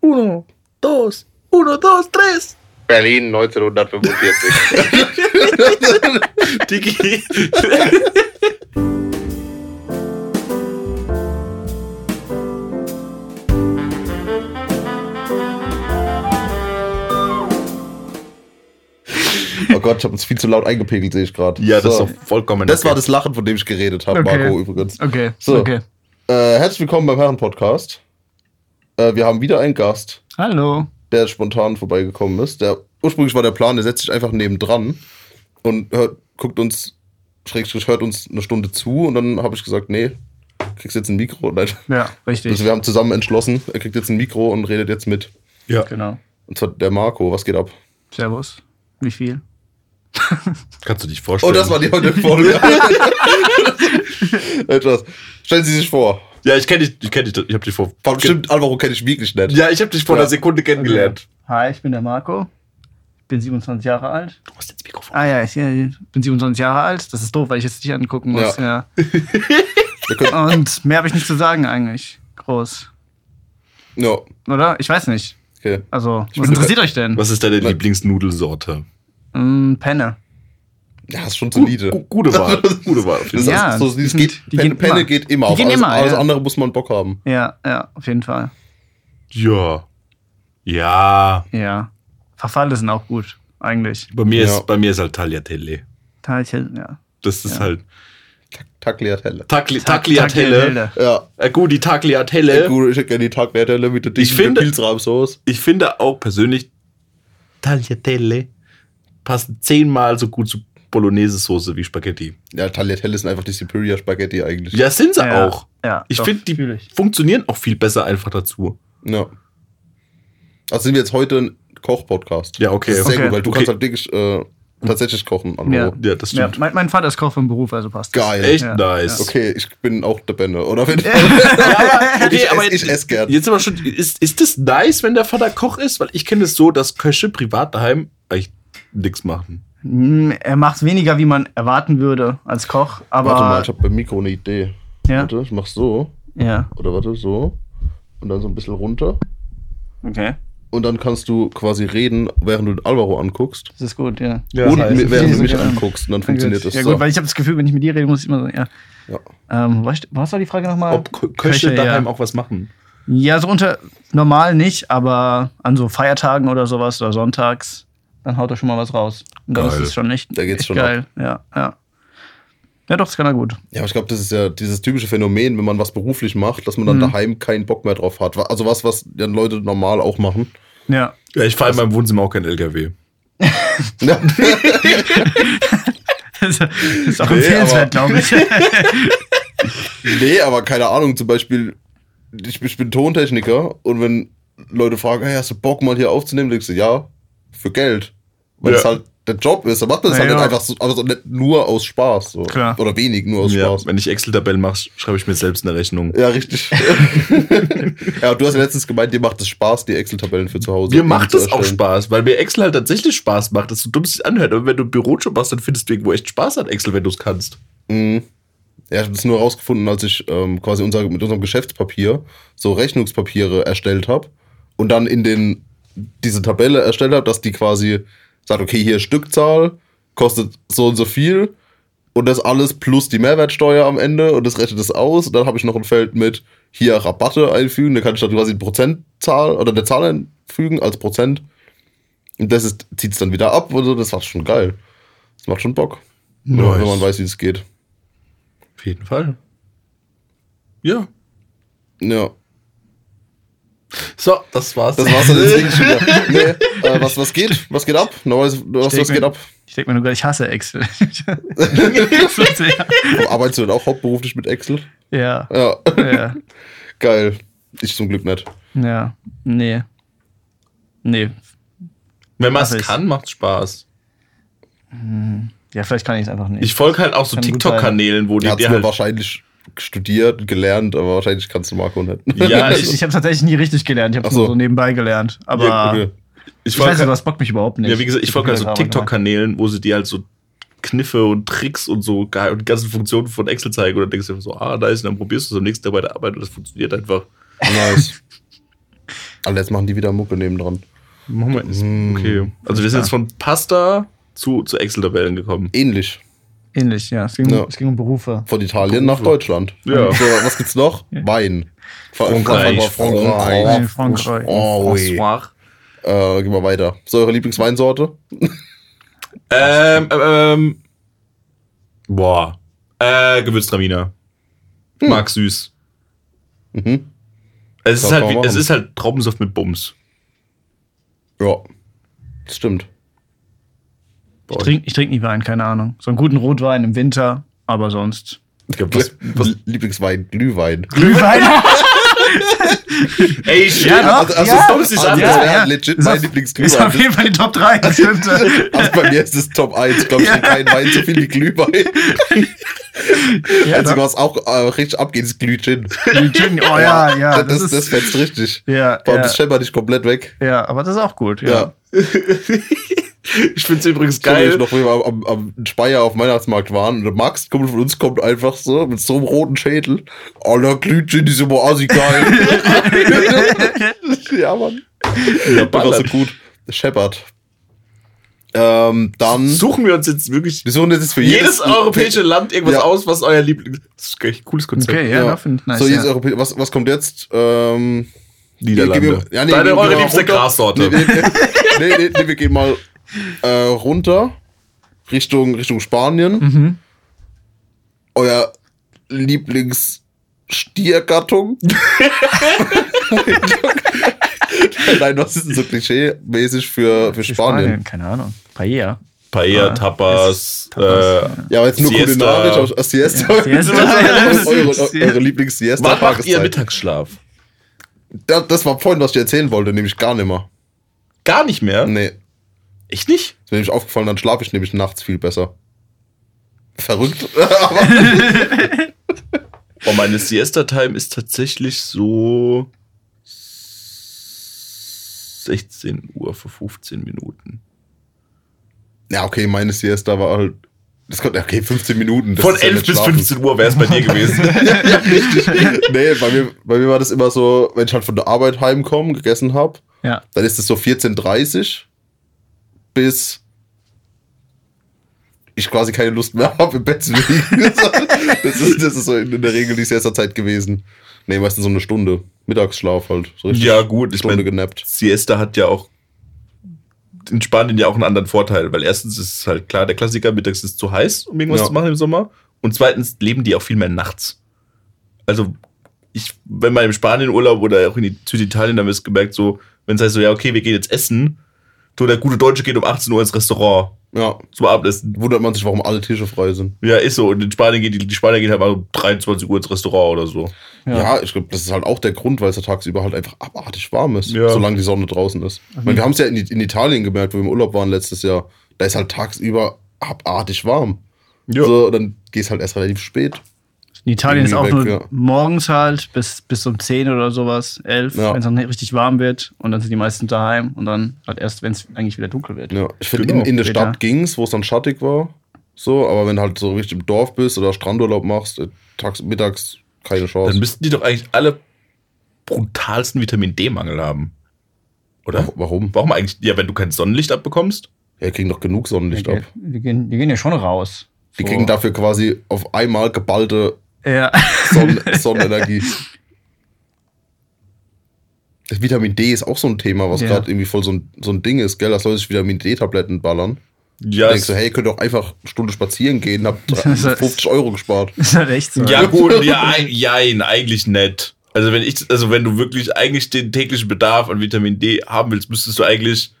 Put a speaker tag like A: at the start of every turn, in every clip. A: Uno, dos, uno, dos, tres.
B: Berlin 1945.
C: Digi.
D: Oh Gott, ich habe uns viel zu laut eingepegelt, sehe ich gerade.
C: Ja, das ist
D: so.
C: doch vollkommen.
D: Das
C: okay.
D: war das Lachen, von dem ich geredet habe,
A: Okay.
D: Marco übrigens.
A: Okay,
D: So.
A: okay.
D: Äh, herzlich willkommen beim Herren-Podcast. Äh, wir haben wieder einen Gast,
A: Hallo.
D: der spontan vorbeigekommen ist. Der, ursprünglich war der Plan, der setzt sich einfach nebendran und hört, guckt uns, schrägstrich hört uns eine Stunde zu und dann habe ich gesagt, nee, kriegst jetzt ein Mikro. Nein.
A: Ja, richtig.
D: Also wir haben zusammen entschlossen, er kriegt jetzt ein Mikro und redet jetzt mit.
C: Ja,
A: genau.
D: Und zwar der Marco, was geht ab?
A: Servus. Wie viel?
C: kannst du dich vorstellen.
D: Oh, das war die heutige Folge. Etwas. Stellen Sie sich vor.
C: Ja, ich kenne dich, ich kenne dich, ich habe dich vor.
D: Vor allem stimmt, Alvaro kenne ich wirklich nicht.
C: Ja, ich habe dich vor
D: Ja.
C: einer Sekunde kennengelernt.
A: Hi, ich bin der Marco. Ich bin 27 Jahre alt.
C: Du hast jetzt Mikrofon.
A: Ah ja, ich äh, bin 27 Jahre alt. Das ist doof, weil ich jetzt dich angucken muss. Ja.
D: Wir können,
A: Und mehr habe ich nicht zu sagen eigentlich. Groß.
D: ja,
A: Oder? Ich weiß nicht.
D: okay.
A: Also,
D: Ich
A: was
D: bin-
A: interessiert euch denn?
C: Was ist deine
D: Nein.
C: Lieblingsnudelsorte?
A: Mm, Penne.
D: Ja, ist schon solide.
C: Gu- gute Wahl. Gute Wahl.
D: Das
A: Ja,
D: ist so, es
A: die
D: geht,
A: sind-
D: Penne,
A: die gehen immer.
D: Penne geht immer.
A: Die
D: auf
A: gehen
D: alles,
A: immer,
D: alles
A: ja.
D: andere muss man Bock haben.
A: Ja, ja, auf jeden Fall.
C: Ja. Ja.
A: Ja. Verfalle sind auch gut, eigentlich.
C: Bei mir,
D: Ja.
C: Ist, bei mir ist halt Tagliatelle.
A: Teilchen, ja.
C: Das ist
A: Ja.
C: halt.
D: Tagliatelle.
C: Tagli
A: Tag-
C: Tagliatelle.
D: Ja,
C: Äh, gut, die Tagliatelle.
D: äh, gut, ich hätte gerne die Tagliatelle mit der
C: Ich
D: dicken
C: finde-
D: Pilzrahmsoße.
C: Ich finde auch persönlich, Tagliatelle passen zehnmal so gut zu Bolognese-Soße wie Spaghetti.
D: Ja, Tagliatelle sind einfach die Superior Spaghetti eigentlich.
C: Ja, sind sie
A: Ja,
C: auch.
A: Ja,
C: Ich
A: doch,
C: finde, die
A: fühl ich.
C: funktionieren auch viel besser einfach dazu.
D: Ja. Also sind wir jetzt heute ein Koch-Podcast.
C: Ja, okay.
D: Das ist sehr
A: Okay.
D: gut, weil du
C: Okay.
D: kannst halt wirklich äh, tatsächlich kochen. Alvaro.
A: Ja.
C: Ja, das
A: Ja,
C: stimmt.
A: mein, mein Vater ist Koch vom Beruf, also passt. das.
D: Geil.
C: Echt
A: Ja.
C: nice.
D: Okay, ich bin auch der Benne, oder? Wenn,
C: Ja, aber, okay,
D: Ich
C: aber
D: ess- ich ess gern.
C: Jetzt sind wir schon, ist, ist das nice, wenn der Vater Koch ist? Weil ich kenne es so, dass Köche privat daheim eigentlich nichts machen.
A: Hm, Er macht weniger, wie man erwarten würde als Koch, aber.
D: Warte mal, ich habe beim Mikro eine Idee.
A: ja,
D: Warte, ich mach so.
A: ja.
D: Oder warte, so. Und dann so ein bisschen runter.
A: Okay.
D: Und dann kannst du quasi reden, während du den Alvaro anguckst.
A: Das ist gut, ja.
C: Ja,
D: und
C: das heißt-
D: mi- während du
A: Ja,
D: mich
A: ja.
D: anguckst. Und dann funktioniert
A: gut.
D: das.
A: Ja, gut,
D: so.
A: weil ich habe das Gefühl, wenn ich mit dir rede, muss ich immer sagen, ja.
D: Ja.
A: Ähm, was, was war die Frage nochmal?
C: Ob Kö- Köche, daheim
A: ja.
C: auch was machen.
A: Ja, so unter normal nicht, aber an so Feiertagen oder sowas oder sonntags, dann haut er schon mal was raus. Und dann
C: Geil.
A: ist es schon echt,
D: Da geht's
A: echt
D: schon
A: geil. Ja, ja. Ja, doch, das kann er gut.
D: ja, aber ich glaube, das ist ja dieses typische Phänomen, wenn man was beruflich macht, dass man dann
A: Mhm.
D: daheim keinen Bock mehr drauf hat. Also was, was dann Leute normal auch machen.
A: Ja.
C: Ja, ich fahre in meinem Wohnzimmer auch kein LKW.
D: Ja,
A: das ist auch
D: Nee,
A: empfehlenswert, glaube ich.
D: nee, aber keine Ahnung. Zum Beispiel, ich, ich bin Tontechniker und wenn Leute fragen, hey, hast du Bock mal hier aufzunehmen, denkst du, ja, für Geld. Weil
C: Ja.
D: es halt der Job ist. Dann macht man es
A: Na
D: halt
A: ja.
D: nicht einfach so, also nicht nur aus Spaß. So.
A: Klar.
D: Oder wenig nur aus
C: Ja,
D: Spaß.
C: wenn ich Excel-Tabellen mache, schreibe ich mir selbst eine Rechnung.
D: Ja, richtig. ja, du hast ja letztens gemeint, dir macht es Spaß, die Excel-Tabellen für zu Hause.
C: Mir macht
D: zu
C: es auch
D: erstellen.
C: Spaß, weil mir Excel halt tatsächlich Spaß macht, dass du dumm sich anhört. Aber wenn du einen Bürojob machst, dann findest du irgendwo echt Spaß an Excel, wenn du es kannst.
D: Mhm. Ja, ich habe das nur rausgefunden, als ich ähm, quasi unser, mit unserem Geschäftspapier so Rechnungspapiere erstellt habe und dann in den diese Tabelle erstellt habe, dass die quasi sagt, okay, hier Stückzahl kostet so und so viel und das alles plus die Mehrwertsteuer am Ende und das rechnet es aus. Und dann habe ich noch ein Feld mit hier Rabatte einfügen, da kann ich dann quasi eine Prozentzahl oder eine Zahl einfügen als Prozent. Und das ist- zieht's dann wieder ab und so, das war schon geil. Das macht schon Bock.
C: Nice.
D: Wenn man weiß, wie es geht.
C: Auf jeden Fall. Ja.
D: Ja.
C: So, das war's.
D: Das war's dann das Ding schon wieder. Nee, äh, was, was geht? Was geht ab? Neues, was, was
A: denk
D: geht
A: mir-
D: ab?
A: Ich denke mir nur gerade, ich hasse Excel. So sehr.
D: Arbeitest Oh, du denn auch hauptberuflich mit Excel?
A: ja,
D: Ja,
A: ja,
D: geil. Ich zum Glück nicht.
A: ja. Nee. Nee.
C: wenn man
A: Mach
C: es
A: ich.
C: kann, macht Spaß.
A: Hm. Ja, vielleicht kann ich es einfach nicht.
C: Ich folge halt auch so
A: Kann gut
C: TikTok-Kanälen, wo
D: Er
C: die
D: hat's
C: dir
D: nur
C: halt
D: wahrscheinlich studiert, gelernt, aber wahrscheinlich kannst du Marco nicht.
C: Ja,
A: ich ich habe tatsächlich nie richtig gelernt. Ich habe
D: Ach
A: so. nur
D: so.
A: so nebenbei gelernt. Aber
C: Ja,
D: Okay.
C: Ich
A: ich weiß nicht,
C: folge
A: was bockt mich überhaupt nicht.
C: halt- ja, wie gesagt, ich folge halt so
A: Programme gemacht.
C: TikTok-Kanälen, wo sie dir halt so Kniffe und Tricks und so geil und die ganzen Funktionen von Excel zeigen und dann denkst du dir so, ah, da ist, und dann probierst du es am nächsten Tag bei der Arbeit und das funktioniert einfach.
D: Nice. Alter, jetzt machen die wieder Mucke nebendran.
C: Moment, ist
D: Mm.
C: okay. Also wir sind jetzt von Pasta zu, zu Excel-Tabellen gekommen.
D: Ähnlich.
A: Ähnlich, ja. Es ging,
D: Ja.
A: Es ging um Berufe.
D: Von Italien nach Deutschland.
C: Ja.
D: So, was gibt's noch?
A: Ja.
D: Wein.
C: Frankreich.
D: Frankreich.
A: In Frankreich.
D: Oh, oui.
C: Bonsoir.
D: Äh, gehen wir weiter. So, eure Lieblingsweinsorte?
C: Ähm, ähm, ähm. Boah. Äh, Gewürztraminer. Mag süß.
D: Hm. Mhm.
C: Es ist,
D: Das
C: halt,
D: kann man
C: wie, es
D: machen.
C: ist halt Traubensaft mit Bums.
D: Ja. Das stimmt.
A: Ich trinke ich trink nie Wein, keine Ahnung. So einen guten Rotwein im Winter, aber sonst.
C: Ich glaub, was, was,
D: Lieblingswein, Glühwein.
A: Glühwein?
C: ey, shit.
A: Ja,
D: Also, also,
A: ja.
D: es-
C: Doch, es ist
D: also,
C: anders.
D: das
A: Ja,
D: wäre
A: ja.
D: legit
A: Ist
D: mein
A: auf- Ist auf
D: Lieblingsglühwein.
A: jeden Fall die Top 3. Das äh, stimmt.
D: Also bei mir ist es Top 1. Glaube ich,
A: Ja.
D: ja. kein Wein so viel wie Glühwein.
A: ja,
D: Einzige,
A: doch.
D: was auch äh, richtig abgeht, ist Glühgin.
A: Die Gin- oh ja, ja.
D: Das, das,
A: ist,
D: fetzt richtig.
A: ja,
D: Vor allem,
A: ja,
D: das scheppert dich komplett weg.
A: ja, aber das ist auch gut. Ja.
D: Ja.
C: Ich find's übrigens
D: Geil. Ich
C: geil.
D: noch, wie wir am, am, am Speyer auf dem Weihnachtsmarkt waren und der Max, Kumpel von uns, kommt einfach so mit so einem roten Schädel. Oh, Aller Glühgin ist immer assi geil. ja, Mann.
C: Ja,
D: Das war so
C: ballert.
D: gut. Shepard. Ähm, dann.
C: Suchen wir uns jetzt wirklich
D: wir suchen jetzt für
C: jedes europäische Land irgendwas
D: Ja.
C: aus, was euer Lieblings. Das ist echt ein cooles Konzept.
A: Okay, ja,
D: Ja.
A: ja. finde ich nice.
D: so, jedes
A: ja.
D: Europä was, was kommt jetzt? Ähm,
C: Niederlande.
D: Gehen wir- ja, nee,
C: Deine
D: gehen wir
C: eure
D: mal
C: liebste
D: runter.
C: Grassorte.
D: nee, nee, nee, nee, nee, wir gehen mal äh, runter. Richtung, Richtung Spanien.
A: Mhm.
D: euer Lieblingsstiergattung? Nein, was ist denn so klischee-mäßig für, für Spanien?
A: Keine Ahnung. Paella.
C: Paella,
A: Ah,
C: Tapas,
A: Tapas,
C: äh,
D: Ja, aber jetzt nur
C: Siesta.
D: kulinarisch. aber- ah, Siesta.
A: Siesta.
D: Was ist eure,
A: Siesta.
D: eure Lieblings-Siesta?
C: Wann macht ihr
D: Tageszeit?
C: Mittagsschlaf?
D: Ja, das war vorhin, was ich dir erzählen wollte, nämlich gar nicht mehr.
C: Gar nicht mehr?
D: Nee, ist
C: Ich nicht?
D: mir nämlich aufgefallen, dann schlafe ich nämlich nachts viel besser. Verrückt. aber
C: Oh, meine Siesta-Time ist tatsächlich so 16 Uhr für 15 Minuten.
D: ja, okay, meine Siesta war halt. Das kommt, okay, 15 Minuten. das
C: Von
D: ist ja
C: 11
D: nicht
C: bis
D: schlafen.
C: 15 Uhr wäre es bei dir gewesen.
D: ja, richtig. Nee, bei mir, bei mir war das immer so, wenn ich halt von der Arbeit heimkomme, gegessen habe,
A: Ja.
D: dann ist es so 14.30 bis ich quasi keine Lust mehr habe, im Bett zu liegen. das, ist, das ist so in der Regel die erste Zeit gewesen. Nee, meistens so eine Stunde. Mittagsschlaf halt. So richtig
C: ja, gut. Ich
D: Stunde
C: meine,
D: genappt.
C: Siesta hat ja auch in Spanien ja auch einen anderen Vorteil, weil erstens ist es halt klar, der Klassiker, mittags ist zu heiß, um irgendwas
D: Ja.
C: zu machen im Sommer. Und zweitens leben die auch viel mehr nachts. Also, ich, wenn man im Spanien-Urlaub oder auch in I- Süditalien, dann wirst gemerkt, so, wenn es heißt so, ja, okay, wir gehen jetzt essen, so der gute Deutsche geht um 18 Uhr ins Restaurant
D: Ja.
C: zum Abendessen.
D: Wundert man sich, warum alle Tische frei sind.
C: Ja, ist so. Und in Spanien geht die, die Spanier gehen halt mal um 23 Uhr ins Restaurant oder so.
A: Ja.
D: Ja, ich glaube, das ist halt auch der Grund, weil es ja tagsüber halt einfach abartig warm ist,
C: Ja.
D: solange die Sonne draußen ist. Ich meine, wir haben es ja in, in Italien gemerkt, wo wir im Urlaub waren letztes Jahr. Da ist halt tagsüber abartig warm.
C: Ja.
D: So, dann gehst halt erst relativ spät.
A: In Italien ist auch nur
D: Irgendwie weg, ja.
A: morgens halt bis, bis um 10 oder sowas, 11,
D: Ja.
A: wenn es dann richtig warm wird. Und dann sind die meisten daheim. Und dann halt erst, wenn es eigentlich wieder dunkel wird.
D: Ja, ne? ich finde,
C: Genau.
D: in, in der
A: Später.
D: Stadt ging's, wo es dann schattig war. So, aber wenn du halt so richtig im Dorf bist oder Strandurlaub machst, äh, tags, mittags keine
C: Dann
D: Chance.
C: müssten die doch eigentlich alle brutalsten Vitamin D-Mangel haben. Oder?
D: Wa- Warum?
C: Warum eigentlich? Ja, wenn du kein Sonnenlicht abbekommst.
D: Ja, die kriegen doch genug Sonnenlicht
A: die,
D: ab.
A: die, gehen, die gehen ja schon raus.
D: Die
A: So.
D: kriegen dafür quasi auf einmal geballte
A: Ja.
D: Sonn Sonnenenergie. Das Vitamin D ist auch so ein Thema, was
A: Ja.
D: gerade irgendwie voll so ein, so ein Ding ist, gell? Dass Leute sich Vitamin D-Tabletten ballern.
C: Ja,
D: Denkst du, hey, könnt ihr auch einfach eine Stunde spazieren gehen, habt
A: Das heißt-
D: 50 Euro gespart.
A: ist halt echt so.
C: ja gut, ja, ein- jein, eigentlich nett. Also wenn ich, also wenn du wirklich eigentlich den täglichen Bedarf an Vitamin D haben willst, müsstest du eigentlich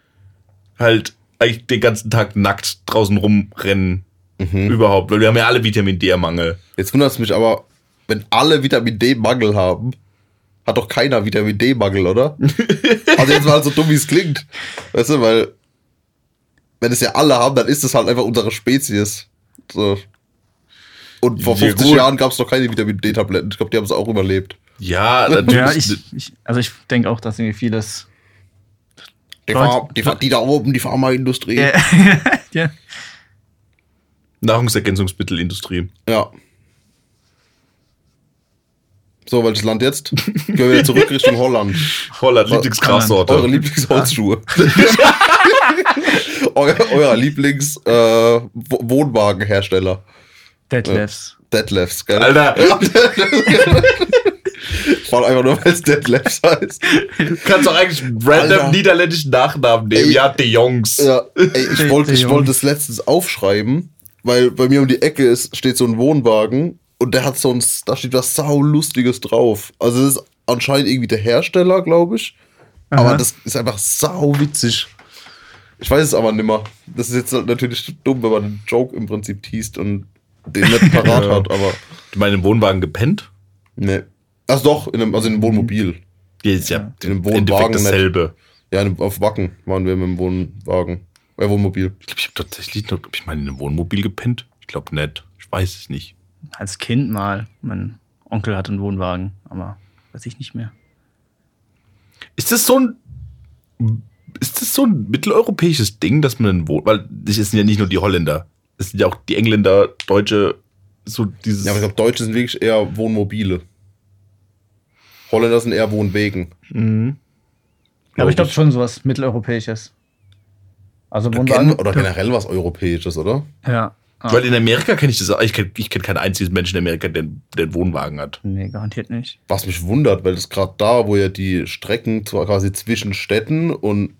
C: halt eigentlich den ganzen Tag nackt draußen rumrennen.
D: Mhm.
C: Überhaupt, weil wir haben ja alle Vitamin D-Mangel.
D: Jetzt wundert es mich aber, wenn alle Vitamin D-Mangel haben, hat doch keiner Vitamin D-Mangel, oder? also jetzt mal so dumm, wie es klingt. Weißt du, weil wenn es ja alle haben, dann ist es halt einfach unsere Spezies. So. Und vor
C: Ja,
D: 50
C: gut.
D: Jahren gab es noch keine Vitamin D-Tabletten. Ich glaube, die haben es auch überlebt.
C: Ja,
A: Ja,
C: natürlich.
A: ich, ich, also ich denke auch, dass irgendwie vieles.
D: Die,
A: Leute-
D: Pharma, die, Pharma- die da oben, die Pharmaindustrie.
A: Ja. ja.
C: Nahrungsergänzungsmittelindustrie.
D: Ja. So, welches Land jetzt? Gehen wir wieder zurück Richtung Holland.
C: Holland,
D: Eure
C: Lieblingsgrassorte.
D: Lieblingsholzschuhe. euer, euer Lieblings äh, Wo- Wohnwagenhersteller.
A: Deadlifts.
D: Deadlifts, gell?
C: Alter,
D: Vor allem einfach nur, weil es Deadlifts heißt.
C: kannst du eigentlich einen random
D: Alter.
C: niederländischen Nachnamen nehmen.
D: Ey.
C: Ja, de Jongs.
D: Ja, ey, ich
A: Der-
D: wollte
A: der
D: ich
A: Junge.
D: wollte es letztens aufschreiben, weil bei mir um die Ecke ist, steht so ein Wohnwagen und der hat so ein, da steht was saulustiges drauf. Also das ist anscheinend irgendwie der Hersteller, glaube ich. Aber
A: Aha.
D: das ist einfach sauwitzig. Ich weiß es aber nimmer. Das ist jetzt halt natürlich dumm, wenn man einen Joke im Prinzip teast und den nicht parat
C: Ja.
D: hat, aber
C: Du meinst im Wohnwagen gepennt?
D: ne. Ach doch, in einem, also in einem Wohnmobil.
C: Ja, ist ja,
D: In einem
C: im Endeffekt
D: Wohnwagen nicht.
C: dasselbe.
D: Ja, in- auf Wacken waren wir mit dem Wohnwagen. Äh, Wohnmobil.
C: Ich glaube, ich habe tatsächlich noch, hab ich mal in einem Wohnmobil gepennt. Ich glaube nicht. Ich weiß es nicht.
A: Als Kind mal. Mein Onkel hatte einen Wohnwagen, aber weiß ich nicht mehr.
C: Ist das so ein. Ist das so ein mitteleuropäisches Ding, dass man einen Wohn. Weil es sind ja nicht nur die Holländer. Es sind ja auch die Engländer, Deutsche, so dieses.
D: Ja, aber ich glaube, Deutsche sind wirklich eher Wohnmobile. Holländer sind eher Wohnwegen.
C: Mhm.
A: Aber ich
C: Glaub
A: glaube schon sowas mitteleuropäisches. Also
D: Gen
A: Wohnwagen.
D: oder generell was Europäisches, oder?
A: Ja. Ah.
C: Weil in Amerika kenne ich das auch. Ich kenne ich kenn keinen einzigen Menschen in Amerika, der, der einen Wohnwagen hat.
A: Nee, garantiert nicht.
D: Was mich wundert, weil das gerade da, wo ja die Strecken zwar quasi zwischen Städten und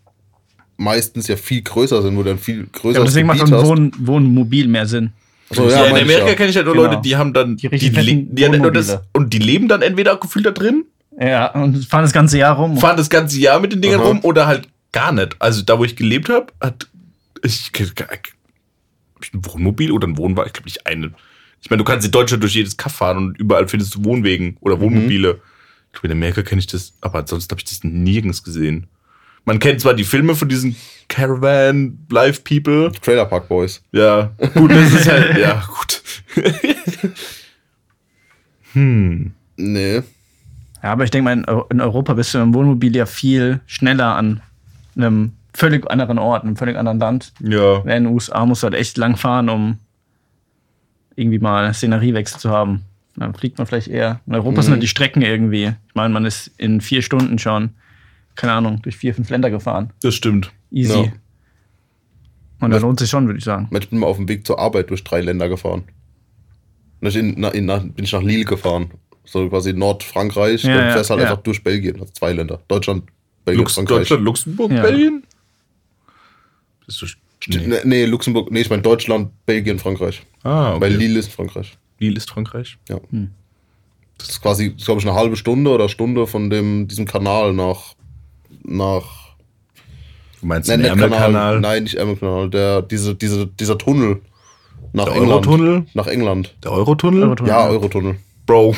D: meistens ja viel größer sind, wo du dann viel
A: Ja, aber
D: größeres
A: deswegen macht auch
D: Gebiet
A: ein
D: hast.
A: Wohn Wohnmobil mehr Sinn.
D: So,
C: Ja,
D: ja,
C: in
D: mein ich
C: Amerika
D: ja.
C: kenne ich halt nur
A: Genau.
C: Leute, die haben dann.
A: Die richtig
C: le-
A: fetten
C: die haben nur das,
A: Wohnmobile.
C: und die leben dann entweder gefühlt da drin,
A: Ja, und fahren das ganze Jahr rum.
C: fahren das ganze Jahr mit den Dingern
D: Aha.
C: rum oder halt gar nicht. Also da, wo ich gelebt habe, hat ich, ich, ich ein Wohnmobil oder ein Wohnwagen, ich glaube nicht eine. Ich meine, du kannst in Deutschland durch jedes Kaff fahren und überall findest du Wohnwegen
D: Mhm.
C: oder Wohnmobile. Ich glaube, in Amerika kenne ich das, aber ansonsten habe ich das nirgends gesehen. Man kennt zwar die Filme von diesen Caravan, Live People.
D: Trailer Park Boys.
C: Ja, gut, das ist halt, ja, gut. hm.
D: Nee.
A: Ja, aber ich denke mal, in, Eu- in Europa bist du im Wohnmobil ja viel schneller an einem völlig anderen Ort, einem völlig anderen Land.
C: Ja.
A: In den USA musst du halt echt lang fahren, um irgendwie mal Szeneriewechsel zu haben. Und Dann fliegt man vielleicht eher. In Europa sind halt die Strecken irgendwie. Ich meine, man ist in vier Stunden schon, keine Ahnung, durch vier, fünf Länder gefahren.
C: Das stimmt.
A: Easy.
D: Ja.
A: Und das lohnt sich schon, würde ich sagen.
D: Ich bin mal auf dem Weg zur Arbeit durch drei Länder gefahren. Und ich in, na, in, nach, bin ich nach Lille gefahren. So quasi Nordfrankreich.
A: Ja,
D: dann
A: ja,
D: fährst halt
A: ja.
D: einfach durch Belgien. Also zwei Länder. Deutschland, Belgien,
C: Lux
D: Frankreich.
C: Deutschland, Luxemburg,
A: Ja.
C: Belgien? Bist du
D: Nee. Nee, Luxemburg. Nee, ich meine Deutschland, Belgien, Frankreich.
C: Ah,
D: Weil
C: okay.
D: Lille ist Frankreich.
C: Lille ist Frankreich.
D: Ja. Das ist quasi, glaube ich, eine halbe Stunde oder Stunde von dem, diesem Kanal nach. nach
C: Du meinst
D: nein,
C: den
D: nicht Kanal.
C: Ärmelkanal?
D: Nein, nicht Ärmelkanal. Der, diese, diese, dieser Tunnel. Nach
C: Der
D: England.
C: Eurotunnel?
D: Nach England.
C: Der Eurotunnel?
A: Eurotunnel.
D: Ja, Eurotunnel.
C: Bro.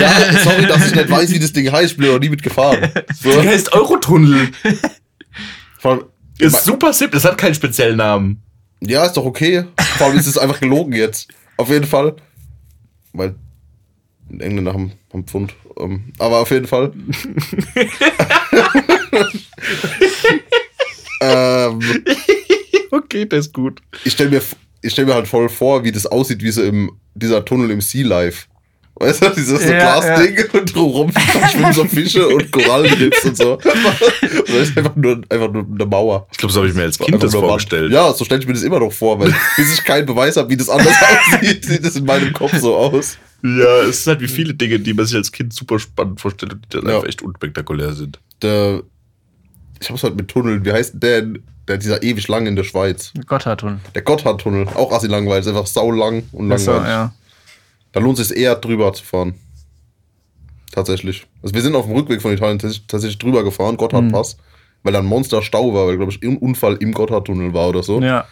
D: Ja, sorry, dass ich nicht weiß, wie das Ding heißt. Ich bin noch nie mitgefahren. So.
C: Der heißt Eurotunnel.
D: Vor allem,
C: Ist super simpel. Das hat keinen speziellen Namen.
D: ja, ist doch okay. Vor allem ist es einfach gelogen jetzt. Auf jeden Fall. Weil in England haben, haben Pfund. ähm, aber auf jeden Fall. ähm,
C: Okay, der ist gut.
D: ich stelle mir, ich stell mir halt voll vor, wie das aussieht, wie so im, dieser Tunnel im Sea Life. Weißt du, dieses so
A: Ja,
D: Glasding und drumherum schwimmen so Fische und Korallenriffs und so. Und das ist einfach nur, einfach nur eine Mauer.
C: Ich glaube, so habe ich mir als Kind
D: Einfach
C: das
D: nur Wand.
C: vorgestellt.
D: Ja, so stelle ich mir das immer noch vor, weil bis ich keinen Beweis habe, wie das anders aussieht, sieht das in meinem Kopf so aus.
C: ja, es ist halt wie viele Dinge, die man sich als Kind super spannend vorstellt und die dann
D: Ja.
C: einfach echt unspektakulär sind.
D: Der, ich hab's heute mit Tunneln. Wie heißt denn der, denn? der dieser ewig lang in der Schweiz?
A: Gotthardtunnel.
D: Der Gotthardtunnel, auch assi langweilig, ist einfach sau lang und langweilig.
A: Achso, ja.
D: Da lohnt es sich eher drüber zu fahren. Tatsächlich. Also wir sind auf dem Rückweg von Italien tatsächlich, tatsächlich drüber gefahren,
A: Mhm.
D: Gotthardpass, weil da ein Monsterstau war, weil glaube ich ein Unfall im Gotthardtunnel war oder so.
A: ja.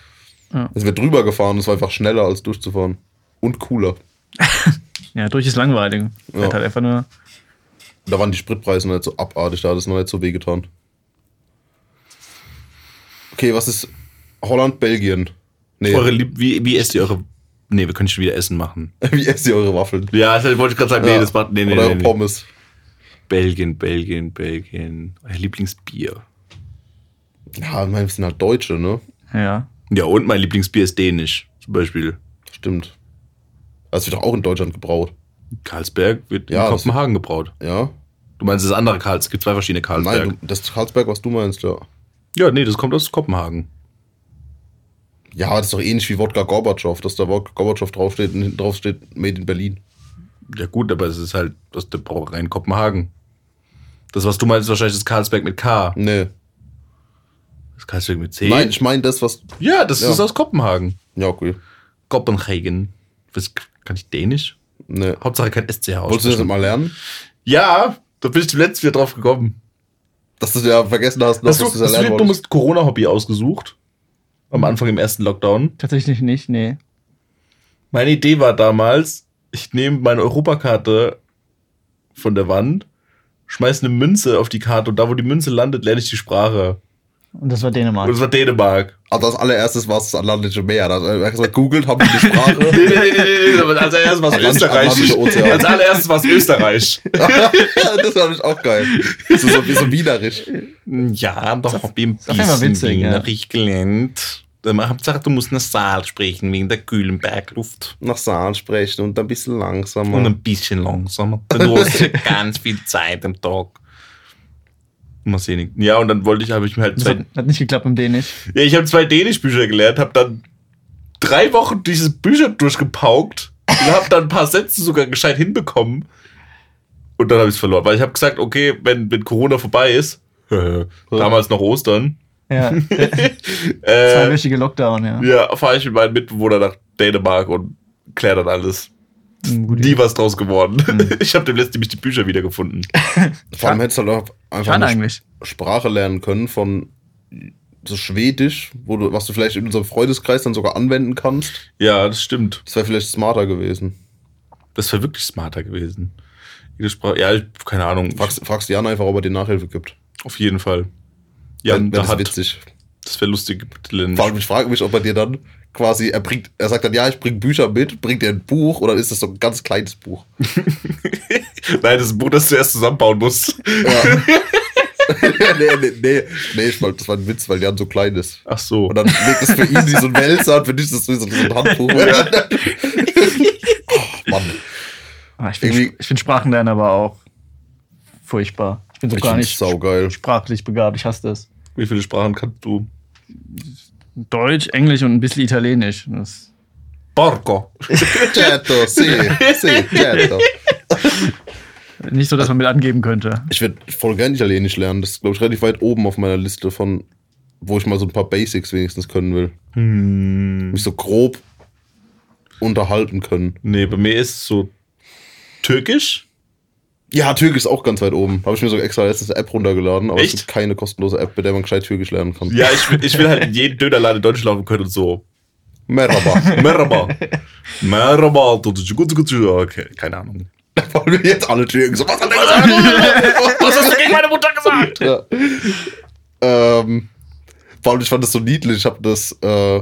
D: Also wir drüber gefahren, es war einfach schneller als durchzufahren und cooler.
A: Ja, durch ist langweilig.
D: Ja.
A: Fährt halt einfach nur.
D: Und da waren die Spritpreise noch nicht so abartig, da hat es noch nicht so weh getan. Okay, was ist Holland, Belgien? Nee,
C: Eure Lieb wie, wie esst ihr eure. Nee, wir können schon wieder Essen machen.
D: wie esst ihr eure Waffeln?
C: Ja, das wollte ich gerade sagen. Nee,
D: Ja.
C: das macht. Nee, nee,
D: Oder
C: nee, nee.
D: Pommes.
C: Belgien, Belgien, Belgien. Euer Lieblingsbier.
D: Ja, ich meine, wir sind halt Deutsche, ne?
A: Ja.
C: Ja, und mein Lieblingsbier ist dänisch, zum Beispiel.
D: Stimmt. Das wird doch auch in Deutschland gebraut.
C: Karlsberg wird
D: Ja,
C: in
D: das-
C: Kopenhagen gebraut.
D: Ja?
C: Du meinst das andere Karls? Es gibt zwei verschiedene Karlsberg.
D: Nein, du, das Karlsberg, was du meinst, ja.
C: ja, nee, das kommt aus Kopenhagen.
D: Ja, das ist doch ähnlich wie Wodka Gorbatschow, dass da Wodka Gorbatschow draufsteht und hinten drauf steht Made in Berlin.
C: Ja, gut, aber es ist halt aus der Brauerei in Kopenhagen. Das, was du meinst, ist wahrscheinlich das Karlsberg mit K.
D: Nee.
C: Das Karlsberg mit C.
D: Nein, ich meine das, was.
C: Ja, das
D: Ja.
C: ist aus Kopenhagen.
D: Ja, okay.
C: Kopenhagen. Was, kann ich Dänisch?
D: Nee.
C: Hauptsache kein SCH
D: Wolltest du das
C: aussprechen.
D: nicht mal lernen?
C: Ja, da bin ich zum letzten wieder drauf gekommen.
D: Dass du es ja vergessen hast, dass
C: Hast
D: du
C: du,
D: es ja
C: hast
D: lernen
C: du dir ein
D: wolltest.
C: dummes Corona-Hobby ausgesucht? Am Anfang im ersten Lockdown.
A: Tatsächlich nicht, nee.
C: Meine Idee war damals, ich nehme meine Europakarte von der Wand, schmeiß eine Münze auf die Karte und da, wo die Münze landet, lerne ich die Sprache.
A: Und das war
C: Und
A: Dänemark.
C: das war Dänemark.
D: Also als allererstes war es das Atlantische Meer. Da hat er gesagt, googelt, haben die die Sprache.
C: Nee, nee, nee, nee, nee, aber als allererstes war es
D: Atlantisch- Atlantischer
C: Österreich.
D: Ozean.
C: Als allererstes war es Österreich.
D: das fand ich auch geil. Das ist so, wie so wienerisch.
C: Ja, doch Hobby ein
A: doch immer
C: bisschen
A: witzig, ja.
C: wienerisch gelernt. Aber Ähm, Hauptsache, du musst nach Saal sprechen, wegen der kühlen Bergluft.
D: Nach Saal sprechen und ein bisschen langsamer.
C: Und ein bisschen langsamer. Du hast ja ganz viel Zeit am Tag. Mal sehen. Ja, und dann wollte ich, habe ich mir halt
A: Das
C: zwei,
A: hat, hat nicht geklappt im Dänisch.
C: ja, ich habe zwei Dänisch-Bücher gelernt, habe dann drei Wochen diese Bücher durchgepaukt und habe dann ein paar Sätze sogar gescheit hinbekommen. Und dann habe ich es verloren, weil ich habe gesagt, okay, wenn, wenn Corona vorbei ist, äh, damals noch Ostern,
A: Ja, der
C: äh,
A: zweiwöchige Lockdown, ja.
C: ja, fahre ich mit meinen Mitbewohnern nach Dänemark und kläre dann alles.
A: Mhm, gute
C: Nie was draus geworden.
D: Mhm.
C: Ich habe dem letzten nämlich die Bücher wiedergefunden.
D: Vor allem hättest du halt auch einfach
A: Schade
D: eine
A: eigentlich.
D: Sprache lernen können von so Schwedisch, wo du, was du vielleicht in unserem Freundeskreis dann sogar anwenden kannst.
C: Ja, das stimmt.
D: Das wäre vielleicht smarter gewesen.
C: Das wäre wirklich smarter gewesen. Jede Sprache, ja, ich, keine Ahnung.
D: Fragst, fragst Jan einfach, ob er dir Nachhilfe gibt.
C: Auf jeden Fall. Ja,
D: Wär- wär
C: da
D: das
C: hat,
D: witzig.
C: das wäre lustig. Dylan.
D: Vor allem, ich frage mich, ob er dir dann quasi, er bringt, er sagt dann, ja, ich bringe Bücher mit, bringt dir ein Buch oder ist das so ein ganz kleines Buch?
C: Nein, das ist ein Buch, das du erst zusammenbauen musst.
D: Ja. nee, nee, nee, nee, ich mein, das war ein Witz, weil Jan so klein ist.
C: Ach so.
D: Und dann legt es für ihn wie so ein Wälzer und für dich ist das wie so so ein Handbuch. oh, Mann.
A: Ah, ich, bin,
D: Irgendwie-
A: ich bin Sprachenlernen aber auch furchtbar. Ich bin so
D: Ich
A: gar
D: find's
A: nicht
D: saugeil.
A: sprachlich begabt. Ich hasse das.
C: Wie viele Sprachen kannst du?
A: Deutsch, Englisch und ein bisschen Italienisch. Das,
C: Porco.
D: Certo, sì, sì, certo.
A: nicht so, dass man mit angeben könnte.
D: Ich würde voll gern Italienisch lernen. Das ist, glaube ich, relativ weit oben auf meiner Liste von, wo ich mal so ein paar Basics wenigstens können will.
C: Hm.
D: Mich so grob unterhalten können.
C: Nee, bei mir ist so türkisch.
D: Ja, Türkisch ist auch ganz weit oben. Habe ich mir sogar extra letztens eine App runtergeladen, aber
C: Echt?
D: es gibt keine kostenlose App, bei der man gescheit Türkisch lernen kann.
C: Ja, ich will, ich will halt in jeden Dönerladen in Deutschland laufen können und so.
D: Merhaba.
C: Merhaba. Merhaba. Okay, keine Ahnung.
D: Wollen wir jetzt alle Türken so, was hat er gesagt?
C: Was hast du gegen meine Mutter gesagt?
D: ja. ähm, vor allem, ich fand das so niedlich. Ich habe das, äh,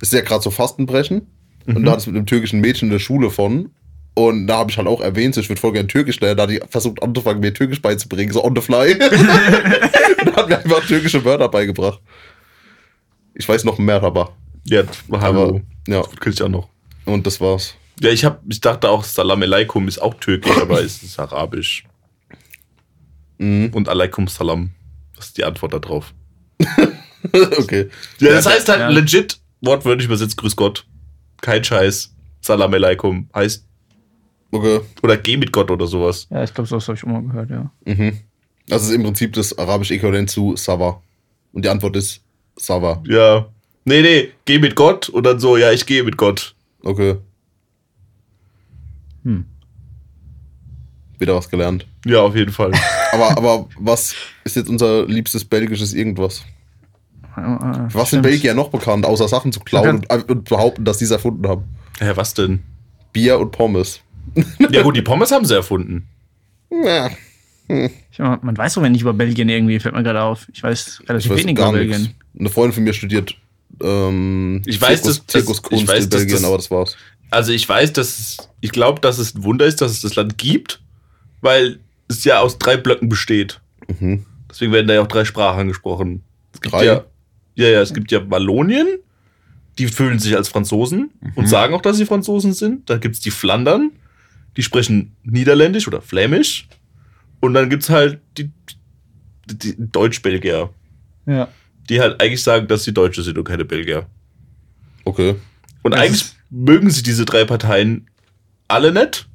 D: ist ja gerade so Fastenbrechen.
C: Mhm.
D: Und da hat es mit einem türkischen Mädchen in der Schule von. Und da habe ich halt auch erwähnt, so, ich würde voll gerne Türkisch lernen. Da hat die versucht anzufangen, mir Türkisch beizubringen, so on the fly. und hat mir einfach türkische Wörter beigebracht. Ich weiß noch mehr, aber.
C: Ja, hallo.
D: ja.
C: Das könnte ich auch noch.
D: Und das war's.
C: Ja, ich, hab, ich dachte auch, Salam alaikum ist auch türkisch, aber es ist arabisch.
D: Mhm.
C: Und alaikum salam. Das ist die Antwort darauf.
D: okay.
C: Ja, das heißt halt
A: ja.
C: legit, wortwörtlich übersetzt, grüß Gott. Kein Scheiß. Salam alaikum heißt,
D: Okay.
C: oder geh mit Gott oder sowas.
A: Ja, ich glaube, sowas habe ich immer gehört, ja.
D: Mhm. Das ist im Prinzip das arabische Äquivalent zu Sava. Und die Antwort ist Sava.
C: Ja. Nee, nee, geh mit Gott und dann so, ja, ich gehe mit Gott.
D: Okay.
A: Hm.
D: Wieder was gelernt.
C: Ja, auf jeden Fall.
D: Aber, aber was ist jetzt unser liebstes belgisches Irgendwas?
A: Ah,
D: Was
A: stimmt.
D: sind Belgier noch bekannt, außer Sachen zu klauen und, und behaupten, dass die es erfunden haben?
C: Hä, was denn?
D: Bier und Pommes.
C: Ja gut, die Pommes haben sie erfunden.
D: Ja,
A: Ich, meine, man weiß so wenig über Belgien irgendwie, fällt mir gerade auf. Ich weiß
D: ich
A: relativ
D: weiß
A: wenig
D: gar
A: über
D: nichts.
A: Belgien.
D: Eine Freundin von mir studiert ähm,
C: Ich weiß, dass- dass-
D: Zirkuskunst
C: ich weiß,
D: in
C: dass
D: Belgien,
C: das-
D: aber das war's.
C: Also ich weiß, dass es, ich glaube, dass es ein Wunder ist, dass es das Land gibt, weil es ja aus drei Blöcken besteht.
D: Mhm.
C: Deswegen werden da ja auch drei Sprachen gesprochen. Es gibt
D: Drei?
C: Ja, ja, ja, es gibt ja Wallonien, die fühlen sich als Franzosen und sagen auch, dass sie Franzosen sind. Dann gibt es die Flandern, die sprechen Niederländisch oder Flämisch. Und dann gibt's halt die, die Deutsch-Belgier,
A: Ja.
C: die halt eigentlich sagen, dass sie Deutsche sind und keine Belgier.
D: Okay.
C: Und
A: Das
C: eigentlich
A: ist-
C: mögen sie diese drei Parteien alle nicht.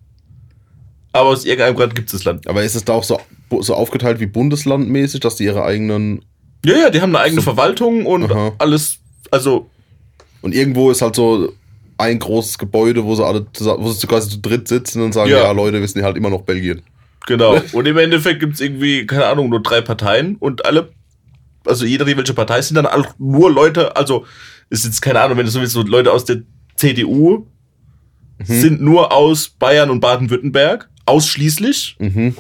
C: Aber aus irgendeinem Grund gibt's das Land.
D: Aber ist es da auch so, so aufgeteilt wie bundeslandmäßig, dass die ihre eigenen.
C: Ja, ja, die haben eine eigene
D: So-
C: Verwaltung und
D: Aha.
C: alles. Also,
D: Und irgendwo ist halt so ein großes Gebäude, wo sie alle zusammen, wo sie quasi zu dritt sitzen und sagen, ja,
C: Ja.
D: Leute, wir sind halt immer noch Belgien.
C: genau. und im Endeffekt gibt's irgendwie, keine Ahnung, nur drei Parteien und alle, also jeder, die welche Partei ist, sind, dann auch nur Leute, also ist jetzt keine Ahnung, wenn du so willst, so Leute aus der CDU sind nur aus Bayern und Baden-Württemberg, ausschließlich.
D: Mhm.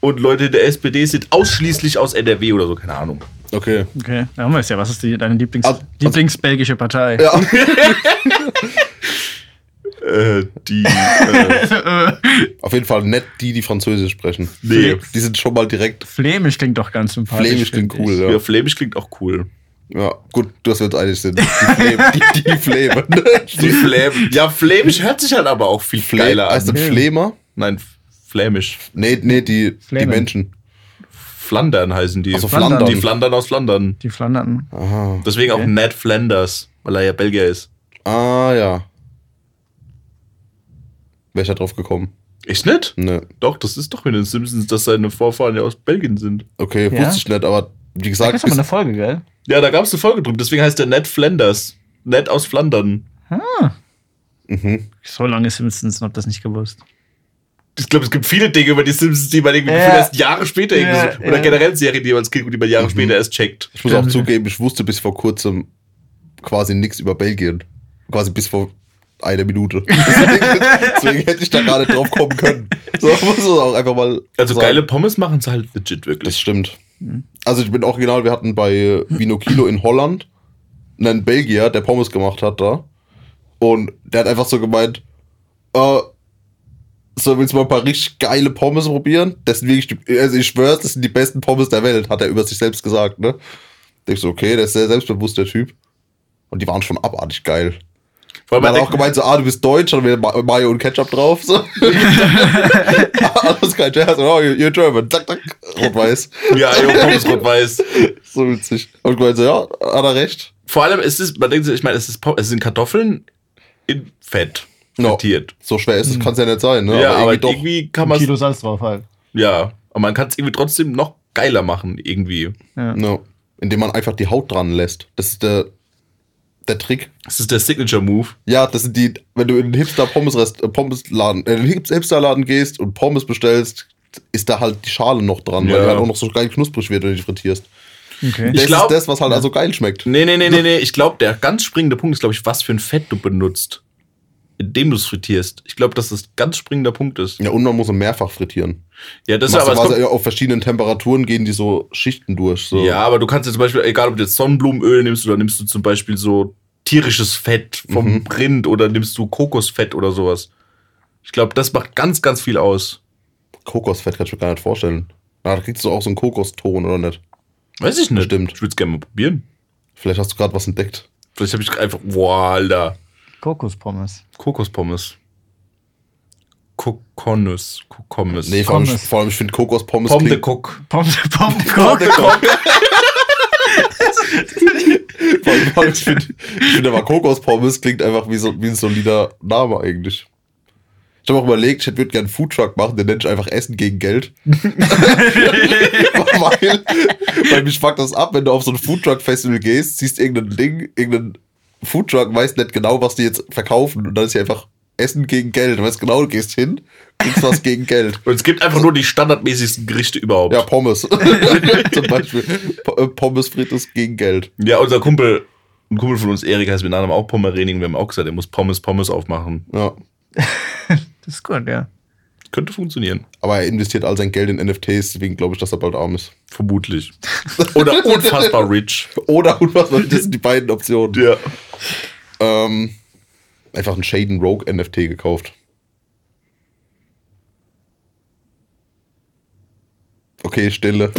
C: Und Leute der SPD sind ausschließlich aus NRW oder so, keine Ahnung.
D: Okay.
A: Okay, da haben wir es ja. Was ist die, deine Lieblings
D: Also-
A: Lieblingsbelgische Partei?
D: Ja.
C: Äh, die, äh,
D: Auf jeden Fall nett die, die Französisch sprechen.
C: nee.
D: Die sind schon mal direkt.
A: Flämisch klingt doch ganz sympathisch.
D: Flämisch
A: finde
D: klingt cool,
A: Ah, ich.
C: Ja,
D: ja.
C: Flämisch klingt auch cool.
D: ja. Gut, dass wir uns einig sind. Die Flem. die, die Flem.
C: Die Fläm ja, Flämisch hört sich halt aber auch viel
D: Flem.
C: geiler
D: Heißt
C: an.
D: das Flemer?
C: Nein, Flämisch.
D: Nee, nee, die, die
A: Flemen.
D: Menschen.
C: Flandern heißen die.
D: Also
A: Flandern.
D: Flandern.
C: Die Flandern aus Flandern.
A: Die Flanderten.
D: Aha.
C: Deswegen auch
A: Okay.
C: Ned Flanders, weil er ja Belgier ist.
D: Ah, ja. Wäre ich da drauf gekommen?
C: Ich nicht?
D: Ne.
C: Doch, das ist doch in den Simpsons, dass seine Vorfahren ja aus Belgien sind.
D: Okay,
A: Ja.
D: wusste ich nicht, aber wie
A: Da
D: gesagt,
A: ist aber
D: bis,
A: eine Folge, gell?
C: Ja, da gab es eine Folge drüber. Deswegen heißt der Ned Flanders. Ned aus Flandern.
D: mhm.
A: So lange Simpsons noch das nicht gewusst.
C: Ich glaube, es gibt viele Dinge über die Simpsons, die man irgendwie
A: Ja.
C: gefühlt erst Jahre später irgendwie
A: Ja,
C: so, oder
A: ja.
C: generell Serien, die man als Kind guckt, die man Jahre später erst checkt.
D: ich muss auch zugeben, ich wusste bis vor kurzem quasi nichts über Belgien. Quasi bis vor einer Minute. Deswegen, deswegen hätte ich da gerade drauf kommen können. So muss es auch einfach mal.
C: Also
D: sagen.
C: geile Pommes machen es halt legit
D: Das
C: wirklich.
D: stimmt. Also ich bin original, wir hatten bei Vinokilo in Holland einen Belgier, der Pommes gemacht hat da. Und der hat einfach so gemeint, äh, so willst du mal ein paar richtig geile Pommes probieren? Das sind wirklich, die, also ich schwör's, das sind die besten Pommes der Welt, hat er über sich selbst gesagt, ne? Denkst du, okay, der ist sehr selbstbewusst, der Typ. Und die waren schon abartig geil.
C: Vor allem
D: Man hat
C: man
D: auch gemeint, so, ah, du bist deutsch, dann wieder Ma- Mayo und Ketchup drauf. So. Alles kein Jazz, oh, you're German. Zack, zack, rot-weiß.
C: denkt, ja, jo, Pommes rot-weiß.
D: So witzig. Und gemeint so, ja, hat er recht.
C: Vor allem ist es, man denkt sich, ich meine, es, ist, Pom- es sind Kartoffeln in Fett
D: Ja.
C: frittiert.
D: So schwer ist es, kann es ja nicht sein, ne?
C: Hm. Ja, aber, irgendwie,
D: doch.
C: kann man es,
A: Salz drauf halt.
C: ja, aber man kann es irgendwie trotzdem noch geiler machen irgendwie.
A: Ja.
D: Ja. Indem man einfach die Haut dran lässt. Das ist der, der Trick.
C: Das ist der Signature Move.
D: Ja, das sind die, wenn du in den hipster pommes äh, Pommesladen, äh, in den Hip- Hipsterladen gehst und Pommes bestellst, ist da halt die Schale noch dran, weil
C: Ja.
D: die halt auch noch so geil knusprig wird, wenn du die frittierst.
A: Okay.
C: Ich
D: Das
C: glaub-
D: ist das, was halt also geil schmeckt.
C: Nee, nee, nee, nee, nee. Ich glaube, der ganz springende Punkt ist, glaube ich, was für ein Fett du benutzt, indem du es frittierst. Ich glaube, dass das ein ganz springender Punkt ist.
D: Ja, und man muss sie mehrfach frittieren.
C: Ja, das ist
D: Machst
C: aber.
D: du
C: es
D: quasi
C: Kommt,
D: auf verschiedenen Temperaturen gehen die so Schichten durch. So.
C: ja, aber du kannst jetzt zum Beispiel, egal ob du jetzt Sonnenblumenöl nimmst oder nimmst du zum Beispiel so tierisches Fett vom
D: Mhm.
C: Rind oder nimmst du Kokosfett oder sowas. Ich glaube, das macht ganz, ganz viel aus.
D: Kokosfett kann ich mir gar nicht vorstellen. Na, da kriegst du auch so einen Kokoston, oder nicht?
C: Weiß ich nicht.
D: Stimmt.
C: Ich würde es gerne mal probieren.
D: Vielleicht hast du gerade was entdeckt.
C: Vielleicht habe ich einfach, boah, Alter.
A: Kokospommes.
C: Kokospommes. Kokonus. Kokommes.
D: Nee, vor allem,
A: Pommes.
D: vor allem ich finde Kokospommes
C: Pomme de
D: klingt,
C: Coq.
A: Pommes, Pommes, Kok.
D: vor allem, vor allem ich finde ich find aber Kokospommes klingt einfach wie, so, wie ein solider Name eigentlich. Ich habe auch überlegt, ich würde gerne einen Foodtruck machen, den nenne ich einfach Essen gegen Geld. weil, weil mich fuckt das ab, wenn du auf so ein Foodtruck-Festival gehst, siehst irgendein Ding, irgendein Foodtruck, weißt nicht genau, was die jetzt verkaufen und dann ist hier einfach Essen gegen Geld. Du weißt genau, du gehst hin, kriegst was gegen Geld.
C: Und es gibt einfach nur die standardmäßigsten Gerichte überhaupt.
D: Ja,
C: Ja,
D: Pommes. Zum Beispiel. P äh, Pommes frites gegen Geld.
C: unser Kumpel, ein Kumpel von uns, Erik, heißt mit Nachnamen auch Pommerening. Wir haben auch gesagt, er muss Pommes Pommes aufmachen.
D: Ja.
A: Das ist gut, ja.
C: Könnte funktionieren.
D: Aber er investiert all sein Geld in NFTs, deswegen glaube ich, dass er bald arm ist.
C: Vermutlich. Oder unfassbar rich.
D: Oder unfassbar, das sind die beiden Optionen.
C: Ja.
D: Ähm, einfach einen Shaden Rogue NFT gekauft. Okay, Stille.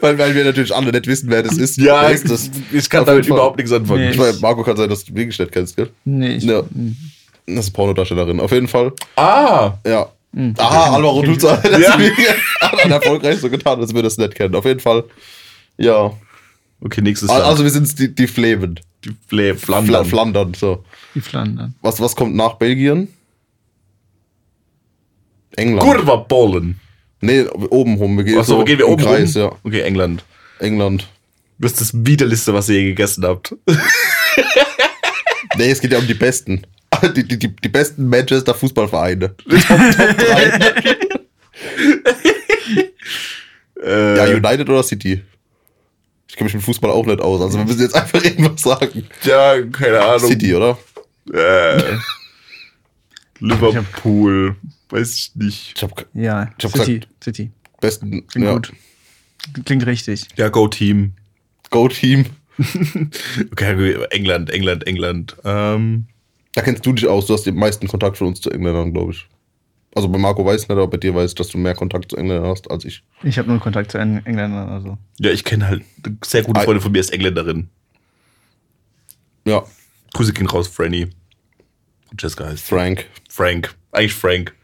D: weil, weil wir natürlich alle nicht wissen, wer das ist.
C: Ja,
D: Wer
C: ich,
D: ist das?
C: ich kann
D: Auf
C: damit
D: jeden Fall.
C: überhaupt nichts anfangen.
A: Nee.
D: Ich meine, Marco kann sein, dass du wirklich nicht kennst, gell?
A: Nee, ich,
D: Ja.
C: hm.
D: Das ist Pornodarstellerin, auf jeden Fall.
C: Ah!
D: Ja. Aha, Alvaro
A: Kenn ich
D: Dulza hat
C: Ja.
D: das mir- hat dann erfolgreich so getan, als wir das nicht kennen. Auf jeden Fall. Ja.
C: Okay, nächstes Jahr.
D: Also wir sind die, die Flemen.
C: die Fla-
D: Fla
C: Flandern.
D: Flandern, so.
A: Die Flandern.
D: Was, was kommt nach Belgien? England.
C: Kurva Polen.
D: Nee, oben rum. Wir gehen,
C: Achso,
D: so
C: gehen wir
D: im
C: oben
D: Kreis,
C: rum?
D: ja.
C: Okay, England.
D: England.
C: Das ist das widerlichste, was ihr je gegessen habt.
D: Nee, es geht ja um die besten. Die, die, die, die besten Manchester Fußballvereine. Top, Top 3.
C: Äh,
D: Ja, United oder City? Ich kenne mich mit Fußball auch nicht aus. Also wir müssen jetzt einfach irgendwas sagen.
C: ja, keine Ahnung.
D: City, oder?
C: Äh, Liverpool. Weiß ich nicht.
D: Ich hab
A: Ja,
D: Ich hab
A: City. City.
D: besten
A: Klingt
D: ja,
A: gut. Klingt richtig.
C: Ja, Go Team.
D: Go-Team.
C: Okay, England, England, England. Ähm,
D: Da kennst du dich aus. Du hast den meisten Kontakt von uns zu Engländern, glaube ich. Also bei Marco weiß nicht, aber bei dir weiß ich, dass du mehr Kontakt zu Engländern hast als ich.
A: Ich habe nur Kontakt zu Eng- Engländern, also.
C: ja, ich kenne halt eine sehr gute Freundin von mir, ist Engländerin.
D: Ja,
C: Grüße gehen raus, Franny. Francesca heißt. sie.
D: Frank.
C: Frank. Eigentlich Frank.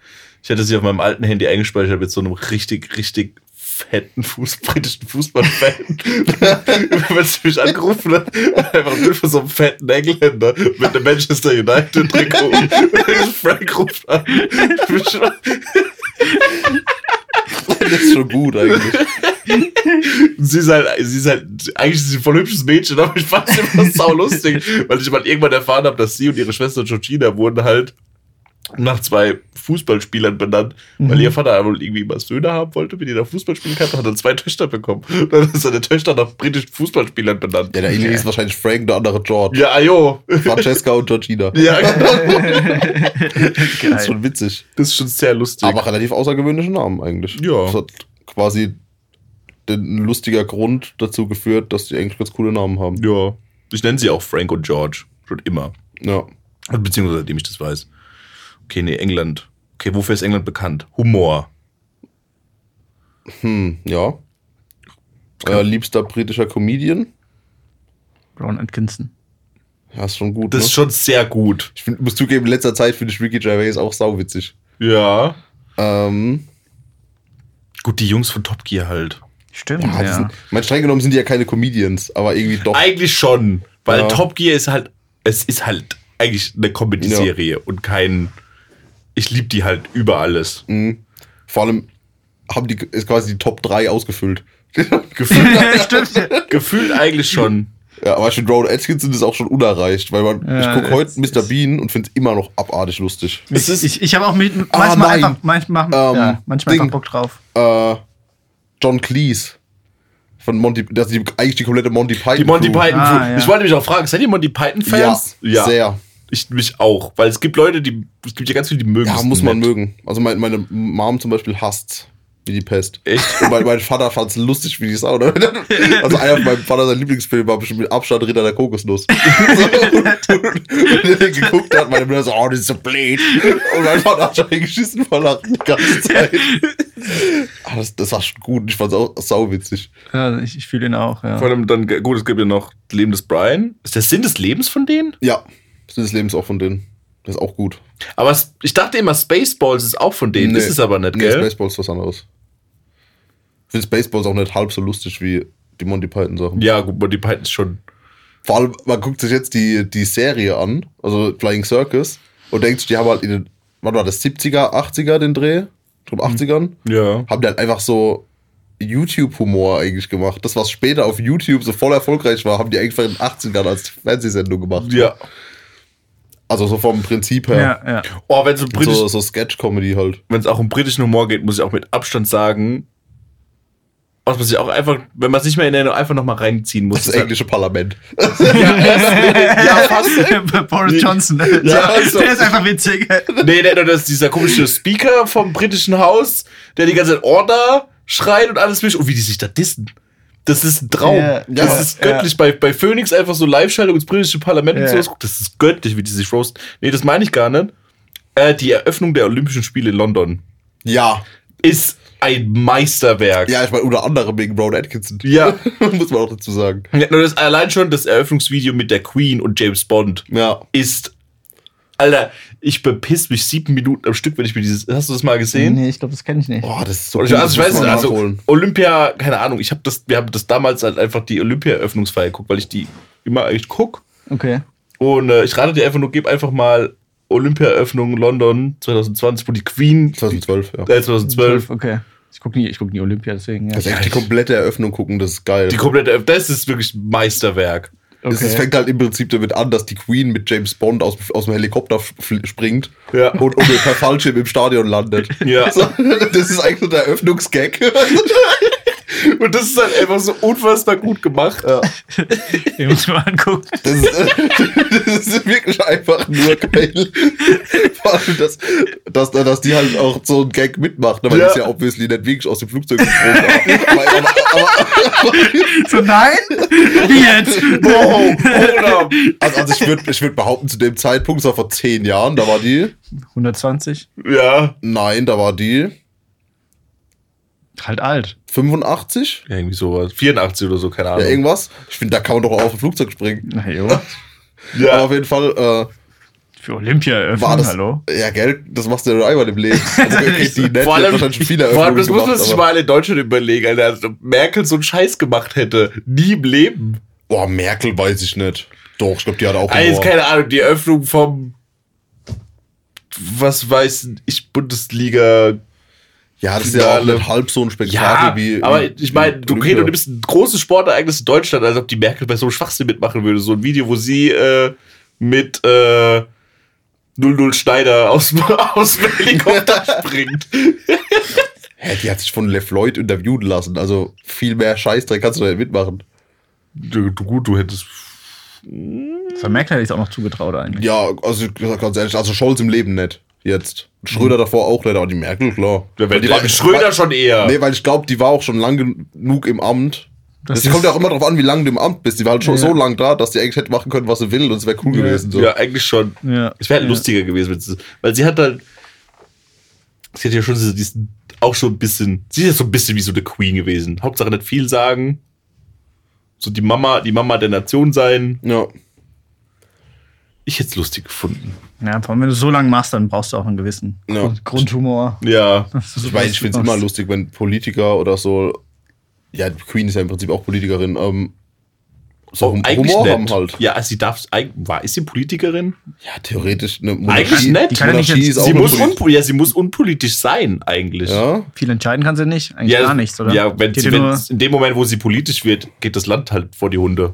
C: Ich hatte sie auf meinem alten Handy eingespeichert mit so einem richtig, richtig fetten Fuß, britischen Fußballfan. Wenn sie mich angerufen hat, einfach ein Bild von so einem fetten Engländer mit einem Manchester United-Trikot. Und Frank ruft an. Ich bin schon-
D: Das ist schon gut eigentlich.
C: sie ist halt, sie ist halt, eigentlich ist sie ein voll hübsches Mädchen, aber ich fand sie immer sau lustig, weil ich mal irgendwann erfahren habe, dass sie und ihre Schwester Georgina wurden halt nach zwei Fußballspielern benannt, weil ihr Vater wohl irgendwie immer Söhne haben wollte, mit denen er Fußball spielen kann, hat dann zwei Töchter bekommen. Und dann ist seine Töchter nach britischen Fußballspielern benannt.
D: Ja, der eine ist wahrscheinlich Frank, der andere George.
C: Ja, ajo.
D: Francesca und Georgina.
C: Ja, genau.
D: Das ist schon witzig.
C: Das ist schon sehr lustig.
D: Aber relativ außergewöhnliche Namen eigentlich.
C: Ja.
D: Das hat quasi den ein lustiger Grund dazu geführt, dass die eigentlich ganz coole Namen haben.
C: ja. Ich nenne sie auch Frank und George. Schon immer.
D: Ja.
C: Also, Beziehungsweise seitdem ich das weiß. Okay, nee, England. Okay, wofür ist England bekannt? Humor.
D: Hm, ja. Äh, liebster britischer Comedian?
A: Brown Atkinson.
D: Ja, ist schon gut.
C: Das
D: ne?
C: ist schon sehr gut.
D: Ich find, muss zugeben, in letzter Zeit finde ich Ricky Gervais auch sauwitzig.
C: Ja.
D: Ähm,
C: Gut, die Jungs von Top Gear halt.
A: Stimmt,
D: ja,
A: ja.
D: die Sind, mein streng genommen sind die ja keine Comedians, aber irgendwie doch.
C: Eigentlich schon, weil
D: Oh. Ja.
C: Top Gear ist halt, es ist halt eigentlich eine Comedy-Serie und kein, ich liebe die halt über alles.
D: Mhm. Vor allem haben die ist quasi die Top 3 ausgefüllt.
C: Gefühlt,
A: Stimmt.
C: gefühlt eigentlich schon.
D: Ja, aber ich finde Rowan Atkinson ist auch schon unerreicht, weil man,
A: Ja,
D: ich gucke heute
A: es-
D: Mr. Bean und finde es immer noch abartig lustig.
C: Es ist,
A: Ich, ich habe auch mit,
D: Ah,
A: manchmal
D: nein. Ähm,
A: einfach, manchmal, ja, manchmal
D: Ding.
A: einfach Bock drauf.
D: Äh, John Cleese von Monty, das ist die, eigentlich die komplette Monty Python.
C: die Monty
D: Crew.
C: Python.
A: Ah, ja.
C: Ich wollte mich auch fragen, seid ihr Monty Python-Fans?
D: Ja, sehr.
C: Ich mich auch, weil es gibt Leute, die, es gibt ja ganz viele, die mögen
D: Ja,
C: es
D: muss man
C: nicht.
D: mögen. Also mein, meine Mom zum Beispiel hasst wie die Pest.
C: Echt?
D: Und mein, mein Vater fand es lustig wie die Sau. ne? Also einer von meinem Vater, sein Lieblingsfilm war bestimmt mit Abstand Ritter der Kokosnuss. So, und, und, wenn er den geguckt hat, meine Mutter so, oh, das ist so blöd. Und mein Vater hat schon geschissen vor Lachen die ganze Zeit. Aber das, das war schon gut. Ich fand es auch sauwitzig.
A: Ja, ich ich fühle ihn auch, ja.
C: Vor allem dann, gut, es gibt ja noch Leben des Brian. Ist der Sinn des Lebens von denen?
D: Ja, Sinn des Lebens auch von denen. Das ist auch gut.
C: Aber s- ich dachte immer, Spaceballs ist auch von denen.
D: Nee.
C: Ist es aber nicht,
D: Nee,
C: gell?
D: Spaceball ist was anderes. Ich finde Spaceball ist auch nicht halb so lustig wie die Monty Python
A: Hm.
D: Sachen.
C: ja, gut, Monty Python ist schon.
D: Vor allem, man guckt sich jetzt die, die Serie an, also Flying Circus, und denkt sich, die haben halt in den, wann war das, 70er, 80er den Dreh? Drum
C: Mhm.
D: 80ern?
C: Ja.
D: Haben die halt einfach so YouTube-Humor eigentlich gemacht. Das, was später auf YouTube so voll erfolgreich war, haben die eigentlich in den 80ern als Fernsehsendung gemacht.
C: Ja.
D: Also so vom Prinzip her.
A: ja, ja.
C: Oh, wenn es um britisch,
D: So, so Sketch-Comedy halt.
C: wenn es auch um britischen Humor geht, muss ich auch mit Abstand sagen, was man sich auch einfach, wenn man es nicht mehr in der einfach nochmal reinziehen muss.
D: Das, englische Parlament.
C: ja, fast.
A: Boris Johnson.
D: Ja, also.
A: der,
D: so.
A: der ist einfach witzig.
C: Nee, nee, das ist dieser komische Speaker vom britischen Haus, der die ganze Zeit Order schreit und alles mich. Und wie die sich da dissen. Das ist ein Traum.
A: Ja,
C: das
A: ja,
C: ist göttlich. Bei, bei Phoenix einfach so Live-Schaltung ins britische Parlament und
A: Ja.
C: sowas. Das ist göttlich, wie die sich roasten. Nee, das meine ich gar nicht. Äh, die Eröffnung der Olympischen Spiele in London
D: Ja.
C: ist ein Meisterwerk.
D: Ja, ich meine, unter anderem wegen Brown Atkinson.
C: Ja.
D: Muss man auch dazu sagen.
C: Ja, nur das, allein schon das Eröffnungsvideo mit der Queen und James Bond
D: Ja.
C: ist. Alter, Ich bepiss mich sieben Minuten am Stück, wenn ich mir dieses. Hast du das mal gesehen?
A: Nee, ich glaube, das kenne ich nicht.
D: Boah, das ist so
C: Also,
D: cool,
C: also ich
D: das
C: weiß
D: muss
C: nicht,
D: man
C: also
D: nachholen.
C: Olympia, keine Ahnung, ich habe das, wir haben das damals halt einfach die Olympia-Eröffnungsfeier geguckt, weil ich die immer eigentlich guck.
A: Okay.
C: Und äh, ich rate dir einfach nur, gib einfach mal Olympia-Eröffnung London 2020, wo die Queen
D: 2012, ja.
C: äh, 2012
A: Okay. Ich gucke nie, ich guck nie Olympia, deswegen. Ja.
D: Also echt die komplette Eröffnung gucken, das ist geil.
C: die komplette, Eröff- das ist wirklich ein Meisterwerk.
D: Es es
A: Okay.
D: fängt halt im Prinzip damit an, dass die Queen mit James Bond aus, aus dem Helikopter fl- springt
C: Ja.
D: und, und per Fallschirm im Stadion landet.
C: Ja.
D: So, das ist eigentlich so der Eröffnungsgag.
C: Und das ist halt einfach so unfassbar gut gemacht.
A: Ich muss mal angucken.
D: Das ist, das ist wirklich einfach nur geil. Vor allem, dass, dass, dass die halt auch so einen Gag mitmacht. Ne? Weil
C: Ja.
D: das ist ja obviously nicht wirklich aus dem Flugzeug gesprungen. aber, aber, aber, aber,
A: So, nein? Wie jetzt?
C: Wow, oder?
D: also, also ich würde ich würd behaupten, zu dem Zeitpunkt, das war vor zehn Jahren, da war die.
A: 120?
C: Ja.
D: Nein, da war die
A: Halt alt.
D: 85?
C: ja. Irgendwie sowas. 84 oder so, keine
D: Ja,
C: Ahnung.
D: irgendwas. Ich finde, da kann man doch auch auf ein Flugzeug springen.
A: Na jo.
C: Ja,
D: Aber auf jeden Fall, äh,
A: Für Olympia
D: war
A: eröffnen,
D: das.
A: hallo?
D: Ja, Geld, das machst du ja nur einmal im Leben. Also, okay, die nett,
C: vor
D: die hat
C: allem,
D: wahrscheinlich schon viele
C: vor allem, das
D: Eröffnungen
C: muss man
D: gemacht,
C: sich
D: aber-
C: mal in Deutschland überlegen, Alter. Also, ob Merkel so einen Scheiß gemacht hätte. Nie im Leben.
D: Boah, Oh, Merkel weiß ich nicht. Doch, ich glaube, die hat auch
C: Alles,
D: Humor.
C: Also, keine Ahnung, die Öffnung vom was weiß ich, Bundesliga.
D: Ja, das ist ja auch
C: Finale.
D: nicht halb so ein Spektakel wie.
C: aber
D: wie-
C: ich meine,
D: wie
C: du, okay,
D: Olympia.
C: du nimmst ein großes Sportereignis in Deutschland, als ob die Merkel bei so einem Schwachsinn mitmachen würde. So ein Video, wo sie äh, mit äh, 00 Schneider aus, dem- aus dem Helikopter springt.
D: Hä, die hat sich von Lev Lloyd interviewen lassen. Also viel mehr Scheißdreck kannst du da nicht mitmachen.
C: Du, du- gut, du hättest.
A: Für Merkel hätte ich es auch noch zugetraut eigentlich.
D: Ja, also ich sag ganz ehrlich, also Scholz im Leben nicht. Jetzt. Schröder davor auch nicht, aber die Merkel, klar.
C: Mhm. Wenn
D: die
C: die äh, Schröder schon eher.
D: Nee, weil ich glaube, die war auch schon lang genug im Amt.
A: Das
D: Das, kommt
A: ist-
D: ja auch immer drauf an, wie lange du im Amt bist. Die war halt schon
A: Ja.
D: so lang da, dass die eigentlich hätte machen können, was sie will und es wäre cool
A: Ja.
D: gewesen. So.
C: Ja, eigentlich schon.
A: Ja.
C: Es wäre halt
A: Ja.
C: lustiger gewesen, wenn sie- weil sie hat halt, sie hat ja schon so diesen, auch schon ein bisschen, sie ist ja so ein bisschen wie so eine Queen gewesen. Hauptsache nicht viel sagen. So die Mama, die Mama der Nation sein.
D: ja.
C: Ich hätte es lustig gefunden.
A: Ja, vor allem, wenn du so lange machst, dann brauchst du auch einen gewissen
D: Ja.
A: Grund- Grundhumor.
C: Ja.
D: Ich weiß, ich finde es immer lustig, wenn Politiker oder so. Ja, die Queen ist ja im Prinzip auch Politikerin. Ähm, so Hum- Humor
C: Oh, nett.
D: haben halt.
C: Ja, sie darf, eig- war, ist sie Politikerin?
D: Ja, theoretisch eine
C: Eigentlich nett. Die
A: kann ja nicht
D: Monarchie
A: jetzt-
D: ist auch
C: sie,
D: eine
C: muss
D: Polit-
C: unpo- ja, sie muss unpolitisch sein, eigentlich.
D: Ja,
A: Viel entscheiden kann sie nicht. Eigentlich
C: Ja,
A: gar nichts, oder?
C: Ja, wenn
A: Geht
C: sie,
A: ihr
C: wenn,
A: nur,
C: in dem Moment, wo sie politisch wird, geht das Land halt vor die Hunde.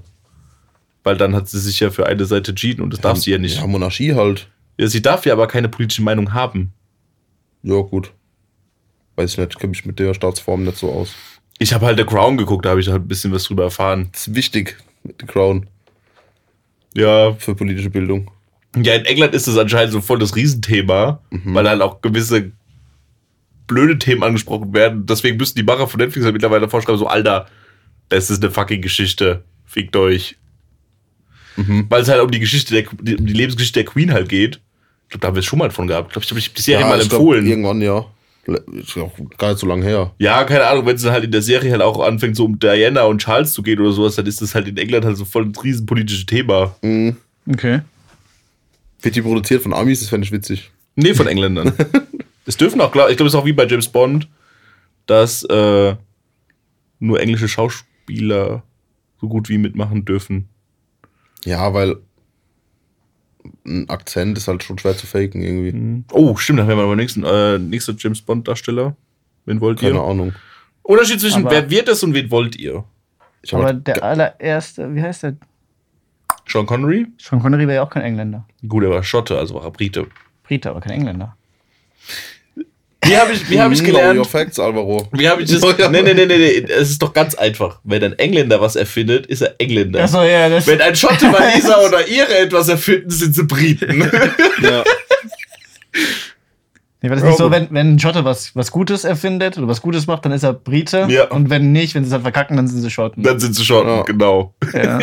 C: Weil dann hat sie sich ja für eine Seite entschieden und das darf sie ja nicht.
D: Ja, Monarchie halt.
C: Ja, sie darf ja aber keine politische Meinung haben.
D: Ja, gut. Weiß ich nicht, ich kenne mich mit der Staatsform nicht so aus.
C: Ich habe halt The Crown geguckt, da habe ich halt ein bisschen was drüber erfahren.
D: Das ist wichtig mit The Crown
C: Ja,
D: für politische Bildung.
C: ja in England ist das anscheinend so voll das Riesenthema,
D: Mhm.
C: weil halt auch gewisse blöde Themen angesprochen werden. Deswegen müssen die Macher von Netflix halt mittlerweile vorschreiben, so, Alter, das ist eine fucking Geschichte. Fickt euch.
D: Mhm.
C: Weil es halt um die Geschichte, der, um die Lebensgeschichte der Queen halt geht. Ich glaube, da haben wir es schon mal von gehabt. Ich glaube, ich habe die Serie mal
D: ich glaub,
C: empfohlen.
D: irgendwann, ja. Ist ja auch gar nicht so lange her.
C: Ja, keine Ahnung, wenn es dann halt in der Serie halt auch anfängt, so um Diana und Charles zu gehen oder sowas, dann ist das halt in England halt so voll ein riesenpolitisches Thema.
A: okay.
D: Wird die produziert von Amis, das fände ich witzig.
C: Nee, von Engländern. es dürfen auch, glaub, ich glaube, es ist auch wie bei James Bond, dass äh, nur englische Schauspieler so gut wie mitmachen dürfen.
D: Ja, weil ein Akzent ist halt schon schwer zu faken irgendwie.
C: Oh, stimmt, dann wären wir beim nächsten, äh, nächster James Bond-Darsteller. Wen wollt ihr?
D: Keine Ahnung.
C: Unterschied zwischen
A: Aber-
C: wer wird es und wen wollt ihr?
D: Ich hab
A: Aber
D: halt
A: der allererste, wie heißt der?
C: Sean Connery?
A: Sean Connery war ja auch kein Engländer.
C: Gut, er war Schotte, also war er Brite.
A: Brite, aber kein Engländer.
C: Wie habe ich, wie hab ich
D: Know
C: gelernt?
D: your facts, Alvaro.
C: Wie habe ich das?
D: So, ja.
C: Nee, nee, nee, nee, nee, es ist doch ganz einfach. Wenn ein Engländer was erfindet, ist er Engländer.
D: Also-
A: Ach so, ja, das
C: Wenn ein Schotte, Waliser oder Ire etwas erfinden, sind sie Briten.
D: Ja.
A: Nee, war das nicht so, wenn, wenn ein Schotte was, was Gutes erfindet oder was Gutes macht, dann ist er Brite.
C: Ja.
A: Und wenn nicht, wenn sie es halt verkacken, dann sind sie Schotten.
C: Dann sind sie Schotten,
D: Ja.
C: genau.
A: Ja.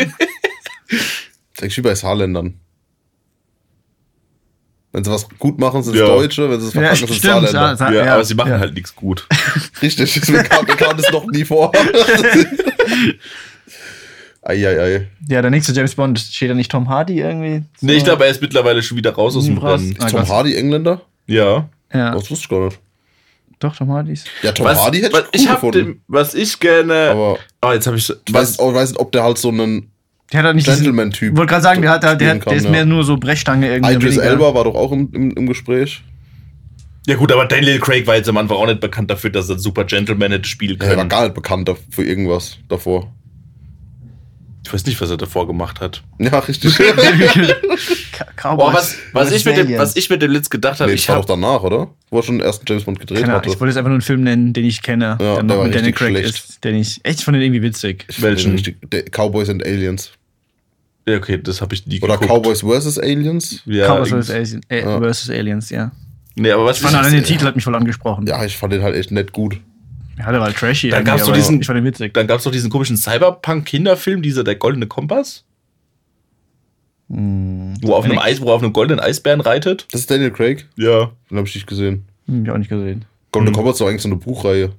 D: Sag ich wie bei Saarländern. Wenn sie was gut machen, sind es
C: Ja.
D: Deutsche, wenn sie es verkacken, sind es Saarländer.
A: Sa-
C: Ja,
A: ja,
C: aber sie machen
A: ja.
C: halt nichts gut.
D: Richtig, mir kam, mir kam das noch nie vor. Eieiei.
A: Ja, der nächste James Bond. Steht da nicht Tom Hardy irgendwie?
C: Nee,
A: So-
C: ich glaube, er ist mittlerweile schon wieder raus aus dem
A: Raus.
C: Rennen.
A: Ah,
D: Tom
A: krass.
D: Hardy Engländer?
C: Ja.
A: Ja,
D: Das wusste ich gar nicht.
A: doch, Tom Hardy ist.
D: Ja, Tom Hardy hätte
C: was,
D: ich cool
C: ich hab
D: gefunden.
C: den, was ich gerne.
D: aber
C: oh, jetzt habe ich.
D: ich weiß, auch, weiß nicht, ob der halt so einen
A: Der hat doch nicht. diesen- Ich
D: Gentleman-Typ.
A: wollte gerade sagen, der, hat, halt- der, der,
D: spielen
A: der ist
D: kann,
A: mehr
D: ja.
A: nur so Brechstange irgendwie.
D: Idris
A: weniger-
D: Elba war doch auch im, im, im Gespräch.
C: Ja, gut, aber Daniel Craig war jetzt am Anfang auch nicht bekannt dafür, dass er super Gentleman hätte spielen
D: Ja, Er war
C: können.
D: gar nicht bekannt da- für irgendwas davor.
C: ich weiß nicht, was er davor gemacht hat.
D: Ja, richtig.
A: Ka- Cowboys.
C: Boah, was, was, ich mit dem, was ich mit dem Litz gedacht habe,
D: nee,
C: ich
D: das war doch
C: habe.
D: danach, oder? Wo er schon den ersten James Bond gedreht
A: Keine Ahnung,
D: hatte.
A: ich wollte jetzt einfach nur einen Film nennen, den ich kenne,
D: Ja,
A: der
D: der
A: noch
D: war
A: mit Danny
D: richtig
A: Craig
D: schlecht.
A: ist. Den ich echt von den irgendwie witzig.
D: Ich finde den
C: Welchen?
D: richtig- der Cowboys and Aliens.
C: Ja, okay, das habe ich nie
D: Oder
C: geguckt.
D: Cowboys vs. Aliens?
C: Ja,
A: Cowboys vs.
C: irgendwie-
A: Alien- äh,
D: Ja.
A: versus Aliens, ja.
C: nee, aber was
A: Ich fand allein den
C: ich,
A: Titel hat mich voll angesprochen.
D: Ja, ich fand den halt echt nicht gut.
A: Ja, der war halt trashy.
C: Dann
A: irgendwie,
C: gab's so
A: aber
C: diesen-
A: Ich fand den witzig.
C: dann gab es doch diesen komischen Cyberpunk-Kinderfilm, dieser der goldene Kompass,
A: Hm,
C: wo auf einem
A: Nix.
C: Eis, wo er auf einem goldenen Eisbären reitet.
D: Das ist Daniel Craig.
C: Ja,
D: Den habe ich nicht gesehen.
A: Hab ich auch nicht gesehen.
D: Golden
C: Mhm.
D: mhm. Compass ist doch eigentlich so eine Buchreihe.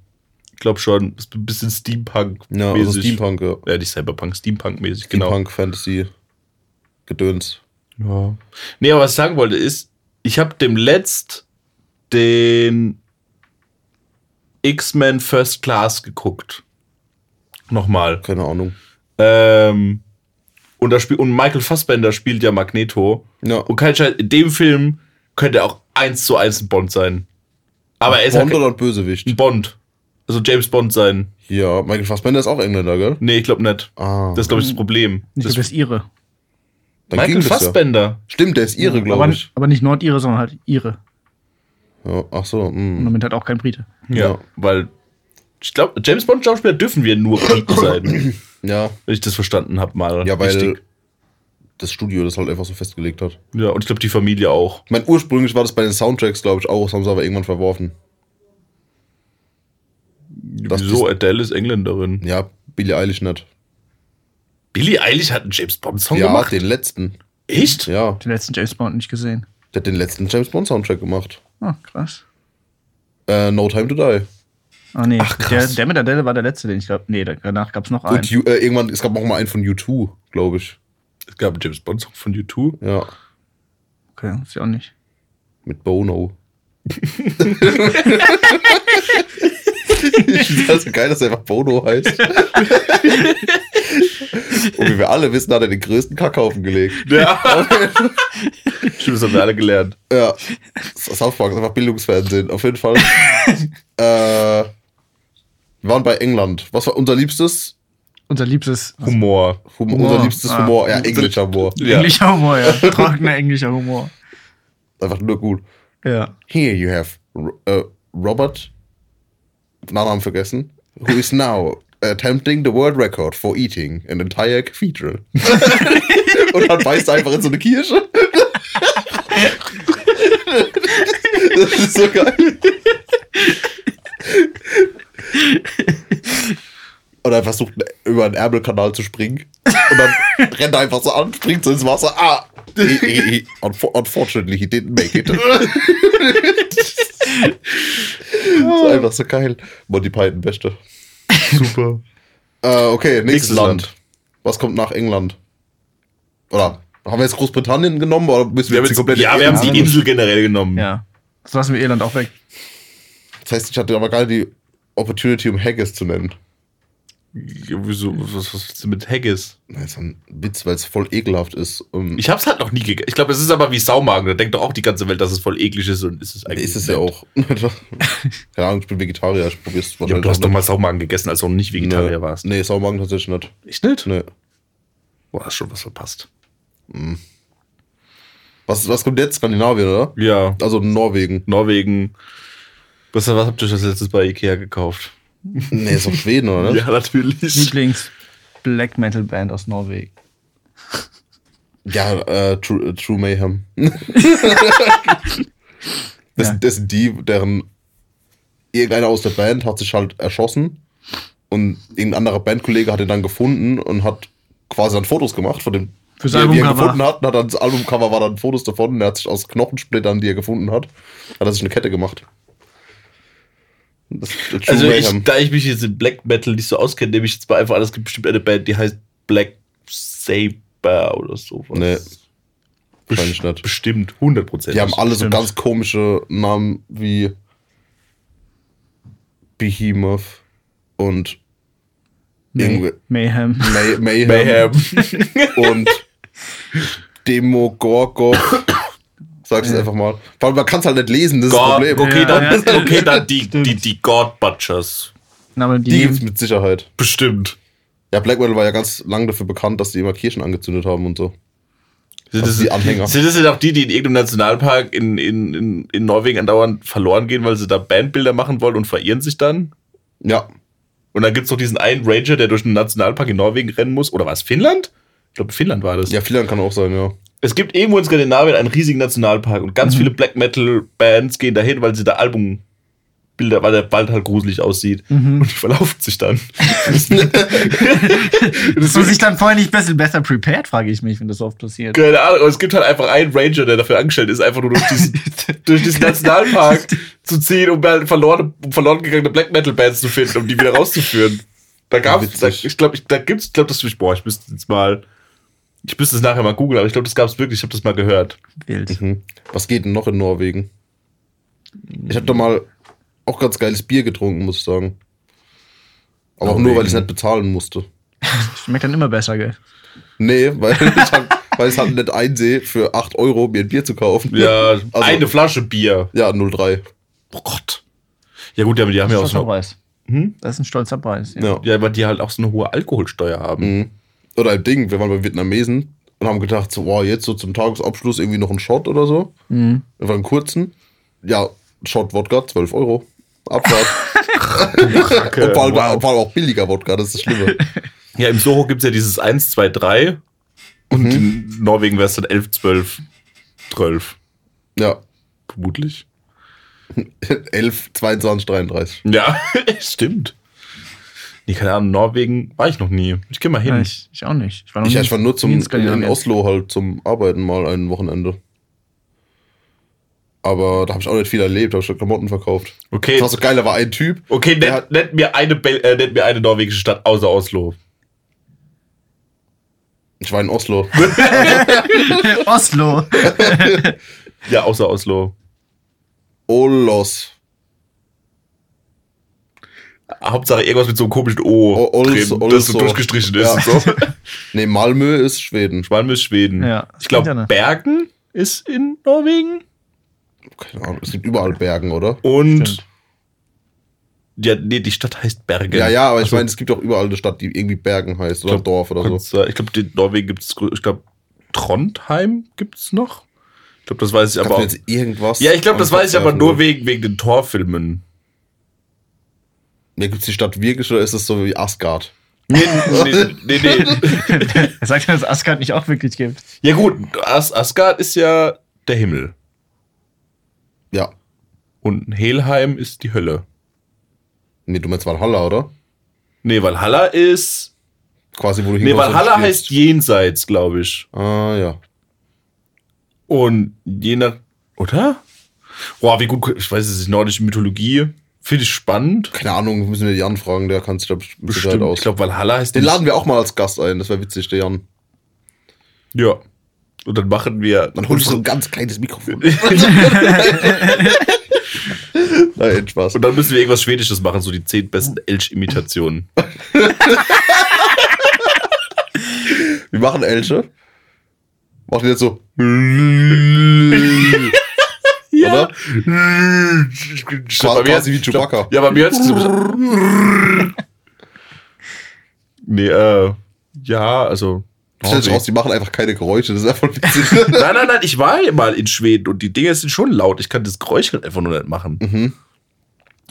C: ich glaube schon. Ist ein bisschen Steampunk.
D: Ja, also Steampunk, ja.
C: Ja, nicht Cyberpunk, Steampunk-mäßig, genau.
D: Steampunk, Fantasy, Gedöns.
C: Ja. Nee, aber was ich sagen wollte ist, ich habe dem letzt den X-Men First Class geguckt. Nochmal.
D: Keine Ahnung.
C: Ähm, und, da spiel, und Michael Fassbender spielt ja Magneto.
D: Ja.
C: Und kein Scheiß, in dem Film könnte er auch eins zu eins ein Bond sein. Aber er ist
D: Bond
C: ja
D: oder ein
C: ein
D: Bösewicht?
C: Bond. Also James Bond sein.
D: Ja, Michael Fassbender ist auch Engländer, gell?
C: Nee, ich glaube nicht.
D: Ah,
C: Das ist, glaube ich, das Problem.
A: Ich
C: Das
A: glaube, das ist ihre.
D: dann
C: Michael
D: ging das ja.
C: Fassbender.
D: Stimmt, der ist ihre,
A: aber,
D: glaube ich.
A: aber nicht Nordire, sondern halt ihre.
D: Ja, ach so, hm.
A: Und
D: mh.
A: damit halt auch kein Brite.
C: Ja.
D: Ja.
C: Weil ich glaube, James Bond-Schauspieler dürfen wir nur Briten sein.
D: ja.
C: Wenn ich das verstanden habe, mal.
D: Ja, weil
C: richtig.
D: das Studio das halt einfach so festgelegt hat.
C: Ja, und ich glaube, die Familie auch.
D: Ich meine, ursprünglich war das bei den Soundtracks, glaube ich, auch, das haben sie aber irgendwann verworfen.
C: Wieso? Adele ist Engländerin.
D: Ja, Billie Eilish nicht.
C: Billie Eilish hat einen James Bond-Song
D: ja,
C: gemacht.
D: den letzten.
C: Echt?
D: Ja,
A: Den letzten James Bond nicht gesehen.
D: der hat den letzten James Bond Soundtrack gemacht.
A: Ah, krass.
D: Äh, no Time to Die.
A: Ah, nee.
C: Ach, krass.
A: Der, der mit Adele war der letzte, den ich glaube. Nee, da- danach gab es noch einen.
D: Und U- äh, irgendwann, es gab noch mal einen von U2, glaube ich.
C: Es gab einen James Bond-Song von U2.
D: Ja,
A: Okay, ist ja auch nicht.
D: mit Bono. ich finde das so geil, dass er einfach Bono heißt. Und wie wir alle wissen, hat er den größten Kackhaufen gelegt.
C: Ja. Stimmt, das haben wir alle gelernt.
D: Ja, South Park ist einfach Bildungsfernsehen, auf jeden Fall. äh, wir waren bei England. Was war unser liebstes?
A: Unser liebstes
C: Humor.
D: Humor,
A: Humor.
D: Unser liebstes
A: Ah.
D: Humor, ja, englischer Humor.
C: Ja.
A: Englischer Humor, ja. Trockener englischer Humor.
D: Einfach nur gut.
A: Ja.
D: Here you have Ro- äh, Robert, Nachnamen vergessen, who is now äh, attempting the world record for eating an entire cathedral. Und dann beißt er einfach in so eine Kirsche. das ist so geil. Und er versucht über einen Ärmelkanal zu springen. Und dann rennt er einfach so an, springt so ins Wasser. Ah! Eh, eh, eh. Unf- Unfortunately, he didn't make it. das ist einfach so geil. Monty Python, beste.
C: Super.
D: Äh, okay, nächstes
C: Nächstes Land.
D: Land. Was kommt nach England? Oder haben wir jetzt Großbritannien genommen oder müssen
C: Wir
D: wir,
C: haben
D: jetzt die
C: jetzt,
D: komplette
C: ja, wir haben
D: Insel-
C: die Insel generell genommen.
A: Ja. Das lassen wir Irland auch weg.
D: Das heißt, ich hatte aber gar nicht die Opportunity, um Haggis zu nennen.
C: Ja, Wieso? Was, was willst du mit Haggis?
D: Das ist ein Witz, weil es voll ekelhaft ist. Ähm,
C: Ich hab's halt noch nie gegessen. Ich glaube, es ist aber wie Saumagen. Da denkt doch auch die ganze Welt, dass es voll eklig ist und ist es eigentlich.
D: ist es
C: nicht.
D: ja auch. Keine Ahnung, ich bin Vegetarier, ich probier's
C: Ja, du hast doch
D: auch
C: mal Saumagen gegessen, als du noch nicht
D: nicht.
C: Vegetarier
D: nee,
C: warst.
D: Nee, Saumagen tatsächlich nicht.
C: Ich nicht?
D: Nee.
C: Boah, hast schon was verpasst.
D: Was, was kommt jetzt? Skandinavien, oder?
C: Ja.
D: Also Norwegen.
C: Norwegen. Was, was habt ihr das letztes bei Ikea gekauft?
D: Nee, ist doch Schweden, oder? nicht?
C: natürlich.
A: Lieblings Black Metal Band aus Norwegen.
D: Ja, äh, True, äh, True Mayhem. das,
A: Ja.
D: das sind die, deren irgendeiner aus der Band hat sich halt erschossen und irgendein anderer Bandkollege hat ihn dann gefunden und hat quasi dann Fotos gemacht von dem,
A: Fürs
D: die, er- die er
A: Albumcover.
D: gefunden hat. Und hat dann das Albumcover war dann Fotos davon und er hat sich aus Knochensplittern, die er gefunden hat, hat er sich eine Kette gemacht. Das ist True
C: Also, ich,
D: Mayhem.
C: Also
A: Also
C: da ich mich jetzt in Black Metal nicht so auskenne, nehme ich jetzt mal einfach an, es gibt bestimmt eine Band, die heißt Black Saber oder so.
D: Nee, wahrscheinlich nicht.
C: Bestimmt, 100 Prozent.
D: Die haben alle so
A: Stimmt.
D: ganz komische Namen wie Behemoth und irgendwie-
A: Mayhem.
D: May Mayhem,
C: Mayhem.
D: und Demogorgon. Sag es einfach mal. Vor allem, man kann es halt nicht lesen, das ist das
C: God,
D: Problem.
C: okay,
A: Ja,
C: dann,
A: ja.
C: okay, dann die,
A: Stimmt.
C: die, die God Butchers.
A: Na, aber die,
D: Die
A: nehmen-
D: gibt's mit Sicherheit.
C: Bestimmt.
D: Ja, Black Metal war ja ganz lang dafür bekannt, dass die immer Kirchen angezündet haben und so.
C: Sind
D: Also
C: das,
D: die Anhänger.
C: sind das denn auch die, die in irgendeinem Nationalpark in, in, in, in Norwegen andauernd verloren gehen, weil sie da Bandbilder machen wollen und verirren sich dann?
D: Ja,
C: Und dann gibt's noch diesen einen Ranger, der durch einen Nationalpark in Norwegen rennen muss. Oder war es Finnland? Ich glaube, Finnland war das.
D: ja, Filan kann auch sein, ja.
C: Es gibt irgendwo in Skandinavien einen riesigen Nationalpark und
D: Mhm.
C: ganz viele Black Metal Bands gehen dahin, weil sie da Albumbilder, weil der Wald halt gruselig aussieht.
D: Mhm.
C: Und die verlaufen sich dann.
A: Ist man sich dann vorher nicht besser, besser prepared, frage ich mich, wenn das so oft passiert.
C: Keine Ahnung, aber es gibt halt einfach einen Ranger, der dafür angestellt ist, einfach nur durch diesen, durch diesen Nationalpark zu ziehen, um halt verlorene, um verloren gegangene Black Metal Bands zu finden, um die wieder rauszuführen. Da gab es,
D: Witzig.
C: ich glaube, ich, da gibt's, ich glaube, das, ich, boah, ich müsste jetzt mal, ich müsste es nachher mal googeln, aber ich glaube, das gab's wirklich, ich habe das mal gehört.
A: Wild.
D: Hm. Was geht denn noch in Norwegen? Ich habe da mal auch ganz geiles Bier getrunken, muss ich sagen. Aber auch nur,
C: Norwegen.
D: weil ich es nicht bezahlen musste.
A: Schmeckt dann immer besser, gell?
D: Nee, weil ich halt, weil ich halt nicht einsehe, für 8 Euro mir ein Bier zu kaufen.
C: Ja,
D: also,
C: eine Flasche Bier.
D: Ja, 03.
C: Oh Gott. Ja gut, aber die haben ja auch
A: stolzer
C: so,
A: Preis.
C: Hm?
A: Das ist ein stolzer Preis.
D: Ja.
C: ja, weil die halt auch so eine hohe Alkoholsteuer haben.
D: Mhm. Oder ein Ding, wir waren bei Vietnamesen und haben gedacht, so, wow, jetzt so zum Tagesabschluss irgendwie noch ein Shot oder so.
A: Mhm.
D: Einfach einen kurzen. Ja, Shot Wodka, 12 Euro. Abfahrt. und vor allem, vor allem auch billiger Wodka, das ist das Schlimme.
C: Ja, im Soho gibt's ja dieses 1, 2, 3 und in Norwegen wär's dann 11, 12, 12.
D: Ja.
C: Vermutlich.
D: 11, 22, 33.
C: Ja, stimmt. Nee, keine Ahnung, Norwegen war ich noch nie. Ich geh mal hin.
A: Ja, ich, ich auch nicht. war noch
D: Ich,
A: nie-
D: ich war nur zum,
A: nie in
D: in, in
A: Skandinavien.
D: Oslo halt zum Arbeiten mal ein Wochenende. Aber da habe ich auch nicht viel erlebt, da habe ich schon Klamotten verkauft.
C: Okay,
D: Das war so geil, da war ein Typ.
C: okay
D: der
C: nennt,
D: hat-
C: nennt, mir eine, Bel- äh, nennt mir eine norwegische Stadt außer Oslo.
D: Ich war in Oslo.
A: Oslo.
C: Ja, außer Oslo.
D: Olos.
C: Hauptsache irgendwas mit so einem komischen O,
D: O- Ols-
C: drin, das so
D: Olso.
C: durchgestrichen ist.
D: Ja.
C: Und so.
D: Nee, Malmö ist Schweden.
C: Malmö ist Schweden.
A: Ja,
C: ich
A: klingt ja
C: glaube,
A: nach-
C: Bergen ist in Norwegen.
D: Keine Ahnung, es gibt überall Bergen, oder?
C: Und
A: Stimmt.
C: ja, nee, die Stadt heißt Bergen.
D: Ja, ja, aber ich
C: Also,
D: meine, es gibt auch überall eine Stadt, die irgendwie Bergen heißt oder
C: glaub,
D: Dorf oder so.
C: kurz, äh, Ich glaube, in Norwegen gibt es, ich glaube, Trondheim gibt es noch. Ich glaube, das weiß ich
D: Kannst
C: aber
D: du
C: auch.
D: jetzt irgendwas.
C: Ja, ich glaube, das
D: am Kopf
C: weiß ich aber
D: werfen,
C: nur
D: oder?
C: wegen, wegen den Torfilmen.
D: Ja, gibt es die Stadt wirklich oder ist es so wie Asgard?
C: Nee, nee, nee, nee.
A: Er sagt, dass es Asgard nicht auch wirklich gibt.
C: Ja, gut, As Asgard ist ja der Himmel.
D: Ja.
C: Und Helheim ist die Hölle.
D: Nee, du meinst Valhalla, oder?
C: Nee, Valhalla ist.
D: Quasi, wo du
C: Nee,
D: hinaus
C: Valhalla
D: willst.
C: heißt Jenseits, glaube ich.
D: Ah, ja.
C: Und je nach. Oder? Boah, wie gut. Ich weiß es nicht, nordische Mythologie. Finde ich spannend.
D: Keine Ahnung, müssen wir die anfragen, der kann sich da bestimmt mit Sicherheit
C: Bestimmt.
D: halt aus.
C: Ich glaube, Valhalla heißt
D: Den
C: nicht-
D: laden wir auch mal als Gast ein, das wäre witzig, der Jan.
C: Ja. Und dann machen wir.
D: Dann holst du so ein ganz kleines Mikrofon. Nein, Spaß.
C: Und dann müssen wir irgendwas Schwedisches machen, so die zehn besten Elch-Imitationen.
D: Wir machen Elche. Machen jetzt so.
C: Ja.
D: Oder?
C: Quasi,
D: quasi wie Chewbacca.
C: Ja, bei mir hat's so. Nee, äh. Ja, also.
D: Stell dich raus, die machen einfach keine Geräusche, das ist einfach witzig.
C: Nein, nein, nein, ich war ja mal in Schweden und die Dinger sind schon laut. Ich kann das Geräusch halt einfach nur nicht machen.
D: Mhm.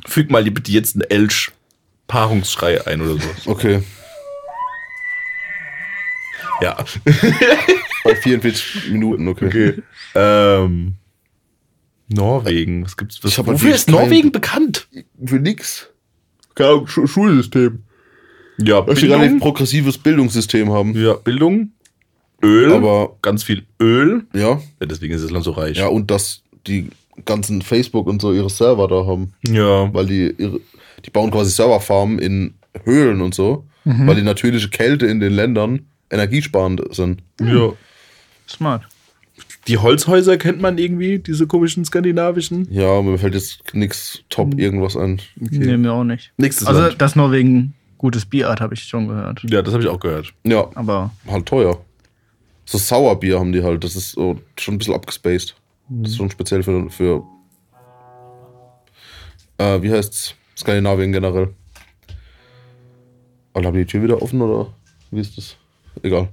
C: Füg mal die- bitte jetzt einen Elch-Paarungsschrei ein oder so.
D: okay.
C: Ja.
D: Bei 44 Minuten, okay.
C: Okay. ähm, Norwegen, was gibt's? Was,
D: Ich hab
C: wofür
D: natürlich
C: ist
D: keinen-
C: Norwegen bekannt?
D: Für nix. Keine Ahnung, Schu- Schulsystem.
C: Ja,
D: Weil sie ein relativ
C: Bildung,
D: progressives Bildungssystem haben.
C: ja, Bildung, Öl,
D: Aber
C: ganz viel Öl.
D: ja,
C: Ja, deswegen ist das Land so reich.
D: ja, und dass die ganzen Facebook und so ihre Server da haben.
C: ja.
D: Weil die ihre, die bauen quasi Serverfarmen in Höhlen und so.
C: Mhm.
D: weil die natürliche Kälte in den Ländern energiesparend sind.
C: Ja.
A: Smart.
C: Die Holzhäuser kennt man irgendwie, diese komischen skandinavischen.
D: Ja, mir fällt jetzt nix
C: Mhm.
D: top irgendwas ein.
A: Nee, mir auch nicht.
C: Nächstes
A: also,
C: Land.
A: dass Norwegen gutes Bier hat, habe ich schon gehört.
C: Ja, das habe ich auch gehört.
D: Ja,
A: Aber
D: halt teuer. So Sauerbier haben die halt, das ist so schon ein bisschen abgespaced. Das ist schon speziell für, für äh, wie heißt's? Skandinavien generell. Und haben die Tür wieder offen oder wie ist das? Egal.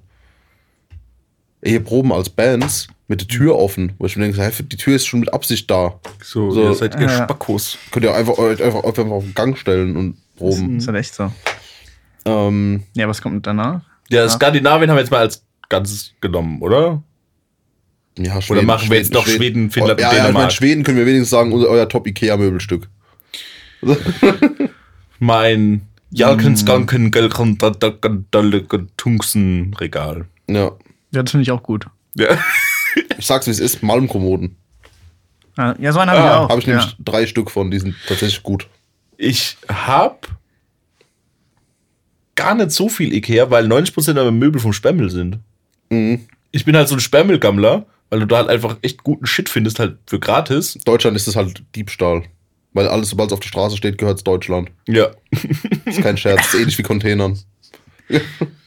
D: Hier proben als Bands mit der Tür offen, wo ich mir denke, hä, die Tür ist schon mit Absicht da.
C: So,
D: So.
C: ihr seid ihr
A: Ja.
C: Spackos.
D: Könnt ihr einfach, euch einfach, einfach auf den Gang stellen und proben.
A: ist halt echt so.
D: Ähm,
A: Ja, was kommt danach?
C: Ja,
A: Ja.
C: Skandinavien haben wir jetzt mal als Ganzes genommen, oder?
D: ja,
C: machen wir jetzt noch Schweden, Finnland und
D: Oh, ja, ja, ich meine,
C: Dänemark.
D: Schweden können wir wenigstens sagen, unser, euer Top-Ikea-Möbelstück.
C: Mein Jalkenskanken, Gelkentungsen Regal.
D: Ja.
A: Ja, das finde ich auch gut.
C: Ja.
D: Ich sag's wie es ist, Malmkommoden.
A: Ah, Ja, so einen habe
C: Ah,
A: ich auch.
D: Habe ich
A: ja.
D: nämlich drei Stück von, die sind tatsächlich gut.
C: Ich hab gar nicht so viel Ikea, weil 90% meiner Möbel vom Spermel sind.
D: Mhm.
C: Ich bin halt so ein Spermelgammler, weil du da halt einfach echt guten Shit findest, halt für gratis.
D: In Deutschland ist es halt Diebstahl. Weil alles, sobald es auf der Straße steht, gehört's Deutschland.
C: Ja.
D: Ist kein Scherz, ist ähnlich wie Containern.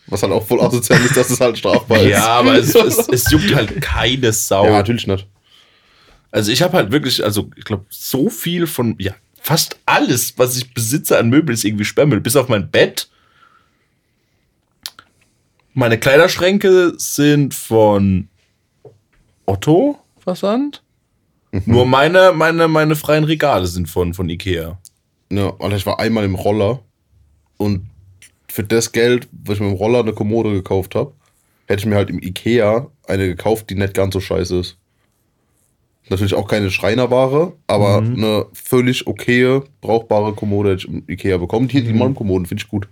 D: Was halt auch voll asozial ist, dass es halt strafbar ist.
C: Ja, aber es, es, es juckt halt keine Sau.
D: ja natürlich nicht.
C: Also ich habe halt wirklich, also ich glaube, so viel von, ja, fast alles, was ich besitze an Möbel, ist irgendwie Sperrmüll, bis auf mein Bett. Meine Kleiderschränke sind von Otto Versand.
D: Mhm.
C: Nur meine, meine, meine freien Regale sind von, von Ikea.
D: Ja, Ne, Alter, ich war einmal im Roller und für das Geld, was ich mit dem Roller eine Kommode gekauft habe, hätte ich mir halt im Ikea eine gekauft, die nicht ganz so scheiße ist. Natürlich auch keine Schreinerware, aber eine völlig okaye, brauchbare Kommode hätte ich im Ikea bekommen. Hier die Malmkommoden finde ich gut.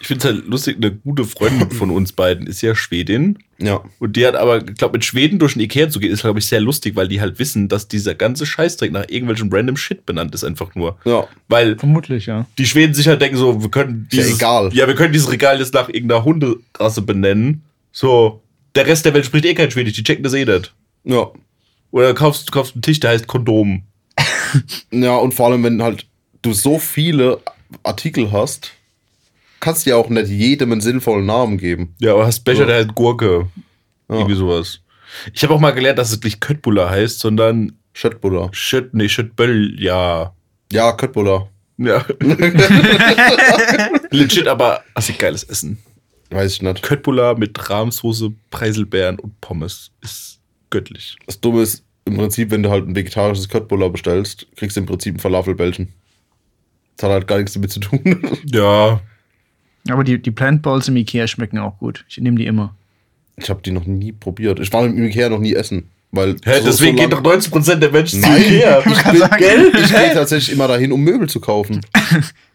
C: Ich finde es halt lustig, eine gute Freundin von uns beiden ist ja Schwedin.
D: Ja,
C: Und die hat aber, ich glaube, mit Schweden durch den Ikea zu gehen, ist, glaube ich, sehr lustig, weil die halt wissen, dass dieser ganze Scheißdreck nach irgendwelchem random Shit benannt ist, einfach nur.
D: ja.
C: Weil
A: Vermutlich, ja.
C: die Schweden sich halt denken so, wir können
D: Ist ja
C: dieses,
D: egal.
C: Ja, wir können dieses Regal jetzt nach irgendeiner Hunderasse benennen. So, der Rest der Welt spricht eh kein Schwedisch, die checken das eh nicht.
D: Ja.
C: Oder kaufst, du kaufst einen Tisch, der heißt Kondom.
D: Ja, und vor allem, wenn halt du so viele Artikel hast, kannst du ja auch nicht jedem einen sinnvollen Namen geben.
C: Ja, oder hast Becher,
D: Ja.
C: der heißt Gurke.
D: Ja.
C: Irgendwie sowas. Ich habe auch mal gelernt, dass es nicht Köttbullar heißt, sondern
D: Schöttbuller.
C: Schött, nee, Schöttböll, ja.
D: Ja, Köttbuller.
C: Ja. Legit, aber hast du geiles Essen.
D: Weiß ich nicht.
C: Köttbullar mit Rahmsoße, Preiselbeeren und Pommes ist göttlich.
D: Das Dumme ist, im Prinzip, wenn du halt ein vegetarisches Köttbullar bestellst, kriegst du im Prinzip ein Falafelbällchen. Das hat halt gar nichts damit zu tun.
C: Ja.
A: Aber die, die Plant Balls im Ikea schmecken auch gut. Ich nehme die immer.
D: Ich habe die noch nie probiert. Ich war im Ikea noch nie essen. Weil
C: Hä,
D: so-
C: deswegen
D: so
C: geht doch 90% der Menschen
D: Nein.
C: zu Ikea.
D: ich bin, gell? Ich gehe tatsächlich immer dahin, um Möbel zu kaufen.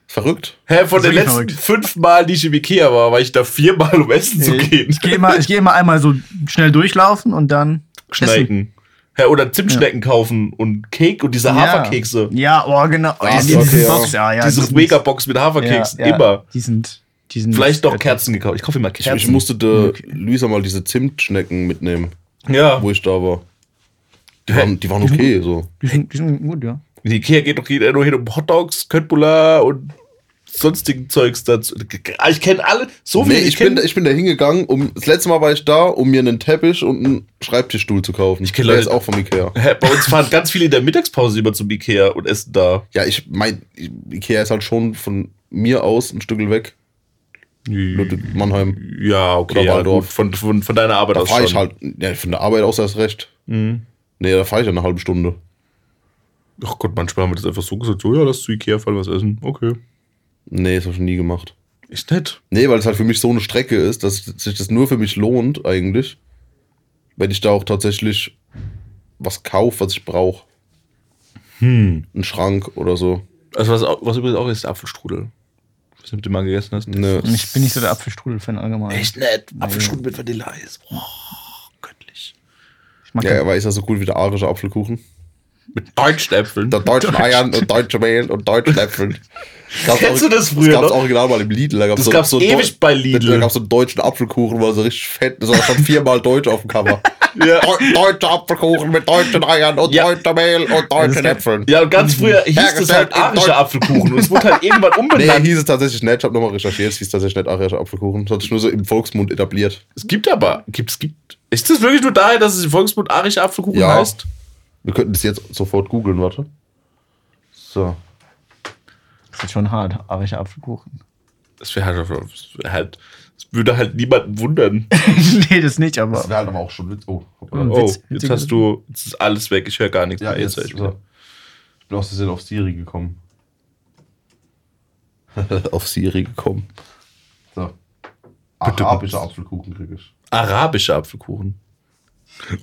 D: Verrückt.
C: Hä, von den
A: wirklich
C: letzten
A: verrückt.
C: fünf Mal, die ich im Ikea war, war ich da viermal, um essen zu gehen.
A: Ich gehe immer, ich geh immer einmal so schnell durchlaufen und dann. essen.
C: Schnecken. Hä, oder Zimtschnecken kaufen und Cake und diese Ah, Haferkekse.
A: Ja, oh, genau. Oh,
D: Ach,
A: die, die,
D: okay,
A: die
D: ja.
A: Box, ja, ja.
C: diese Megabox mit Haferkeksen, immer.
A: Die sind. Die sind äh,
C: Vielleicht noch
A: doch
C: Kerzen gekauft. Ich kaufe immer
D: Ich, ich
C: Kerzen.
D: musste de Luisa mal diese Zimtschnecken mitnehmen,
C: ja.
D: wo ich da war. Die waren, die waren okay, so.
A: Die sind, die sind gut, ja.
C: In Ikea geht doch jeder nur hin um Hotdogs, Köttbullar und sonstigen Zeugs dazu. Ah, Ich kenne alle, so viel.
D: Nee, ich, bin,
C: kenn-
D: da- ich bin da hingegangen, um, das letzte Mal war ich da, um mir einen Teppich und einen Schreibtischstuhl zu kaufen. Ich
C: kenn
D: Der
C: Leute-
D: ist auch vom Ikea.
C: Hä, bei uns fahren ganz viele in der Mittagspause immer zum Ikea und essen da.
D: Ja, ich mein, Ikea ist halt schon von mir aus ein Stück weg. Ludwig- Mannheim.
C: Ja, okay.
D: Oder
C: Ja,
D: Waldorf.
C: gut, von, von, von deiner Arbeit
D: Da
C: aus
D: fahre ich
C: schon. Mhm.
D: halt, ja, von der Arbeit aus erst recht. Nee, da fahre ich ja eine halbe Stunde.
C: Ach Gott, manchmal haben wir das einfach so gesagt, so ja, lass zu Ikea fahren, was essen. Okay.
D: Nee, das habe ich noch nie gemacht.
C: Ist nett.
D: Nee, weil es halt für mich so eine Strecke ist, dass sich das nur für mich lohnt, eigentlich. Wenn ich da auch tatsächlich was kaufe, was ich brauche. Hm. Einen Schrank oder so.
C: Also was, auch- was übrigens auch ist, der Apfelstrudel. Ich weiß nicht, ob du mal gegessen hast.
D: Nee.
A: Ich bin nicht so der Apfelstrudel-Fan allgemein.
C: nett. Apfelstrudel mit Vanilleeis. Oh, göttlich.
A: Ich mag
D: Ja,
A: ja,
D: aber ist ja so gut wie der arische Apfelkuchen.
C: Mit deutschen Äpfeln.
D: Der deutschen Eiern und deutschen Mehl und deutschen Äpfeln. Gab's
C: Kennst
D: auch-
C: du das früher
D: Das gab's
C: noch?
D: original mal im Lidl. Da gab's
C: Das
D: so,
C: gab's
D: so
C: ewig
D: Deu-
C: bei Lidl.
D: Da gab's so einen deutschen Apfelkuchen, war so richtig fett. Das war schon viermal deutsch auf dem Cover.
C: Ja.
D: Deu- Deutscher Apfelkuchen mit deutschen Eiern und
C: Ja.
D: deutscher Mehl und deutschen Äpfeln.
C: Ja, und ganz früher hieß das
D: Hergestellt
C: halt
D: in Deutsch-
C: arischer Apfelkuchen. Und es wurde halt irgendwann
D: Nee,
C: umbenannt.
D: hieß es tatsächlich nicht. Ich habe nochmal recherchiert. Es hieß tatsächlich nicht arischer Apfelkuchen. Das hat sich nur so im Volksmund etabliert.
C: es gibt aber, gibt, es gibt. Ist das wirklich nur daher, dass es im Volksmund arischer Apfelkuchen
D: Ja.
C: heißt?
D: Wir könnten das jetzt sofort googeln, warte. So.
A: Das ist schon hart, arischer Apfelkuchen.
C: Das wäre halt, das wär halt, das würde halt niemanden wundern.
A: nee, das nicht, aber.
D: wäre halt aber auch schon Witz. Oh,
A: Ein
C: oh,
A: Witz-
C: jetzt
A: Witz-
C: hast du, jetzt ist alles weg, ich höre gar nichts
D: Ja,
C: mehr.
D: Ah, jetzt.
C: Jetzt, höre ich wieder.
D: So. Ich bin aus Versehen auf Siri gekommen. auf Siri gekommen. So. Ah, Arabischer Apfelkuchen krieg ich.
C: Arabischer Apfelkuchen.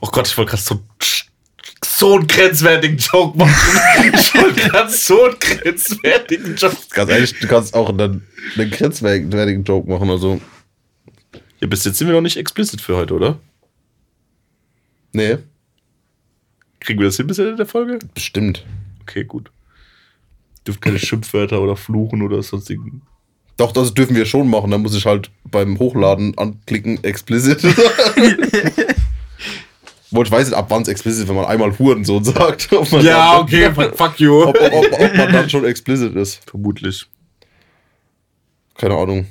C: Oh Gott, ich wollte gerade so, so einen grenzwertigen Joke machen. ich wollte gerade so einen grenzwertigen Joke.
D: Ganz ehrlich, du kannst auch einen, einen grenzwertigen Joke machen. Also,
C: Ja, bis jetzt sind wir noch nicht explicit für heute, oder?
D: nee,
C: Kriegen wir das hin bis Ende der Folge?
D: bestimmt.
C: Okay, gut. Dürfen keine Schimpfwörter oder Fluchen oder sonstigen.
D: Doch, das dürfen wir schon machen. Da muss ich halt beim Hochladen anklicken, explicit. Obwohl, ich weiß nicht, ab wann es explicit ist, wenn man einmal Hurensohn sagt. Ob man dann-
C: fuck you.
D: Ob, ob, ob, ob man dann schon explicit ist.
C: Vermutlich.
D: Keine Ahnung.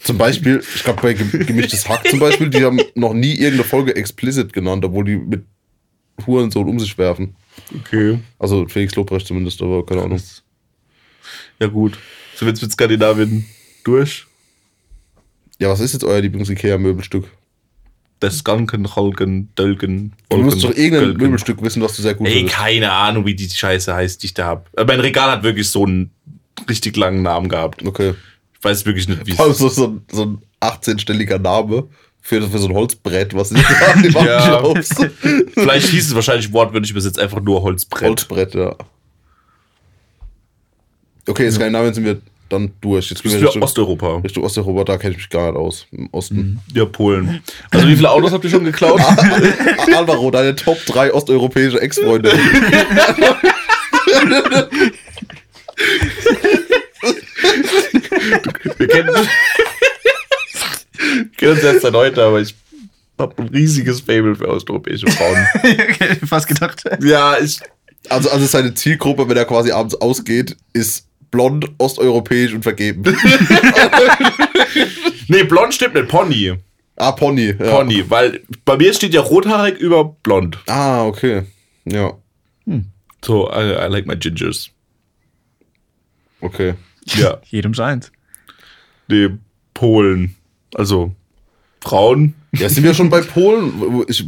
D: Zum Beispiel, ich glaube, bei Ge- Gemischtes Hack zum Beispiel, die haben noch nie irgendeine Folge explicit genannt, obwohl die mit Hurensohn um sich werfen.
C: Okay.
D: Also Felix Lobrecht zumindest, aber keine Ahnung.
C: Ja, gut. So wird's mit Skandinavien durch.
D: Ja, was ist jetzt euer Lieblings-Ikea-Möbelstück?
C: Das Ganken, Holgen, Dölgen.
D: Du
C: Holgen,
D: musst doch irgendein
C: Gölgen.
D: Möbelstück wissen, was du sehr gut
C: Ey,
D: findest.
C: keine Ahnung, wie die Scheiße heißt, die ich da hab. Aber Mein Regal hat wirklich so einen richtig langen Namen gehabt.
D: Okay.
C: Ich weiß wirklich nicht, wie
D: Vor allem
C: es
D: so, so, ein- so ein 18-stelliger Name für, für so ein Holzbrett, was du nicht an die Wand
C: Ja.
D: glaubst.
C: Vielleicht hieß es wahrscheinlich wortwörtlich übersetzt einfach nur Holzbrett.
D: Holzbrett, ja. Okay, Skandinavien sind wir dann durch. Jetzt gehen wir
C: das ist für
D: Richtung,
C: Osteuropa.
D: Richtung Osteuropa, da kenne ich mich gar nicht aus. Im Osten.
C: Ja, Polen. Also, wie viele Autos habt ihr schon geklaut?
D: Ah, Alvaro, deine Top 3 osteuropäische Ex-Freunde.
C: Wir kennen, Wir kennen uns erst seit heute, aber ich habe ein riesiges Fable für osteuropäische Frauen.
A: Fast gedacht.
C: ja, ich.
D: Also, also seine Zielgruppe, wenn er quasi abends ausgeht, ist blond, osteuropäisch und vergeben.
C: Nee, blond stimmt nicht. Pony.
D: ah, Pony. Ja.
C: Pony, weil bei mir steht ja rothaarig über blond.
D: Ah, okay. Ja,
C: So, I, I like my gingers.
D: okay.
C: Ja,
A: Jedem seins.
C: nee, Polen. Also, Frauen.
D: Ja, sind wir schon bei Polen? Wo- Ich,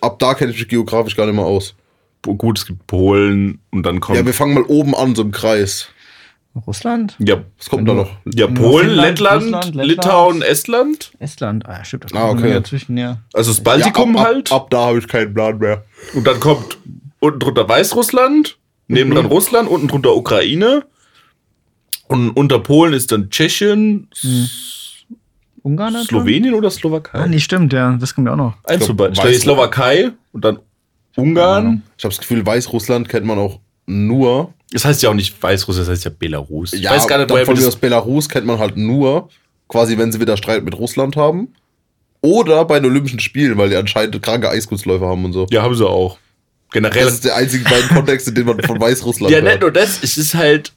D: ab da kenne ich mich geografisch gar nicht mehr aus.
C: Bo- Gut, es gibt Polen und dann kommt.
D: Ja, wir fangen mal oben an, so im Kreis.
A: Russland?
C: ja,
D: Was kommt da noch?
C: ja Polen,
A: Finnland,
C: Lettland,
A: Russland, Lettland.
C: Litauen, Estland.
A: Estland? Ah, stimmt. Das
D: Ah, okay.
A: kommt irgendwie Dazwischen, ja.
C: Also das
D: Ja,
C: Baltikum
D: ab,
C: halt.
D: Ab, ab da habe ich keinen Plan mehr.
C: Und dann kommt unten drunter Weißrussland,
A: Mhm.
C: neben dann Russland, unten drunter Ukraine. Und unter Polen ist dann Tschechien,
A: Ungarn? Lettland?
C: Slowenien oder
A: Mhm. Ah,
C: Slowakei?
A: nee, stimmt, ja. Das kommt ja auch noch.
C: Eins von beiden.
D: Ich glaub,
C: Stell die
D: Weißru-
C: Slowakei und dann Ungarn.
D: Ich habe das Gefühl, Weißrussland kennt man auch nur.
C: Das heißt ja auch nicht Weißrussland, das heißt ja Belarus. Ich
D: Ja,
C: weiß gar nicht,
D: dann
C: woher wir
D: von mir aus
C: das...
D: Belarus kennt man halt nur, quasi wenn sie wieder Streit mit Russland haben. Oder bei den Olympischen Spielen, weil die anscheinend kranke Eiskunstläufer haben und so.
C: Ja, haben sie auch. Generell.
D: Das ist der einzige beiden Kontext, in dem man von Weißrussland
C: Ja, nicht
D: hört.
C: nur das, es ist halt...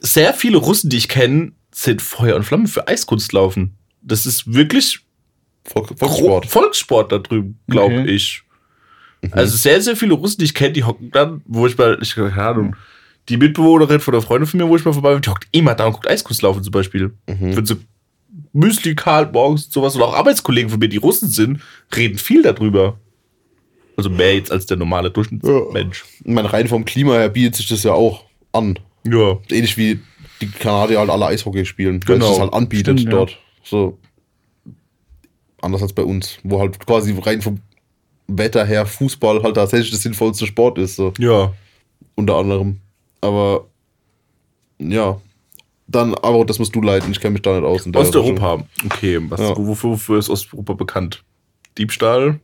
C: Sehr viele Russen, die ich kenne, sind Feuer und Flamme für Eiskunstlaufen. Das ist wirklich
D: Volk, Volkssport.
C: Volkssport da drüben, glaube
A: Okay.
C: ich. Also sehr, sehr viele Russen, die ich kenne, die hocken dann, wo ich mal, ich keine Ahnung, die Mitbewohnerin von der Freundin von mir, wo ich mal vorbei bin, die hockt immer da und guckt Eiskunstlaufen zum Beispiel. Wenn so Müsli kalt morgens und sowas und auch Arbeitskollegen von mir, die Russen sind, reden viel darüber. Also mehr jetzt als der normale Durchschnittsmensch.
D: Ich meine, rein vom Klima her bietet sich das ja auch an.
C: Ja.
D: Ähnlich wie die Kanadier halt alle Eishockey spielen, weil
C: Genau.
D: sich das halt anbietet
A: Stimmt, ja.
D: dort. So. Anders als bei uns, wo halt quasi rein vom Wetter her Fußball halt tatsächlich das sinnvollste Sport ist. So.
C: Ja.
D: Unter anderem. Aber ja. Dann, aber das musst du leiten. Ich kenne mich da nicht aus. in der Richtung.
C: Osteuropa. Okay, was,
D: Ja.
C: wofür, wofür ist Osteuropa bekannt? Diebstahl.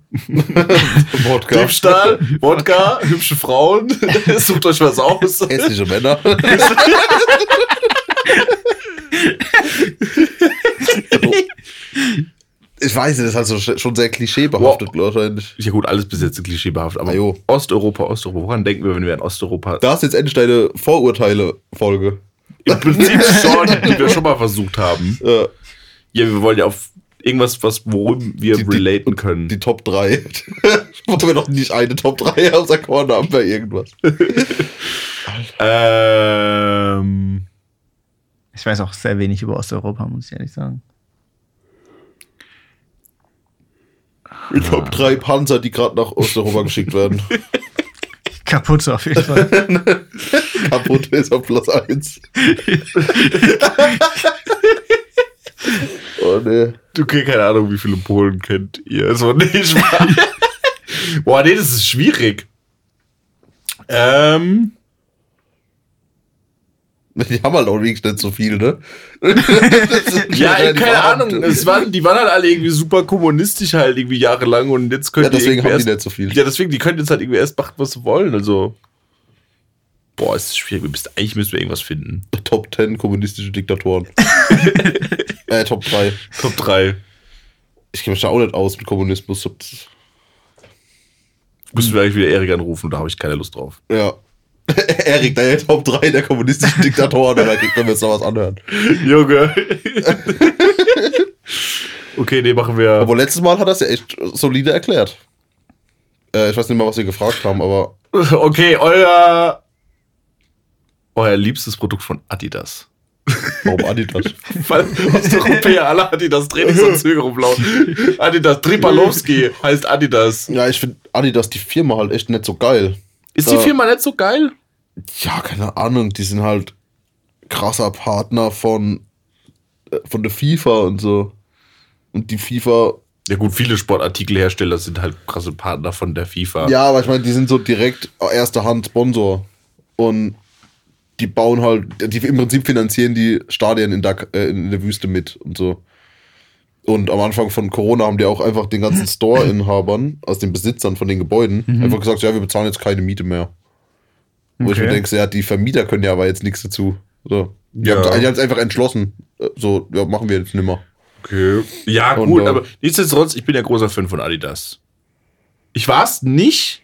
D: Wodka.
C: Diebstahl, Wodka, hübsche Frauen. Sucht euch was aus.
D: Hässliche Männer. ich weiß, das ist halt so, schon sehr klischeebehaftet, wahrscheinlich.
C: Ja gut, alles bis jetzt ist klischeebehaft, aber
D: Na jo.
C: Osteuropa, Osteuropa, woran denken wir, wenn wir an Osteuropa
D: Da ist jetzt endlich deine Vorurteile-Folge.
C: im Prinzip schon, die wir schon mal versucht haben.
D: Äh,
C: Ja, wir wollen ja auf irgendwas, was worum wir
D: Die- die-
C: relaten können.
D: die Top 3. ich wollte mir noch nicht eine Top 3 aus der Corner haben bei irgendwas.
C: ähm,
A: Ich weiß auch sehr wenig über Osteuropa, muss ich ehrlich sagen.
C: Ah.
D: Die Top 3 Panzer, die gerade nach Osteuropa geschickt werden.
A: Kaputt auf jeden Fall.
D: Kaputt ist auf Platz 1. oh ne.
C: du kriegst keine Ahnung, wie viele Polen kennt ihr. So nicht wahr? Boah, nee, das ist schwierig. Ähm,
D: Die haben halt auch wirklich nicht so viel, ne?
C: ja, ey, keine Ahnung. Es waren, die waren halt alle irgendwie super kommunistisch halt irgendwie jahrelang und jetzt können
D: Ja, deswegen
C: irgendwie
D: haben die
C: erst-
D: nicht so viel.
C: Ja, deswegen, die können jetzt halt irgendwie erst machen, was sie wollen. Also. Boah, ist das schwierig. Wir müssen- Eigentlich müssen wir irgendwas finden.
D: Top 10 kommunistische Diktatoren. äh, Top 3.
C: Top 3.
D: Ich kenne mich da auch nicht aus mit Kommunismus.
C: Müssen wir eigentlich wieder Erik anrufen, da habe ich keine Lust drauf.
D: Ja. Erik, deine Top 3 der kommunistischen Diktatoren, da kriegt man jetzt noch was anhören.
C: Junge. okay, nee, machen wir.
D: Obwohl, letztes Mal hat das ja echt solide erklärt. Äh, ich weiß nicht mal, was wir gefragt haben, aber
C: Okay, euer. Euer liebstes Produkt von Adidas.
D: warum Adidas?
C: Weil Osteuropäer alle Adidas Trainingsanzüge rumlaufen. Adidas Tripalowski heißt Adidas.
D: Ja, ich finde Adidas, die Firma halt echt nicht so geil.
C: Ist die
D: Äh.
C: Firma nicht so geil?
D: Ja, keine Ahnung, die sind halt krasser Partner von, äh, von der FIFA und so. Und die FIFA,
C: Ja gut, viele Sportartikelhersteller sind halt krasse Partner von der FIFA.
D: ja, aber ich meine, die sind so direkt erster Hand Sponsor. Und die bauen halt, die im Prinzip finanzieren die Stadien in, Dak, äh, in der Wüste mit und so. Und am Anfang von Corona haben die auch einfach den ganzen Store-Inhabern, also den Besitzern von den Gebäuden, einfach gesagt, ja, wir bezahlen jetzt keine Miete mehr. Wo ich
A: Okay.
D: mir denke, ja, die Vermieter können ja aber jetzt nichts dazu. So. Die
C: Ja.
D: haben es einfach entschlossen. Äh, So, ja, machen wir jetzt nimmer.
C: okay. Ja
D: Und,
C: gut,
D: äh,
C: aber nichtsdestotrotz, ich bin ja großer Fan von Adidas. Ich war es nicht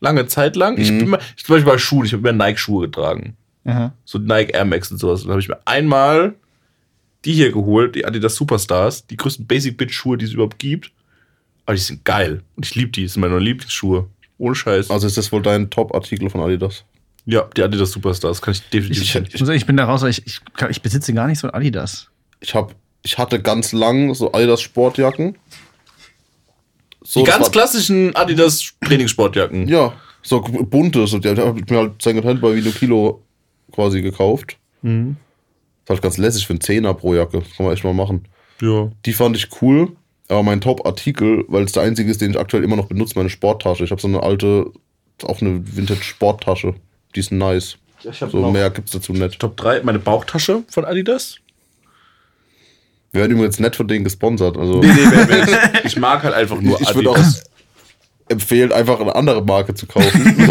C: lange Zeit lang. Ich bin mal, ich, zum Beispiel bei Schuhen, ich habe mir Nike-Schuhe getragen.
A: Aha.
C: So Nike Air Max und sowas. Und dann habe ich mir einmal die hier geholt, die Adidas Superstars, die größten Basic-Bitch-Schuhe, die es überhaupt gibt. Aber die sind geil. Und ich liebe die. Das sind meine neuen Lieblingsschuhe. Ohne Scheiß.
D: Also ist das wohl dein Top-Artikel von Adidas?
C: ja, die Adidas Superstars kann ich definitiv.
D: Ich-
A: Ich, muss sagen, ich bin da raus, weil ich, ich, glaub, ich besitze gar nicht so ein Adidas.
D: Ich hab, ich hatte ganz lang so Adidas Sportjacken. So,
C: die
D: das
C: ganz
D: war-
C: klassischen Adidas Trainingssportjacken.
D: Ja, so g- bunte. So, die habe ich mir halt Secondhand bei Vino Kilo quasi gekauft. Ist halt ganz lässig für einen Zehner pro Jacke. Das kann man echt mal machen.
C: ja.
D: Die fand ich cool. Aber mein Top-Artikel, weil es der einzige ist, den ich aktuell immer noch benutze, meine Sporttasche. Ich habe so eine alte, auch eine Vintage-Sporttasche. Die ist nice. So mehr gibt's dazu nicht.
C: Top 3, meine Bauchtasche von Adidas.
D: Wir werden übrigens nicht von denen gesponsert. Also
C: Nee, wer weiß. ich mag halt einfach nur
D: ich würde auch
C: Adidas.
D: empfehlen, einfach eine andere Marke zu kaufen.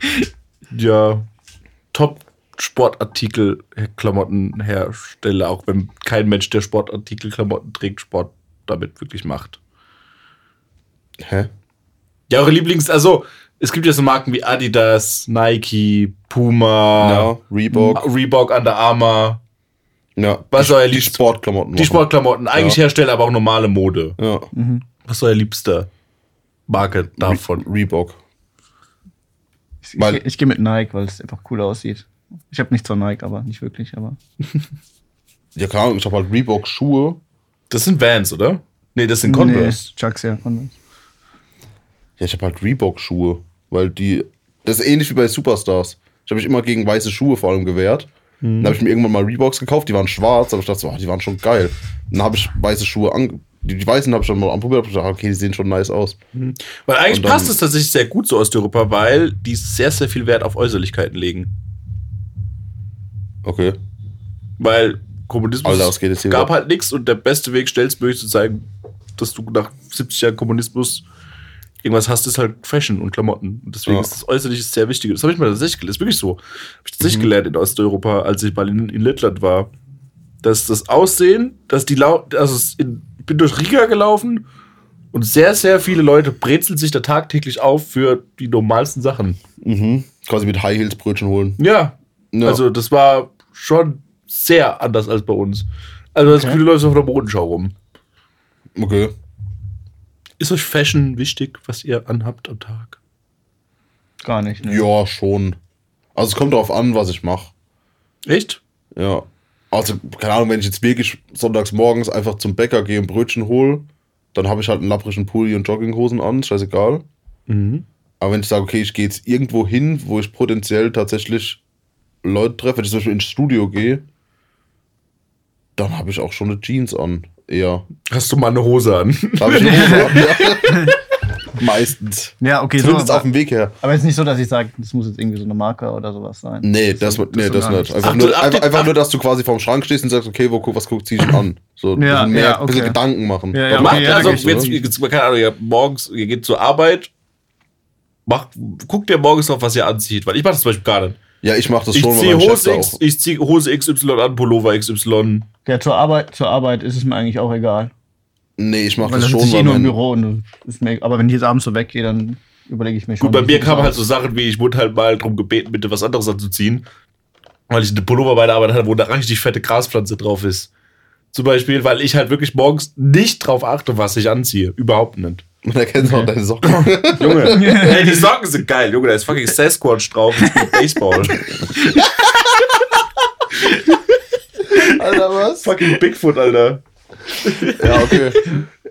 C: ja. Top Sportartikel Klamottenhersteller, auch wenn kein Mensch, der Sportartikel Klamotten trägt, Sport damit wirklich macht.
D: Hä?
C: Ja, eure Lieblings, also es gibt ja so Marken wie Adidas, Nike, Puma,
D: Ja, Reebok.
C: Reebok, Under Armour,
D: Ja.
C: Was
D: die,
C: euer
D: die
C: Liebst-
D: Sportklamotten.
C: die
D: machen.
C: Sportklamotten, eigentlich
D: Ja.
C: Hersteller, aber auch normale Mode.
D: Ja.
C: Was ist euer liebster Marke davon?
D: Reebok.
A: Ich,
D: Weil-
A: ich, ich gehe mit Nike, weil es einfach cool aussieht. Ich habe nichts von Nike, aber nicht wirklich, aber.
D: Ja, keine Ahnung, ich habe halt Reebok-Schuhe.
C: Das sind Vans, oder? Nee, das sind Converse.
A: Nee, Chucks, ja, Converse.
D: Ja, ich habe halt Reebok-Schuhe, weil die. Das ist ähnlich wie bei Superstars. Ich habe mich immer gegen weiße Schuhe vor allem gewehrt.
C: Mhm.
D: Dann habe ich mir irgendwann mal Reeboks gekauft, die waren schwarz, aber ich dachte so, ah, die waren schon geil. Dann habe ich weiße Schuhe an. Die, die weißen habe ich dann mal anprobiert, hab gedacht, ah, okay, die sehen schon nice aus.
C: Weil eigentlich
D: Und dann-
C: passt es tatsächlich sehr gut zu Osteuropa, weil die sehr, sehr viel Wert auf Äußerlichkeiten legen.
D: Okay.
C: Weil Kommunismus
D: Alter, was geht jetzt hier
C: gab
D: ab?
C: halt nichts und der beste Weg, schnellstmöglich zu zeigen, dass du nach 70 Jahren Kommunismus irgendwas hast, ist halt Fashion und Klamotten. Und deswegen
D: Ja.
C: ist das Äußerliche sehr wichtig. Das habe ich mal tatsächlich gelernt. Das ist wirklich so. Habe ich tatsächlich gelernt in Osteuropa, als ich mal in, in Lettland war. Dass das Aussehen, dass die Lau also es- in, ich bin durch Riga gelaufen und sehr, sehr viele Leute brezeln sich da tagtäglich auf für die normalsten Sachen.
D: Mhm. Quasi mit High Heels Brötchen holen.
C: Ja.
D: Ja.
C: halt- Also das war schon sehr anders als bei uns. Also das
A: Okay.
C: Gefühl, du läufst auf der Bodenschau rum.
D: Okay.
C: Ist euch Fashion wichtig, was ihr anhabt am Tag?
A: Gar nicht. Ne?
D: Ja, schon. Also es kommt darauf an, was ich mache.
C: Echt?
D: Ja. Also, keine Ahnung, wenn ich jetzt wirklich sonntags morgens einfach zum Bäcker gehe und Brötchen hole, dann habe ich halt einen lapprischen Pulli und Jogginghosen an, scheißegal.
C: Mhm.
D: Aber wenn ich sage, okay, ich gehe jetzt irgendwo hin, wo ich potenziell tatsächlich Leute treffe, wenn ich zum Beispiel ins Studio gehe, dann habe ich auch schon eine Jeans an. Eher.
C: Hast du mal eine Hose an?
D: Da habe ich eine Hose an, ja. Meistens.
A: Ja, okay, so.
D: Zumindest auf
A: Aber,
D: dem Weg her.
A: aber es ist nicht so, dass ich sage, das muss jetzt irgendwie so eine Marke oder sowas sein.
D: Nee, das,
A: Das-
D: nee,
A: das
D: das also-
A: gar
D: nicht.
A: nicht.
D: Einfach,
C: Ach,
D: nur,
C: du- ach,
D: einfach,
C: du-
D: einfach nur, dass du quasi vorm Schrank stehst und sagst, okay, wo, was guck, zieh ich an? So ein
A: Ja,
D: bisschen mehr,
A: ja,
D: ein bisschen
A: okay.
D: Gedanken machen.
A: Ja, ja,
D: Was
C: macht,
A: okay,
D: macht-
A: ja,
C: also,
A: da
D: geht's,
C: jetzt,
D: oder?
C: jetzt, keine Ahnung, ihr, habt morgens, ihr geht zur Arbeit, macht, guckt ihr morgens noch, was ihr anzieht. Weil ich mache das zum Beispiel gar nicht.
D: ja, ich mache das
C: Ich
D: schon,
C: ziehe
D: mein Chef
C: Hose,
D: da
C: X- ich zieh Hose XY an, Pullover XY.
A: Ja, zur Arbeit, zur Arbeit ist es mir eigentlich auch egal.
D: Nee, ich mache
A: Weil
D: das
A: dann
D: schon,
A: sitze ich eh
D: weil
A: nur im
D: mein,
A: Büro und das ist mir, aber wenn ich jetzt abends so weggehe, dann überlege ich mir schon.
C: Gut, bei
A: wie
C: mir
A: sieht's
C: kamen halt
A: aus.
C: so Sachen wie, ich wurde halt mal drum gebeten, bitte was anderes anzuziehen, weil ich eine Pullover bei der Arbeit hatte, wo eine richtig fette Graspflanze drauf ist. Zum Beispiel, weil ich halt wirklich morgens nicht drauf achte, was ich anziehe. Überhaupt nicht.
D: man erkennt auch deine Socken.
C: Junge, ey, die Socken sind geil, Junge, da ist fucking Sasquatch drauf und spielt Baseball.
D: Alter, was?
C: fucking Bigfoot, Alter.
D: Ja, okay.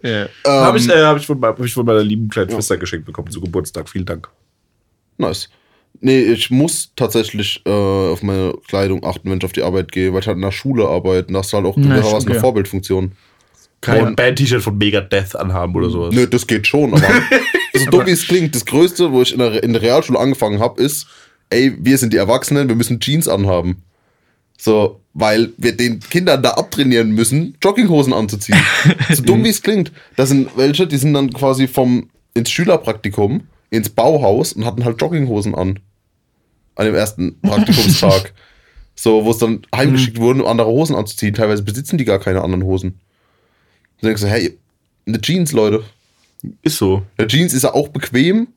A: Ja.
C: Hab
D: Ähm,
C: ich, äh, hab, ich von, mein- hab ich von meiner lieben kleinen Schwester geschenkt bekommen zu Geburtstag. Vielen Dank.
D: Nice. Nee, ich muss tatsächlich äh, auf meine Kleidung achten, wenn ich auf die Arbeit gehe, weil ich halt in der Schule arbeite. Da hast du halt auch
A: Na,
D: gewissermaßen
A: stimmt,
D: eine
A: ja.
D: Vorbildfunktion.
C: Kein
D: Und-
C: Band-T-Shirt von Megadeth anhaben oder sowas.
D: Nö, das geht schon, aber so dumm wie es klingt, das Größte, wo ich in der, in der Realschule angefangen habe, ist, ey, wir sind die Erwachsenen, wir müssen Jeans anhaben. So, weil wir den Kindern da abtrainieren müssen, Jogginghosen anzuziehen. so dumm wie es klingt. Da sind welche, die sind dann quasi vom ins Schülerpraktikum, ins Bauhaus und hatten halt Jogginghosen an. An dem ersten Praktikumstag. so, wo es dann heimgeschickt wurden, um andere Hosen anzuziehen. Teilweise besitzen die gar keine anderen Hosen. Du denkst du, hey, eine Jeans, Leute.
C: Ist so.
D: Der Jeans ist ja auch bequem.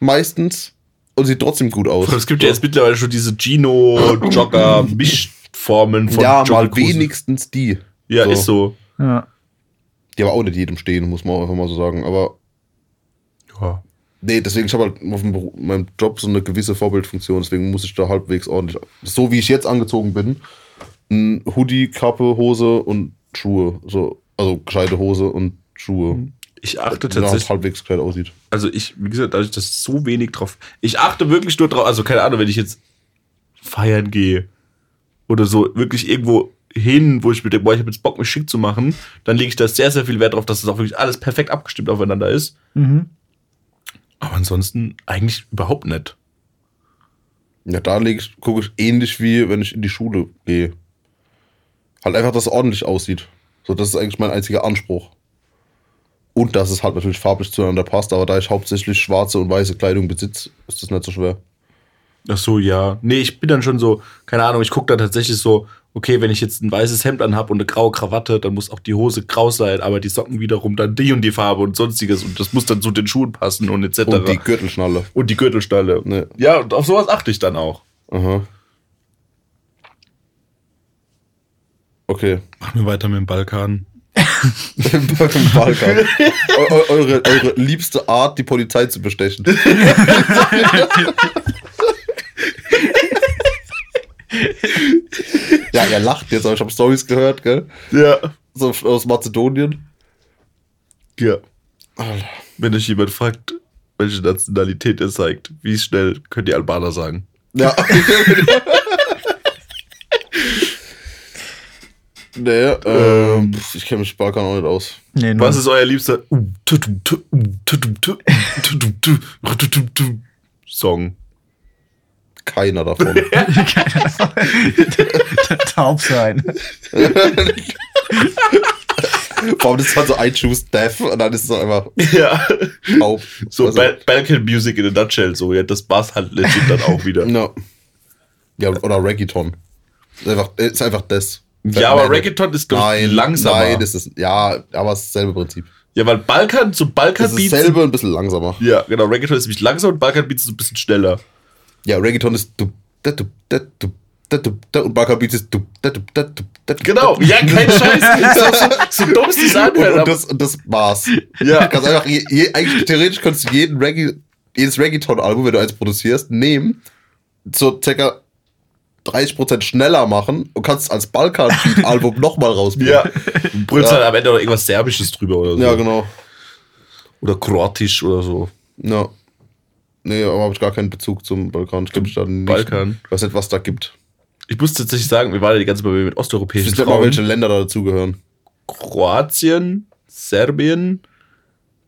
D: Meistens. Und sieht trotzdem gut aus.
C: Es gibt ja jetzt mittlerweile schon diese Gino-Jogger-Mischformen von
D: ja, mal
C: Joggerkusen.
D: wenigstens die.
C: Ja, ist so.
A: Ja.
D: Die aber auch nicht jedem stehen, muss man auch einfach mal so sagen. Aber
C: Ja.
D: nee, deswegen, ich habe halt auf dem Beru- meinem Job so eine gewisse Vorbildfunktion. Deswegen muss ich da halbwegs ordentlich. So wie ich jetzt angezogen bin: ein Hoodie, Kappe, Hose und Schuhe. So, also gescheite Hose und Schuhe.
C: Ich achte
D: Damit es
C: Hm. tatsächlich,
D: halbwegs gescheit aussieht.
C: also ich, wie gesagt, dadurch, dass so wenig drauf. Ich achte wirklich nur drauf, also keine Ahnung, wenn ich jetzt feiern gehe oder so, wirklich irgendwo hin, wo ich mir denke, boah, ich habe jetzt Bock, mich schick zu machen, dann lege ich da sehr, sehr viel Wert drauf, dass das auch wirklich alles perfekt abgestimmt aufeinander ist.
A: Mhm.
C: Aber ansonsten eigentlich überhaupt nicht.
D: Ja, da leg ich- gucke ich ähnlich wie wenn ich in die Schule gehe. Halt einfach, dass es ordentlich aussieht. So, das ist eigentlich mein einziger Anspruch. Und dass es halt natürlich farblich zueinander passt, aber da ich hauptsächlich schwarze und weiße Kleidung besitze, ist das nicht so schwer.
C: Ach so, ja. Nee, ich bin dann schon so, keine Ahnung, ich gucke dann tatsächlich so, okay, wenn ich jetzt ein weißes Hemd anhab und eine graue Krawatte, dann muss auch die Hose grau sein, aber die Socken wiederum dann die und die Farbe und sonstiges und das muss dann zu den Schuhen passen und etc.
D: Und die Gürtelschnalle. Ne,
C: und die Gürtelstalle. ne?
D: Nee.
C: Ja, und auf sowas achte ich dann auch.
D: Aha. Okay.
C: Machen wir weiter mit dem Balkan.
D: Im Balkan. Eu- eu- eure, eure liebste Art, die Polizei zu bestechen. ja, ihr lacht jetzt, aber ich habe Stories gehört, gell?
C: Ja.
D: So aus Mazedonien.
C: Ja. Wenn euch jemand fragt, welche Nationalität er zeigt, wie schnell könnt ihr Albaner sagen?
D: Ja. nee, ähm, pf, ich kenne mich Balkan auch nicht aus.
A: Nee,
C: Was
A: Was ist
C: ist euer liebster Um, Song?
D: Keiner davon.
A: taub sein?
D: Warum das war so I choose death und dann ist es einfach
C: Ja.
D: taub.
C: So
D: Also,
C: Bal- Balkan Music in a nutshell, so ja, das Bass halt legit dann auch wieder.
D: no. Ja, oder Reggaeton. Ist einfach, ist einfach das.
C: ja, aber Reggaeton ist glaub ich
D: Nein,
C: langsamer.
D: Nein, das ist, ja, aber es ist dasselbe Prinzip.
C: ja, weil Balkan, so Balkan
D: Das ist
C: Beats.
D: dasselbe, ein bisschen langsamer.
C: Ja, genau, Reggaeton ist nämlich langsam und Balkan Beats ist ein bisschen schneller.
D: Ja, Reggaeton ist du, da, du, da, du, da, du, da, und Barker Beats ist du, da, du, da, du, da, du,
C: Genau,
D: da,
C: ja, kein Scheiß. So- so, so dumm ist das
D: Und,
C: anhört.
D: und,
C: aber-
D: das, und das war's.
C: Ja.
D: Ganz einfach, je, je, eigentlich theoretisch kannst du jeden Reggae, jedes Reggaeton-Album, wenn du eins produzierst, nehmen, so circa 30% schneller machen und kannst es als Balkan-Album nochmal rausbringen. Also
C: Ja. Du brüllst halt am Ende noch irgendwas Serbisches drüber oder so.
D: ja, genau.
C: Oder Kroatisch oder so.
D: Ja. Nee, aber habe ich gar keinen Bezug zum Balkan. Ich kenn mich da nicht.
C: Balkan.
D: Ich weiß nicht, was da gibt.
C: Ich muss tatsächlich sagen, wir waren ja die ganze Zeit mit
D: Ich
C: osteuropäischen
D: weiß nicht mal,
C: Frauen.
D: welche Länder da dazugehören.
C: Kroatien, Serbien,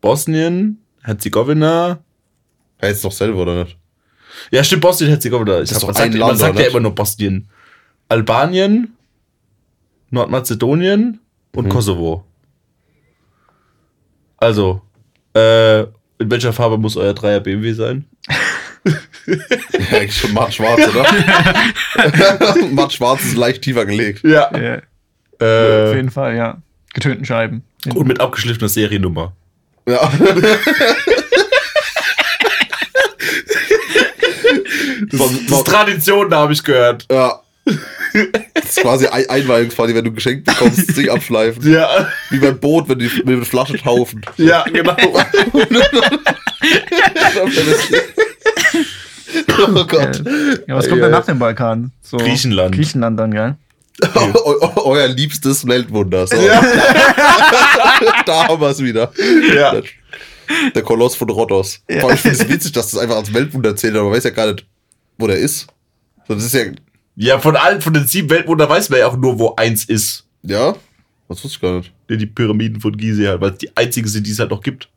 C: Bosnien, Herzegowina.
D: Heißt doch selber, oder nicht?
C: Ja, stimmt, Bosnien-Herzegowina. Ich
D: Das ist
C: hab-
D: doch ein
C: Man sagt, man
D: Land,
C: sagt
D: oder
C: ja
D: nicht?
C: immer nur Bosnien. Albanien, Nordmazedonien
D: Mhm.
C: und Kosovo. Also, äh, in welcher Farbe muss euer Dreier BMW sein?
D: Ja, eigentlich schon matt schwarz, oder? matt schwarz ist leicht tiefer gelegt.
C: Ja.
A: Ja, auf
C: Äh,
A: jeden Fall, ja. Getönten Scheiben.
C: und mit abgeschliffener Seriennummer.
D: Ja.
C: Das, das ist Tradition, da habe ich gehört.
D: ja. Das ist quasi Ei- Einweihungsparty, wenn du geschenkt bekommst, das Ding abschleifen.
C: Ja,
D: Wie beim Boot, wenn die mit der Flasche taufen.
C: ja, genau.
D: Oh Gott.
A: Ja,
D: Ja,
A: was kommt denn
D: ja.
A: nach dem Balkan? So
C: Griechenland.
A: Griechenland dann, gell?
D: Eu- eu- euer liebstes Weltwunder. So.
C: Ja.
D: da haben wir es wieder.
C: Ja.
D: Der Koloss von Rhodos.
A: Ja.
D: Vor allem, ich finde es witzig, dass das einfach als Weltwunder zählt, aber man weiß ja gar nicht, wo der ist. So, Das ist ja,
C: Ja, von allen, von den sieben Weltwunder weiß man ja auch nur, wo eins ist.
D: ja, was wusste ich gar nicht.
C: Nee, Die Pyramiden von Gizeh halt, weil es die einzigen sind, die es halt noch gibt.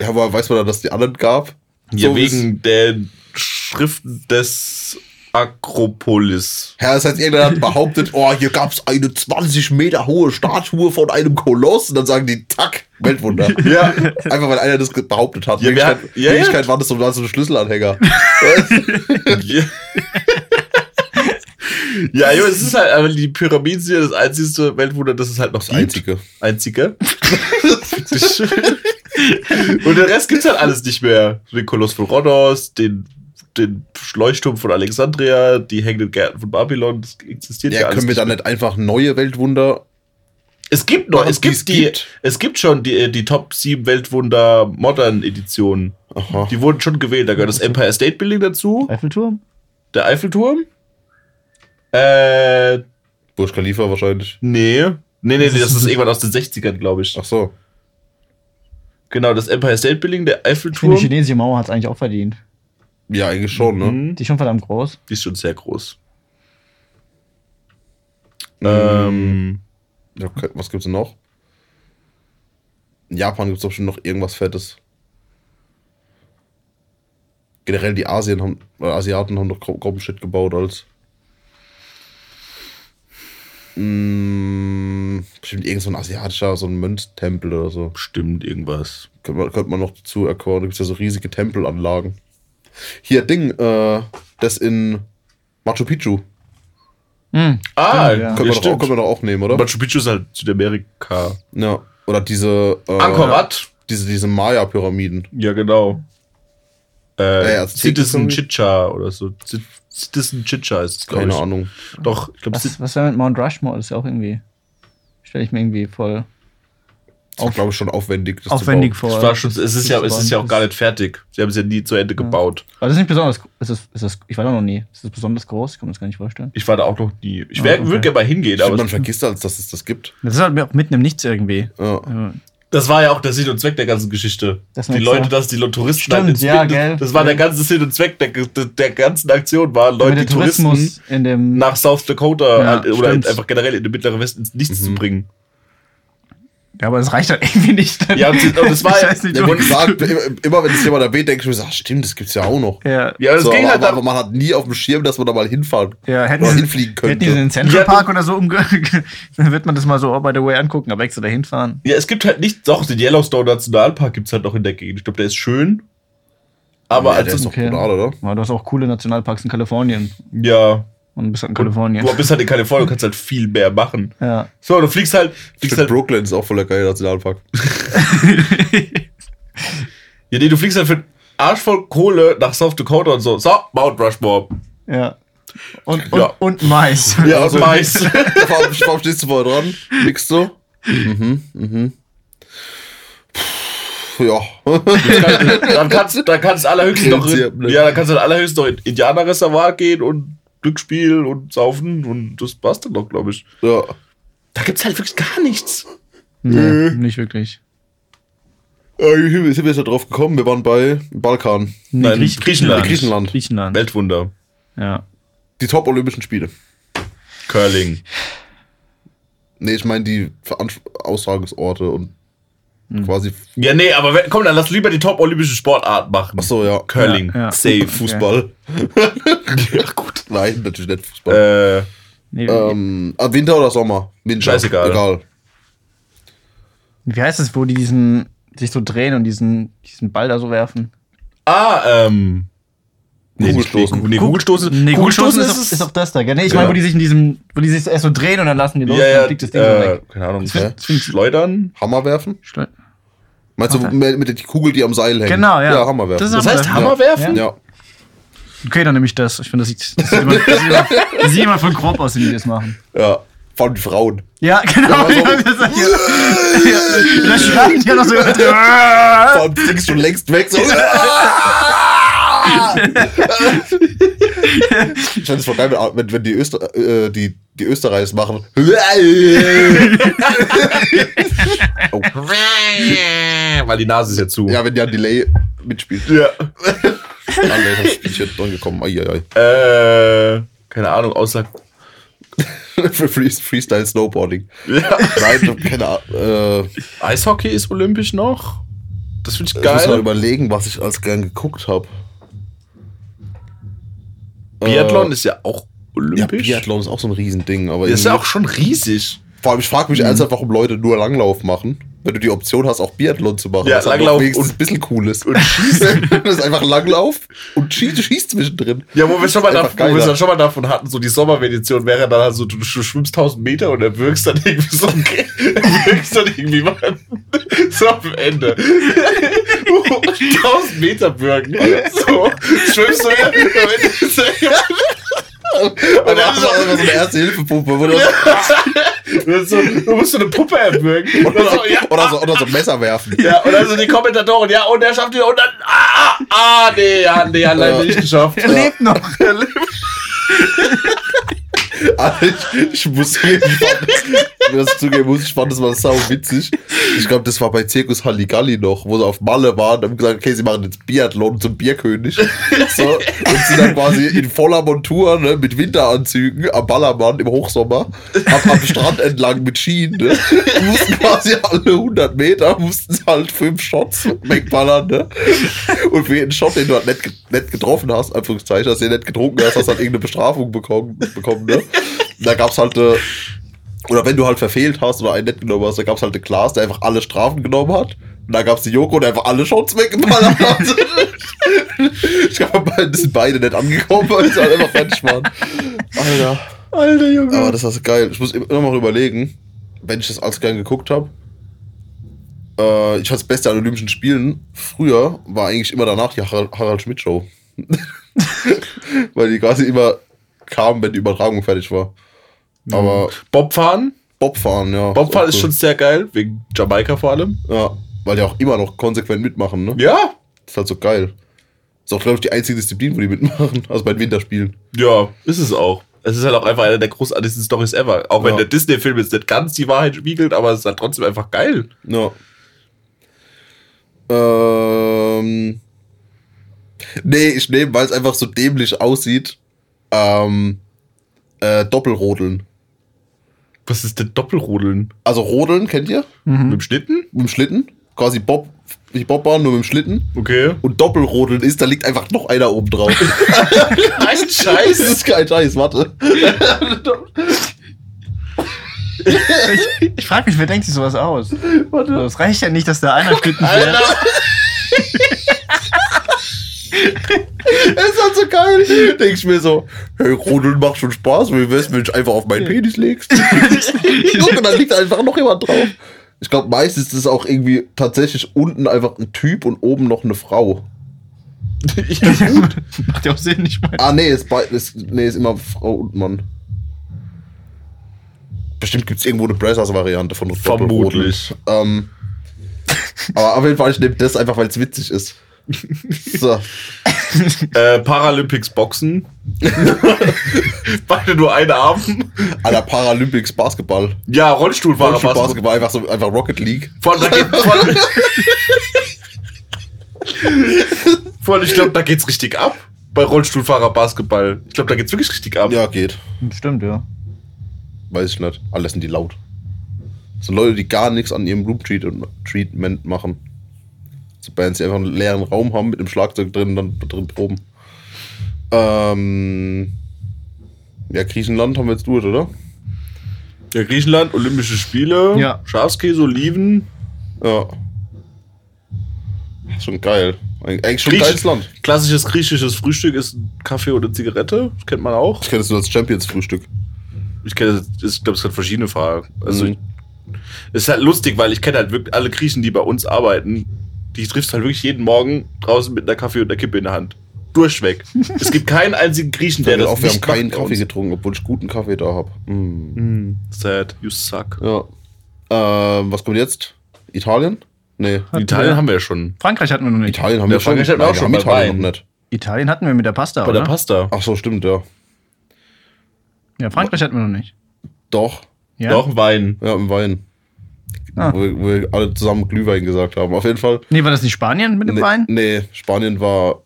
D: Ja, aber weiß man dann, dass die anderen gab?
C: Ja,
D: So ist-
C: wegen der Schriften des Akropolis.
D: Ja, das heißt, irgendeiner hat behauptet, oh, hier gab's eine 20 Meter hohe Statue von einem Koloss. Und dann sagen die, zack, Weltwunder.
C: Ja.
D: Einfach, weil einer das ge- behauptet hat.
C: Ja,
D: In
C: wer-
D: Wirklichkeit,
C: ja, ja.
D: in Wirklichkeit war das so, war das so ein Schlüsselanhänger.
C: ja, ja, Junge, es ist halt, aber die Pyramiden sind ja das einzige Weltwunder, das es halt noch das gibt.
D: Einzige.
C: Einzige. Und den Rest gibt's halt alles nicht mehr. Den Koloss von Rhodos, den, den Leuchtturm von Alexandria, die hängenden Gärten von Babylon, das existiert ja,
D: Ja,
C: alles
D: können wir
C: nicht
D: dann
C: mehr.
D: nicht einfach neue Weltwunder?
C: Es gibt noch,
D: machen,
C: es
D: die
C: gibt
D: es
C: die,
D: gibt?
C: es gibt schon die, die Top 7 Weltwunder Modern Editionen.
D: Aha.
C: Die wurden schon gewählt. Da gehört das Empire State Building dazu,
A: Eiffelturm?
C: der Eiffelturm. Äh,
D: Burj Khalifa wahrscheinlich.
C: nee. Nee, nee, nee, das ist irgendwann aus den 60ern, glaube ich.
D: Ach so.
C: Genau, das Empire State Building, der
A: Ich finde, die
C: Eiffelturm.
A: chinesische Mauer hat es eigentlich auch verdient.
D: Ja, eigentlich schon, ne?
C: Hm? Mhm.
A: Die ist schon verdammt groß.
C: Die ist schon sehr groß. Ähm,
D: Ja, okay, was gibt's denn noch? In Japan gibt's doch bestimmt noch irgendwas Fettes. Generell die Asien haben, äh, Asiaten haben doch gro- groben Shit gebaut als. Mm, bestimmt irgend so ein asiatischer, so ein Mönchtempel oder so.
C: bestimmt irgendwas.
D: Könnte man, könnte man noch dazu erkoren. Da gibt's ja so riesige Tempelanlagen. Hier, Ding, äh, das in Machu Picchu.
A: Hm.
C: Ah,
A: ja.
C: ja,
D: Können, wir, doch, auch-
C: stimmt.
D: können wir doch auch nehmen, oder?
C: Machu Picchu ist halt Südamerika.
D: Ja. Oder diese. Äh,
C: Angkor Wat?
D: diese, diese Maya-Pyramiden.
C: Ja, genau.
D: Ja,
C: Äh,
D: ja, Citizen-
C: Citizen Chicha oder so. Ci- Citizen Chicha ist es, glaube
D: Keine
C: ich.
D: Ahnung.
C: Doch, ich glaube,
A: Was, was wäre mit Mount Rushmore? Das ist ja auch irgendwie. Stelle ich mir irgendwie voll
D: Das war, glaube ich, schon aufwendig. Das
A: aufwendig
D: Zu
A: vor.
C: es, war schon, es, ist ja, es ist ja auch gar
A: nicht.
C: nicht fertig. Sie haben es ja nie zu Ende gebaut.
A: Aber das ist nicht besonders. Ist das, ist das, ich war da noch nie. Ist das besonders groß? Ich kann mir das gar nicht vorstellen.
C: Ich war da auch noch nie. Ich
A: Ah,
C: wär-
A: okay.
C: würde gerne mal
D: bauen. Ich
C: hingehen,
D: finde,
C: aber
D: man vergisst, als dass es das gibt.
A: Das ist halt auch mitten im Nichts irgendwie.
D: Ja.
A: Also,
C: das war ja auch der Sinn und Zweck der ganzen Geschichte.
A: Das
C: die
A: merkst
C: Leute,
A: du.
C: dass die Lo- Touristen halt
A: Stimmt,
C: ins
A: ja,
C: Bild-
A: gell.
C: Das war der ganze Sinn und Zweck der, der, der ganzen Aktion, waren Leute,
A: der
C: die Touristen
A: Tourismus in dem.
C: nach South Dakota
A: Ja,
C: halt, oder
A: stimmt.
D: Mhm.
C: einfach generell in den Mittleren Westen ins Nichts zu bringen.
A: Ja, aber das reicht halt irgendwie nicht.
C: Ja, und das- und das war-
A: ich weiß nicht,
D: Ja,
A: ob-
D: und sagt, immer- immer wenn es jemand erwähnt, denke ich mir, so, ah, stimmt, das gibt's ja auch noch.
A: ja.
C: Ja, das
D: so,
C: ging
D: aber,
C: halt
D: aber,
C: ab-
D: man hat nie auf dem Schirm, dass man da mal hinfahren
A: Ja, hätten
D: oder
A: sie,
D: hinfliegen
A: hätten die
D: könnte.
A: den Central
C: Ja,
A: Park oder so umge... dann wird man das mal so, oh, by the way, angucken, aber extra dahin fahren.
C: Ja, es gibt halt nicht, doch, den Yellowstone Nationalpark gibt's halt noch in der Gegend. Ich glaube, der ist schön. Aber also
D: ja,
C: als
D: der ist doch
A: okay.
D: brutal, oder?
A: Aber du hast auch coole Nationalparks in Kalifornien
C: ja,
A: und bist halt in Kalifornien.
C: du bist halt in Kalifornien, kannst halt viel mehr machen.
A: Ja.
C: So, du fliegst halt,
D: Ich
C: fliegst
D: finde,
C: halt,
D: Brooklyn ist auch voll der geile Nationalpark.
C: ja, nee, du fliegst halt für Arsch voll Kohle nach South Dakota und so. So, Mount Rushmore.
A: ja. Und, und,
C: Ja.
A: und Mais.
C: Ja,
D: also-
C: also, Mais.
D: warum, warum stehst du vorher dran? Nix so? Mhm, mhm. Pff, ja.
C: dann kannst dann kannst allerhöchstens noch in,
D: Prinzip, ne?
C: ja, dann kannst du dann allerhöchstens noch in Indianerreservat gehen und Glücksspiel und saufen und das passt dann noch, glaube ich.
D: ja.
C: Da gibt's halt wirklich gar nichts.
A: Nee, nicht wirklich.
D: Äh, Wie sind wir jetzt da drauf gekommen? Wir waren bei Balkan.
A: Nee,
C: Nein,
A: Griech-
C: Griechenland.
D: Griechenland.
A: Griechenland.
C: Weltwunder.
A: Ja.
D: Die Top-Olympischen Spiele.
C: Curling.
D: Nee, ich meine die Veranst Austragungsorte und quasi.
C: Ja, nee, aber we- komm, dann lass lieber die Top-Olympischen Sportarten machen.
D: Achso, ja.
C: Curling.
A: Ja, ja.
C: Safe.
D: Fußball.
C: Ja, gut.
D: Nein, natürlich nicht Fußball.
C: Äh,
A: Nee,
D: Ähm, ah, Winter oder Sommer? Winter.
C: Scheißegal.
D: Egal.
A: Wie heißt es, wo die diesen sich so drehen und diesen, diesen Ball da so werfen?
C: ah, ähm. Nee,
D: Kugelstoßen.
C: Nee,
A: Kug-
C: Kugelstoßen.
A: Nee, Kugelstoßen,
C: Kugelstoßen
A: ist, doch, ist doch das da. gell? Nee, ich meine,
C: Genau.
A: wo die sich in diesem, wo die sich so erst so drehen und dann lassen die los
C: ja,
A: und dann
C: ja,
A: fliegt das Ding so
C: äh,
A: weg.
C: keine Ahnung.
A: Das find-
C: Schleudern.
D: Hammer werfen?
A: Schle-
D: Meinst du
A: Hammer.
D: mit mit der Kugel, die am Seil hängt?
A: Genau, ja.
D: Ja, Hammer werfen.
A: Das
C: Das heißt
A: Hammer
C: Hammerwerfen?
D: ja.
A: Okay, dann nehme ich das. Ich finde, das sieht, das sieht, immer, das sieht, immer, das sieht immer voll grob aus, wie die das machen.
D: Ja. Vor allem die Frauen.
A: Ja, genau.
D: aber so-
A: Ja, das hat ja- ja, da schreien die ja noch so.
D: Vor allem fliegst du längst weg. So. ich fände es voll geil, wenn- wenn, wenn die, Öster äh, die, die Österreicher es machen. Oh.
C: Äh, Weil die Nase ist ja zu.
D: ja, wenn die an Delay mitspielt.
C: Ja.
D: Alle das Spielchen dran gekommen. Ai,
C: Äh, keine Ahnung, außer.
D: Für Free Freestyle Snowboarding.
C: Ja.
D: Nein, keine Ahnung. Äh, ich
C: Eishockey ist olympisch noch. Das äh, finde ich
D: muss mal
C: geil.
D: überlegen, was ich als gern geguckt habe.
C: Biathlon ist ja auch
D: Ja,
C: olympisch.
D: Biathlon ist auch so ein Riesending. Aber
C: Das ist ja
D: irgendwie-
C: auch schon riesig.
D: Vor allem, ich frage mich ernsthaft, warum Leute nur Langlauf machen, wenn du die Option hast, auch Biathlon zu machen.
C: Ja,
D: was halt
C: Langlauf
D: doch wenigstens
C: und-
D: ein bisschen cool ist. Und schießen. das ist einfach Langlauf und schießt, schießt zwischendrin.
C: Ja, wo wir schon mal,
D: Einfach
C: davon, wo wir
D: geiler.
C: es schon mal davon hatten, so die Sommermedition wäre dann halt so, du, du schwimmst 1000 Meter und erwirkst dann irgendwie so, erwirkst dann irgendwie mal so am Ende. 1000 Meter birgen. So, schwimmst du wieder,
D: Aber
C: dann
D: das
C: ist
D: ist auch
C: auch-
D: immer so eine Erste-Hilfe-Pumpe. wo du-
C: damit, so, du musst so eine Puppe erwürgen.
D: Oder,
C: Oder so, ja,
D: so- oder, so, oder so ein Messer werfen.
C: Ja, und dann so die Kommentatoren, ja, und er schafft ihn, und dann, ah, ah, ah, nee, ja, nee, hat leider
D: Ja.
C: nicht geschafft.
A: Er lebt noch.
D: Also ich, ich muss zugeben, ich fand das, das zugeben muss, ich fand das mal sau witzig. Ich glaube, das war bei Zirkus Halligalli noch, wo sie auf Malle waren und haben gesagt, okay, sie machen jetzt Biathlon zum Bierkönig. So, und sind dann quasi in voller Montur, ne, mit Winteranzügen am Ballermann im Hochsommer, am, am Strand entlang mit Schienen, ne, und mussten quasi alle 100 Meter, mussten sie halt fünf Shots wegballern, ne. Und für jeden Shot, den du halt nicht, ge- nicht getroffen hast, Anführungszeichen, dass du nicht getrunken hast, hast du halt irgendeine Bestrafung bekommen, bekommen ne? Da gab's halt, äh, oder wenn du halt verfehlt hast oder einen nicht genommen hast, da gab's halt den Klaas, der einfach alle Strafen genommen hat. Und da gab's die Joko, der einfach alle Shots weggeballert hat. ich glaube, beide sind beide nicht angekommen, weil sie halt einfach fertig waren. Alter.
C: Alter Junge.
D: Aber das ist geil. Ich muss immer noch überlegen, wenn ich das alles gern geguckt habe. Äh, ich fand das Beste an Olympischen Spielen früher war eigentlich immer danach die Harald, Harald Schmidt Show. Weil die quasi immer kam, wenn die Übertragung fertig war. Aber
C: Bobfahren?
D: Bobfahren, ja.
C: Bobfahren ist
D: auch
C: schon
D: cool.
C: sehr geil, wegen Jamaika vor allem.
D: Ja, weil die auch immer noch konsequent mitmachen, ne?
C: Ja,
D: Ist halt so geil. Ist auch, glaube ich, die einzige Disziplin, wo die mitmachen. Also bei den Winterspielen.
C: ja, ist es auch. Es ist halt auch einfach eine der großartigsten Stories ever. Auch wenn
D: Ja.
C: der Disney-Film jetzt nicht ganz die Wahrheit spiegelt, aber es ist halt trotzdem einfach geil.
D: Ja. Ähm. Nee, ich nehme, weil es einfach so dämlich aussieht, ähm, äh, Doppelrodeln.
C: Was ist denn Doppelrodeln?
D: Also Rodeln, kennt ihr?
C: Mit dem Schlitten?
D: Mit dem Schlitten. Quasi Bob, nicht Bobbahn, nur mit dem Schlitten.
C: Okay.
D: Und Doppelrodeln ist, da liegt einfach noch einer oben drauf.
C: Ein
D: Das ist kein Scheiß, warte.
A: Ich, ich frage mich, wer denkt sich sowas aus? Das reicht ja nicht, dass da einer Schlitten fährt.
D: Das ist halt so geil. Denk ich mir so, hey, Rodeln macht schon Spaß, wie wär's, wenn ich einfach auf meinen Penis legst? Guck, und dann liegt da einfach noch jemand drauf. Ich glaube, meistens ist es auch irgendwie tatsächlich unten einfach ein Typ und oben noch eine Frau.
A: Macht ja auch Sinn, ich meine.
D: Ah, nee, ist, bei, ist, nee, ist immer Frau und Mann. Bestimmt gibt's irgendwo eine Brazzers-Variante von Doppelrodeln.
C: Vermutlich.
D: Ähm, aber auf jeden Fall, ich nehme das einfach, weil es witzig ist. So.
C: Äh, Paralympics Boxen. Beide nur einen Arm.
D: Alter, Paralympics Basketball.
C: Ja, Rollstuhlfahrer
D: Rollstuhl Basketball,
C: Basketball.
D: einfach so einfach Rocket League.
C: Vor allem, da geht, vor allem, vor allem ich glaube, da geht's richtig ab. Bei Rollstuhlfahrer Basketball. Ich glaube, da geht's wirklich richtig ab.
D: Ja, geht.
A: Stimmt, ja.
D: Weiß ich nicht. Alle sind die laut. So Leute, die gar nichts an ihrem Room Treat- Treatment machen. So Bands, die einfach einen leeren Raum haben mit dem Schlagzeug drin und dann drin proben. Ähm. Ja, Griechenland haben wir jetzt durch, oder?
C: Ja, Griechenland, Olympische Spiele,
A: Ja.
C: Schafskäse, Oliven.
D: Ja. Schon geil. Eig- Eigentlich schon ein
C: Griechisch-
D: geiles Land.
C: Klassisches griechisches Frühstück ist ein Kaffee oder Zigarette. Das kennt man auch.
D: Das kennst du als Champions-Frühstück.
C: Ich kenne, ich glaube, es hat verschiedene Fragen. Also,
D: Mhm.
C: ich- es ist halt lustig, weil ich kenne halt wirklich alle Griechen, die bei uns arbeiten. Die triffst du halt wirklich jeden Morgen draußen mit einer Kaffee und einer Kippe in der Hand. Durchweg. es gibt keinen einzigen Griechen, der das
D: auch, wir haben
C: nicht
D: keinen
C: macht bei
D: Kaffee
C: uns.
D: getrunken, obwohl ich guten Kaffee da habe. Mm.
C: Hm, Sad, you suck.
D: Ja. Ähm, was kommt jetzt? Italien? Nee.
A: Hatten
C: Italien
A: wir-
C: haben wir ja schon.
A: Frankreich hatten wir noch nicht.
D: Italien haben
C: Ja,
D: wir schon.
C: Frankreich hatten wir
D: Nein,
C: auch schon
D: haben
C: bei
D: Italien
C: Wein.
D: noch nicht.
A: Italien hatten wir mit der Pasta,
C: Bei
A: oder?
C: der Pasta.
D: Ach so, stimmt, ja.
A: ja, Frankreich hatten wir noch nicht.
D: Doch.
A: Ja?
C: Doch, Wein.
D: Ja, im Wein.
A: Ah.
D: Wo, wir- wo wir alle zusammen Glühwein gesagt haben. Auf jeden Fall.
A: Nee, war das nicht Spanien mit dem
D: Nee,
A: Wein?
D: nee, Spanien war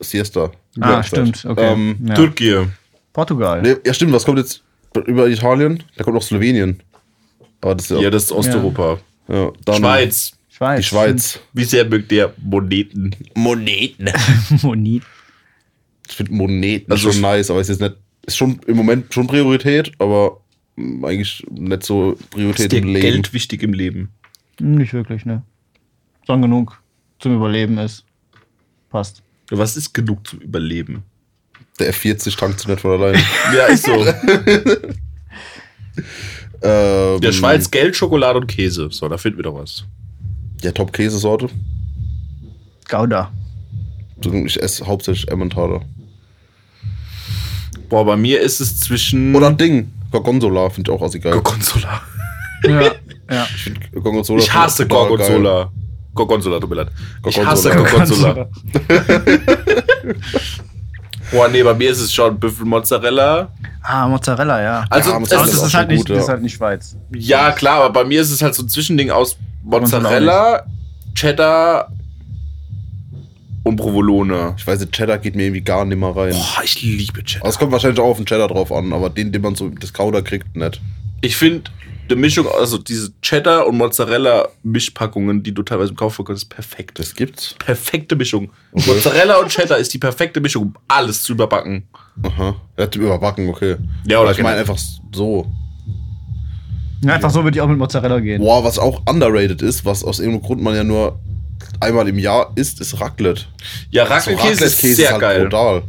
D: Siesta.
A: Ah,
D: Mittagszeit.
A: stimmt. Okay.
D: Ähm,
A: ja.
C: Türkei.
A: Portugal.
D: nee, ja, stimmt, was kommt jetzt über Italien? Da kommt noch Slowenien. Aber das ist ja.
C: Ja, das ist Osteuropa.
D: ja, dann
C: Schweiz.
A: Schweiz.
D: Die Schweiz.
C: Wie sehr mögt ihr Moneten?
D: Moneten.
A: Monit.
D: Ich finde Moneten
C: Also
D: schon
C: ich-
D: nice, aber es ist jetzt nicht. Ist schon im Moment schon Priorität, aber mm, eigentlich nicht so
C: Ist
D: Priorität
C: dir
D: im Leben.
C: Geld wichtig im Leben?
A: Hm, Nicht wirklich, ne. Schon genug zum Überleben ist. Passt.
C: Was ist genug zum Überleben?
D: Der F40 tankt sich nicht von alleine.
C: Ja, ist so.
D: ähm,
C: Der Schweiz Geld, Schokolade und Käse. So, da finden wir doch was.
D: Ja, Top-Käsesorte.
A: Gouda.
D: Ich esse hauptsächlich Emmentaler.
C: Boah, bei mir ist es zwischen.
D: Oder Ding. Gorgonzola finde ich auch assi geil.
C: Gorgonzola.
A: Ja. ja.
D: Ich, find Gorgonzola
C: Ich hasse
D: total geil.
C: Gorgonzola. Gorgonzola, tut mir leid. Ich
D: Gorgonzola.
C: hasse Gorgonzola. Boah, nee, bei mir ist es schon Büffelmozzarella.
A: Ah, Mozzarella, ja.
C: Also,
D: Ja,
C: es
D: Mozzarella
A: Aber das
D: ist
A: ist,
D: auch
A: halt
D: schon
A: nicht,
D: gut,
A: das ist
D: ja.
A: halt nicht Schweiz.
C: ja, klar, aber bei mir ist es halt so ein Zwischending aus Mozzarella, Cheddar und Provolone.
D: Ich weiß, nicht, Cheddar geht mir irgendwie gar nicht mehr rein.
C: Boah, ich liebe Cheddar.
D: Aber es kommt wahrscheinlich auch auf den Cheddar drauf an, aber den, den man so das Kauder kriegt, nicht.
C: Ich finde, die Mischung, also diese Cheddar- und Mozzarella-Mischpackungen, die du teilweise im Kauf bekommst, ist perfekt.
D: Das gibt's.
C: perfekte Mischung. Mozzarella und Cheddar ist die perfekte Mischung, um alles zu überbacken.
D: Aha. Er hat überbacken, okay.
C: Ja, oder
D: ich meine
C: genau.
D: einfach so.
A: Ja, einfach so würde ich auch mit Mozzarella gehen.
D: Boah, was auch underrated ist, was aus irgendeinem Grund man ja nur einmal im Jahr isst, ist Raclette.
C: Ja, Also Raclette-Käse ist halt
D: Raclette-Käse halt
C: sehr geil.
D: brutal.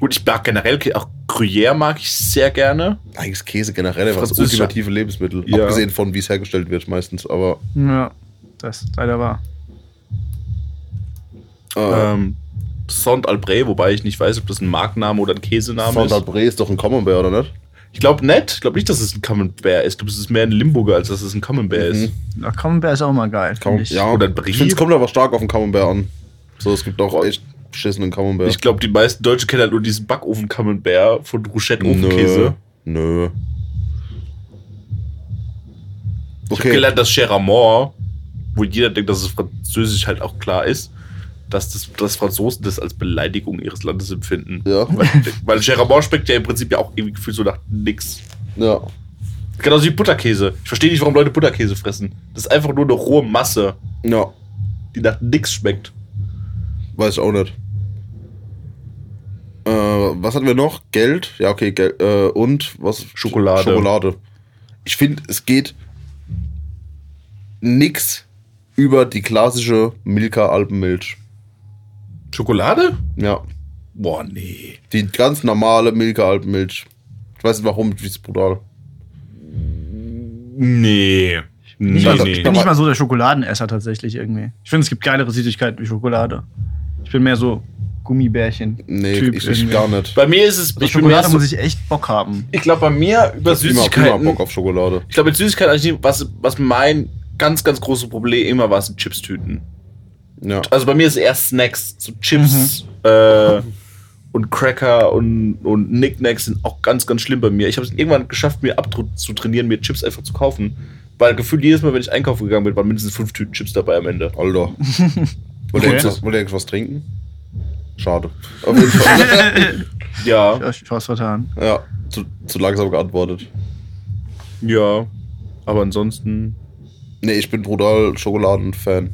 C: Gut, ich mag generell Kä- auch Gruyère mag ich sehr gerne.
D: Eigentlich Käse generell einfach das
C: Französischer-
D: ultimative Lebensmittel.
C: Ja.
D: Abgesehen von, wie es hergestellt wird meistens. Aber
A: Ja, das ist leider wahr.
D: äh,
C: Ähm, Saint Albret, wobei ich nicht weiß, ob das ein Markenname oder ein Käsename ist.
D: Saint-Albré ist doch ein Camembert, oder nicht?
C: Ich glaube nicht. Ich glaube nicht, dass es ein Camembert ist. Ich glaube, es ist mehr ein Limburger, als dass es ein Camembert
D: Mhm,
C: ist.
A: Na, Camembert ist auch mal geil.
D: Cam
A: finde ich.
D: ja,
C: Oder ein Brie.
D: ich finde, es kommt aber stark auf den Camembert an. So, es gibt auch echt beschissenen Camembert.
C: Ich glaube, die meisten Deutschen kennen halt nur diesen Backofen-Camembert von
D: Nö.
C: Rouchette-Ofenkäse.
D: Nö.
C: Ich habe
D: Okay,
C: gelernt, dass Cheramore, wo jeder denkt, dass es französisch halt auch klar ist, dass, das, dass Franzosen das als Beleidigung ihres Landes empfinden.
D: Ja.
C: Weil, weil Cheramore schmeckt ja im Prinzip ja auch irgendwie gefühlt so nach nix.
D: ja.
C: Genauso wie Butterkäse. Ich verstehe nicht, warum Leute Butterkäse fressen. Das ist einfach nur eine rohe Masse,
D: Ja,
C: die nach nichts schmeckt.
D: weiß ich auch nicht. Äh, was hatten wir noch? Geld? Ja, okay, Geld. Äh, und was?
C: Schokolade.
D: Schokolade. Ich finde, es geht nix über die klassische Milka-Alpenmilch.
C: Schokolade?
D: Ja,
C: Boah, nee.
D: die ganz normale Milka-Alpenmilch. Ich weiß nicht warum, die ist brutal.
C: Nee. Nee,
A: Ich, bin
C: nee.
A: ich bin nicht mal so der Schokoladenesser tatsächlich irgendwie. Ich finde, es gibt geilere Süßigkeiten wie Schokolade. Ich bin mehr so Gummibärchen.
D: Nee,
A: Typ
D: ich, ich
A: irgendwie.
D: gar nicht.
C: Bei mir ist es.
A: Also
C: Ich, bin mehr
A: Schokolade
C: so,
A: muss ich echt Bock haben.
C: ich glaube, bei mir
D: Immer,
C: über
D: immer
C: Süßigkeiten.
D: Bock auf Schokolade.
C: Ich glaube, mit Süßigkeiten, eigentlich, was, was mein ganz, ganz großes Problem immer war, sind Chips-Tüten.
D: Ja.
C: Also bei mir ist es eher Snacks, so Chips
A: Mhm.
C: äh, und Cracker und, und Knickknacks sind auch ganz, ganz schlimm bei mir. Ich habe es irgendwann geschafft, mir abzutrainieren, mir Chips einfach zu kaufen. Weil gefühlt jedes Mal, wenn ich einkaufen gegangen bin, waren mindestens fünf Tüten Chips dabei am Ende.
D: Alter. Wollt ihr
A: Okay.
D: irgendwas, wollt ihr irgendwas trinken? Schade. Auf jeden Fall.
C: Ja,
A: Ja, ich hab's vertan.
D: ja, zu, zu langsam geantwortet.
C: ja. Aber ansonsten.
D: Nee, ich bin brutal Schokoladen-Fan.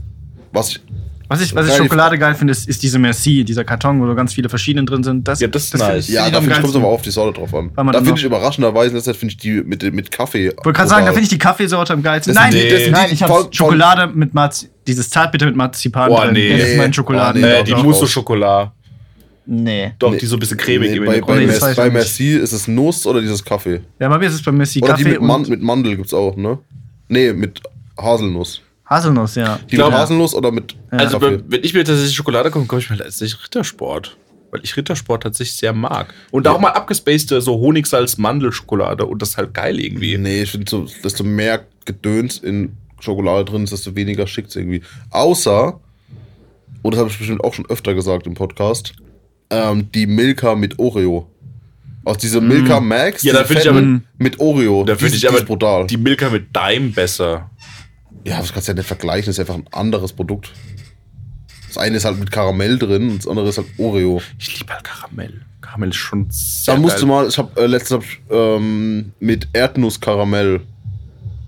D: Was ich.
A: Was ich, was ich
D: Geil, die
A: Schokolade geil finde, ist, ist diese Merci, dieser Karton, wo so ganz viele verschiedene drin sind. Das,
C: Ja, das ist
A: find
C: nice.
A: ich-
D: Ja,
A: find
D: da
A: ich
D: finde ich,
A: am
D: kommt es
A: geilsten.
D: aber auf die Sorte drauf an.
A: Weil
D: Da
A: man dann
D: finde
A: noch-
D: ich überraschenderweise, das finde ich die mit, dem- mit Kaffee.
A: Ich wollte gerade sagen, da finde ich die Kaffeesorte am geilsten.
D: Das
A: Nein,
C: sind die- das sind
A: nein,
D: die-
A: ich habe
D: voll-
A: Schokolade mit Marzi dieses Zartbitter mit Marzipan
C: Boah,
A: drin.
C: nee.
A: Das ist mein
D: Nee,
A: Schokoladen.
D: Boah,
C: äh,
D: doch,
C: die
D: doch,
C: Mousse au
D: doch.
C: Chocolat.
A: Nee.
C: Doch, die so ein bisschen cremig
D: nee,
C: im
D: bei, bei,
A: Nee,
C: Hintergrund
A: das
D: Merci,
A: weiß ich
D: bei
A: nicht.
D: Merci ist es Nuss oder dieses Kaffee?
A: Ja, bei mir ist es bei Messi
D: Oder die
A: Kaffee
D: mit, Man
A: und
D: mit Mandel gibt es auch, ne? Nee, mit Haselnuss.
A: Haselnuss, ja.
D: Die
C: glaub-
D: mit Haselnuss oder mit
C: Also,
D: Kaffee?
C: bei- wenn ich mir tatsächlich Schokolade kaufe, kaufe ich mir tatsächlich Rittersport. Weil ich Rittersport tatsächlich sehr mag. Und auch mal abgespacete, so Honigsalz-Mandelschokolade. Und das ist halt geil irgendwie.
D: Nee, ich finde, so, desto mehr Gedöns in Schokolade drin ist, desto weniger schickt es irgendwie. Außer, und das habe ich bestimmt auch schon öfter gesagt im Podcast, ähm, die Milka mit Oreo. Aus dieser Milka Max
C: Mm. Ja, da
D: diese
C: find ich
D: fetten mit Oreo.
C: Da
D: die
C: finde
D: ist-
C: ich aber
D: die ist brutal.
C: die Milka mit Dime besser.
D: ja, das kannst du ja nicht vergleichen, das ist einfach ein anderes Produkt. Das eine ist halt mit Karamell drin und das andere ist halt Oreo.
C: Ich liebe halt Karamell. Karamell ist schon sehr
D: Da musst du
C: geil.
D: mal, ich habe äh, letztens hab ich, ähm, mit Erdnusskaramell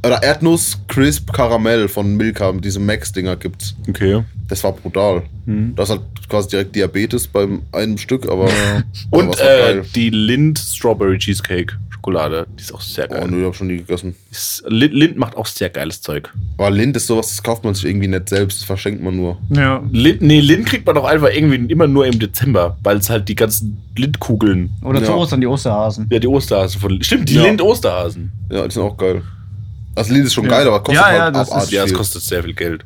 D: oder Erdnuss Crisp Karamell von Milka, diese Max Dinger gibt's.
C: Okay.
D: Das war brutal.
A: Hm.
D: Das hat quasi direkt Diabetes beim einem Stück, aber aber
C: Und
D: was war
C: äh,
D: geil.
C: die Lind Strawberry Cheesecake Schokolade. Die ist auch sehr
D: oh,
C: geil.
D: nö, hab schon nie gegessen.
C: Ist- Lind, Lind macht auch sehr geiles Zeug.
D: Aber Lind ist sowas, das kauft man sich irgendwie nicht selbst, das verschenkt man nur.
A: Ja.
C: Lind, nee, Lind kriegt man auch einfach irgendwie immer nur im Dezember, weil es halt die ganzen Lindkugeln.
A: Oder zu
D: Ja.
A: Ostern die Osterhasen.
C: Ja, die Osterhasen von Lind. Stimmt, die
D: Ja.
C: Lind Osterhasen.
D: Ja, die sind auch geil. Also Lind ist schon
A: Ja.
D: geil, aber kostet
A: Ja,
D: halt
A: ja, das ist-
D: abartig
C: Ja, es
D: viel.
C: kostet sehr viel Geld.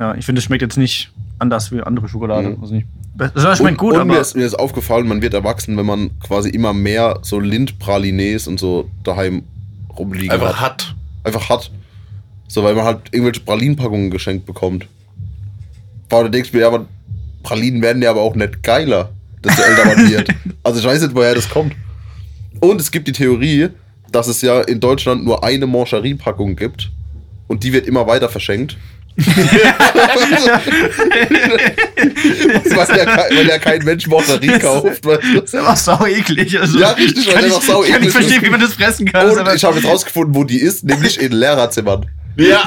A: Ja, ich finde, es schmeckt jetzt nicht anders wie andere Schokolade.
D: Mhm.
A: Also nicht. Das schmeckt
D: und,
A: gut,
D: und mir,
A: aber
D: ist, mir ist aufgefallen, man wird erwachsen, wenn man quasi immer mehr so Lind-Pralines und so daheim rumliegen
C: Einfach
D: hat.
C: hat.
D: Einfach hat. So, weil man halt irgendwelche Pralinenpackungen geschenkt bekommt. Weil du denkst mir, ja, aber Pralinen werden ja aber auch nicht geiler, desto älter man wird. Also ich weiß nicht, woher das kommt. Und es gibt die Theorie, dass es ja in Deutschland nur eine Mancherie-Packung gibt und die wird immer weiter verschenkt. das weiß ja, kein- weil ja kein Mensch Mancherie kauft. weißt
A: ist einfach sau eklig. Also,
D: Ja, richtig, weil
A: kann
D: einfach
A: ich,
D: sau
A: kann
D: eklig
A: nicht verstehen,
D: ist.
A: wie man das fressen
D: du.
A: kann. ist
D: Und
A: aber-
D: ich habe jetzt rausgefunden, wo die ist, nämlich in Lehrerzimmern.
C: Ja,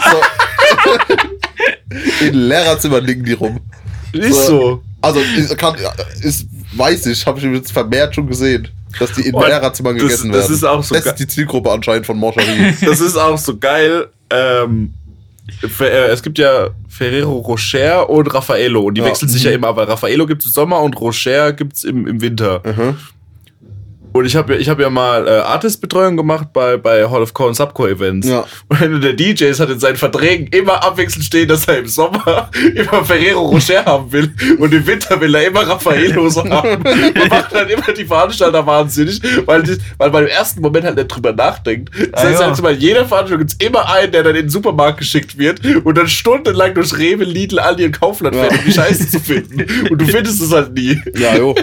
D: In Lehrerzimmern liegen die rum.
C: ist so.
D: Also, ist, kann, ist, weiß ich, habe ich jetzt vermehrt schon gesehen, dass die in
C: Und
D: Lehrerzimmern
C: das-
D: gegessen
C: das
D: werden.
C: ist auch so
D: Das
C: geil.
D: ist die Zielgruppe anscheinend von Morcherie.
C: Das ist auch so geil. Ähm, Fe- äh, es gibt ja Ferrero Rocher und Raffaello. Und die
D: Ja. Mhm.
C: wechseln sich ja immer, weil Raffaello gibt es im Sommer und Rocher gibt es im, im Winter.
D: Mhm.
C: Und ich habe ja, ich hab ja mal äh, Artist-Betreuung gemacht bei, bei Hall of Core und Subcore-Events.
D: Ja.
C: Und einer der DJs hat in seinen Verträgen immer abwechselnd stehen, dass er im Sommer immer Ferrero Rocher haben will und im Winter will er immer Raffaellos haben. Und macht dann immer die Veranstalter wahnsinnig, weil, die, weil man im ersten Moment halt nicht drüber nachdenkt. Das
A: Ah,
C: heißt,
A: ja.
C: also bei jeder Veranstaltung gibt's immer einen, der dann in den Supermarkt geschickt wird und dann stundenlang durch Rewe, Lidl, Aldi und Kaufland fährt,
D: Ja.
C: um die Scheiße zu finden. Und du findest es halt nie.
D: ja, jo.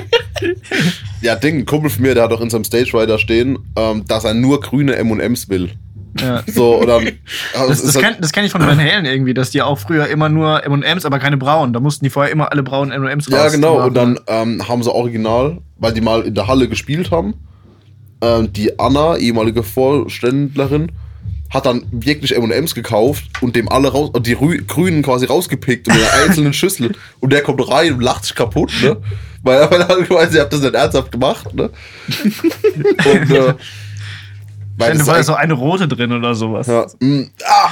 D: Ja, Ding, ein Kumpel von mir, der hat auch in seinem Stage stehen, ähm, dass er nur grüne MMs will.
A: ja.
D: So, oder. Also,
A: Das,
D: es
A: das,
D: ist halt-
A: kenn, das kenn ich von Van Halen irgendwie, dass die auch früher immer nur M&M's, aber keine braunen. Da mussten die vorher immer alle braunen M&M's
D: ja,
A: raus-
D: genau.
A: machen.
D: Und dann ähm, haben sie original, weil die mal in der Halle gespielt haben, ähm, die Anna, ehemalige Vorständlerin, hat dann wirklich M&M's gekauft und dem alle raus, und die Rü Grünen quasi rausgepickt in einer einzelnen Schüssel und der kommt rein und lacht sich kaputt, ne? Weil er weil er weiß, ihr habt das nicht ernsthaft gemacht, ne? Und, äh, weil das
A: Stell dir vor, da
D: ist
A: ist so eine rote drin oder sowas.
D: ja, mm, ah,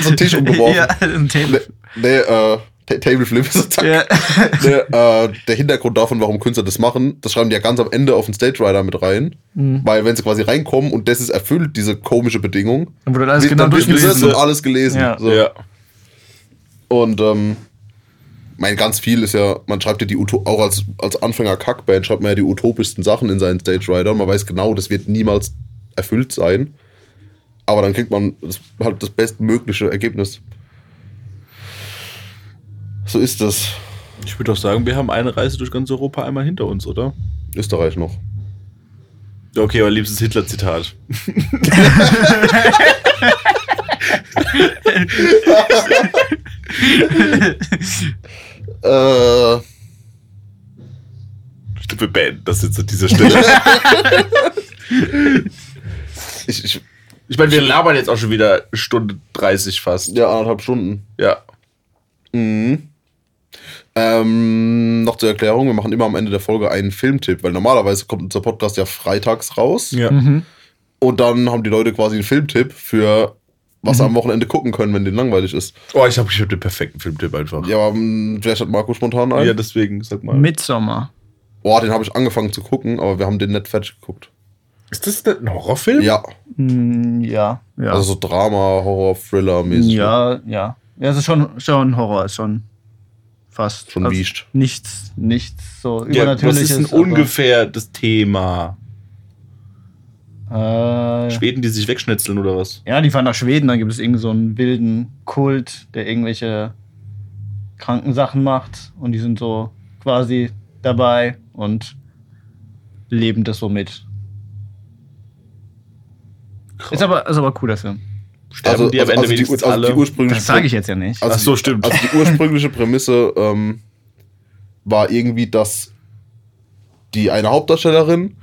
D: so einen Tisch umgeworfen.
A: ja, ein Table.
D: Nee, äh, Ta- Table Flip ist zack.
A: Ja.
D: Nee, äh, der Hintergrund davon, warum Künstler das machen, das schreiben die ja ganz am Ende auf den Stage Rider mit rein.
A: Mhm.
D: Weil wenn sie quasi reinkommen und das ist erfüllt, diese komische Bedingung,
A: Dann wurde alles
D: wi-
A: genau
D: dann wissen sie es
A: durchgelesen.
D: und alles gelesen.
A: Ja.
D: So.
C: Ja.
D: Und ähm, mein ganz viel ist ja, man schreibt ja die Uto auch als, als Anfänger Kackband schreibt man ja die utopischsten Sachen in seinen Stage Rider und man weiß genau, das wird niemals erfüllt sein. Aber dann kriegt man das, halt das bestmögliche Ergebnis. So ist das.
C: Ich würde auch sagen, wir haben eine Reise durch ganz Europa einmal hinter uns, oder?
D: Österreich noch.
C: Okay, aber liebstes Hitler-Zitat.
D: Äh,
C: Ich glaube, wir beenden das jetzt an dieser Stelle.
D: ich, ich,
C: ich meine, wir labern jetzt auch schon wieder Stunde 30 fast.
D: ja, anderthalb Stunden.
C: Ja.
D: Mhm. Ähm, noch zur Erklärung, wir machen immer am Ende der Folge einen Filmtipp, weil normalerweise kommt unser Podcast ja freitags raus
A: Mhm.
D: und dann haben die Leute quasi einen Filmtipp für was sie
C: Mhm.
D: am Wochenende gucken können, wenn denen langweilig ist.
C: Oh, ich habe ich hab den perfekten Filmtipp einfach.
D: Ja, aber mh, vielleicht hat Marco spontan einen.
C: Ja, deswegen, sag mal.
A: Midsommar.
D: Boah, den habe ich angefangen zu gucken, aber wir haben den nicht fertig geguckt.
C: Ist das denn ein Horrorfilm?
D: Ja,
A: Mm, ja. Ja.
D: also so Drama, Horror, Thriller-mäßig.
A: ja, ja. Ja, es ist schon, schon Horror, ist schon fast.
D: Schon wischt.
A: Nichts, nichts so
C: Ja, was
A: übernatürliches.
C: ist denn
A: aber,
C: ungefähr das Thema?
A: Äh,
C: Schweden, die sich wegschnitzeln oder was?
A: ja, die fahren nach Schweden, dann gibt es irgend so einen wilden Kult, der irgendwelche kranken Sachen macht und die sind so quasi dabei und leben das so mit. Ist aber, ist aber ein cooler Film.
C: Sterben Also, die am Ende wenigstens
D: die, Ur-
C: alle?
D: also die ursprüngliche
A: Das sage ich jetzt ja nicht.
D: Also
C: Ach so,
D: die-
C: stimmt.
D: Also die ursprüngliche Prämisse ähm, war irgendwie, dass die eine Hauptdarstellerin,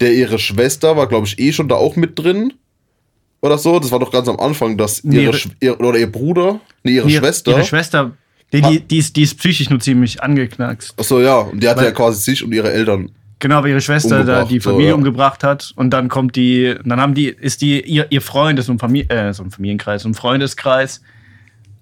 D: der ihre Schwester war, glaube ich, eh schon da auch mit drin. Oder so, das war doch ganz am Anfang, dass ihre,
A: Nee, ihre-
D: Sch- ihr, oder ihr Bruder, nee, ihre, Schwester.
A: Ihre Schwester. Die, die, die, ist, die ist psychisch nur ziemlich angeknackst.
D: Achso, ja, und die hatte
A: Weil-
D: ja quasi sich und ihre Eltern.
A: Genau, weil ihre Schwester da
D: Umgebracht,
A: die Familie
D: so, ja.
A: umgebracht hat und dann kommt die, dann haben die, ist die, ihr, ihr Freund ist so ein, Famili äh, so ein Familienkreis, so ein Freundeskreis,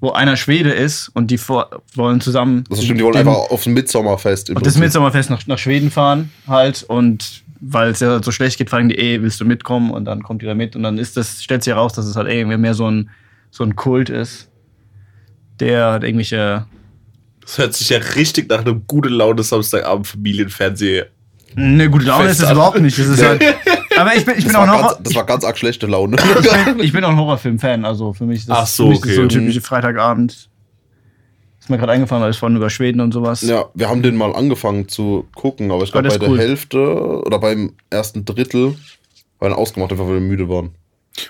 A: wo einer Schwede ist und die vor, wollen zusammen.
D: Das stimmt, die wollen
A: den-
D: einfach aufs Mitsommerfest. im
A: auf das
D: Prinzip.
A: Mitsommerfest nach, nach Schweden fahren halt und weil es ja so schlecht geht, fragen die, ey, willst du mitkommen? Und dann kommt die da mit und dann ist das, stellt sich heraus, dass es halt irgendwie mehr so ein, so ein Kult ist, der halt irgendwelche
C: Das hört sich ja richtig nach einem gute Laune Samstagabend Familienfernseh.
A: Ne, gute Laune
C: Fest
A: ist es
C: an.
A: überhaupt nicht. Das ist
D: Nee.
A: halt, aber ich bin, ich
D: also das,
A: bin auch
D: war
A: ein
D: ganz,
A: Horror,
D: das war ganz arg schlechte Laune.
A: ich bin auch ein Horrorfilm-Fan. Also für mich ist das,
C: Ach so,
A: für mich ist das
C: okay.
A: so ein typischer Freitagabend. Ist mir gerade eingefallen, weil es vorhin über Schweden und sowas.
D: Ja, wir haben den mal angefangen zu gucken, aber ich
A: Ah,
D: glaube bei
A: das ist
D: der
A: cool.
D: Hälfte oder beim ersten Drittel war dann ausgemacht, einfach weil wir müde waren.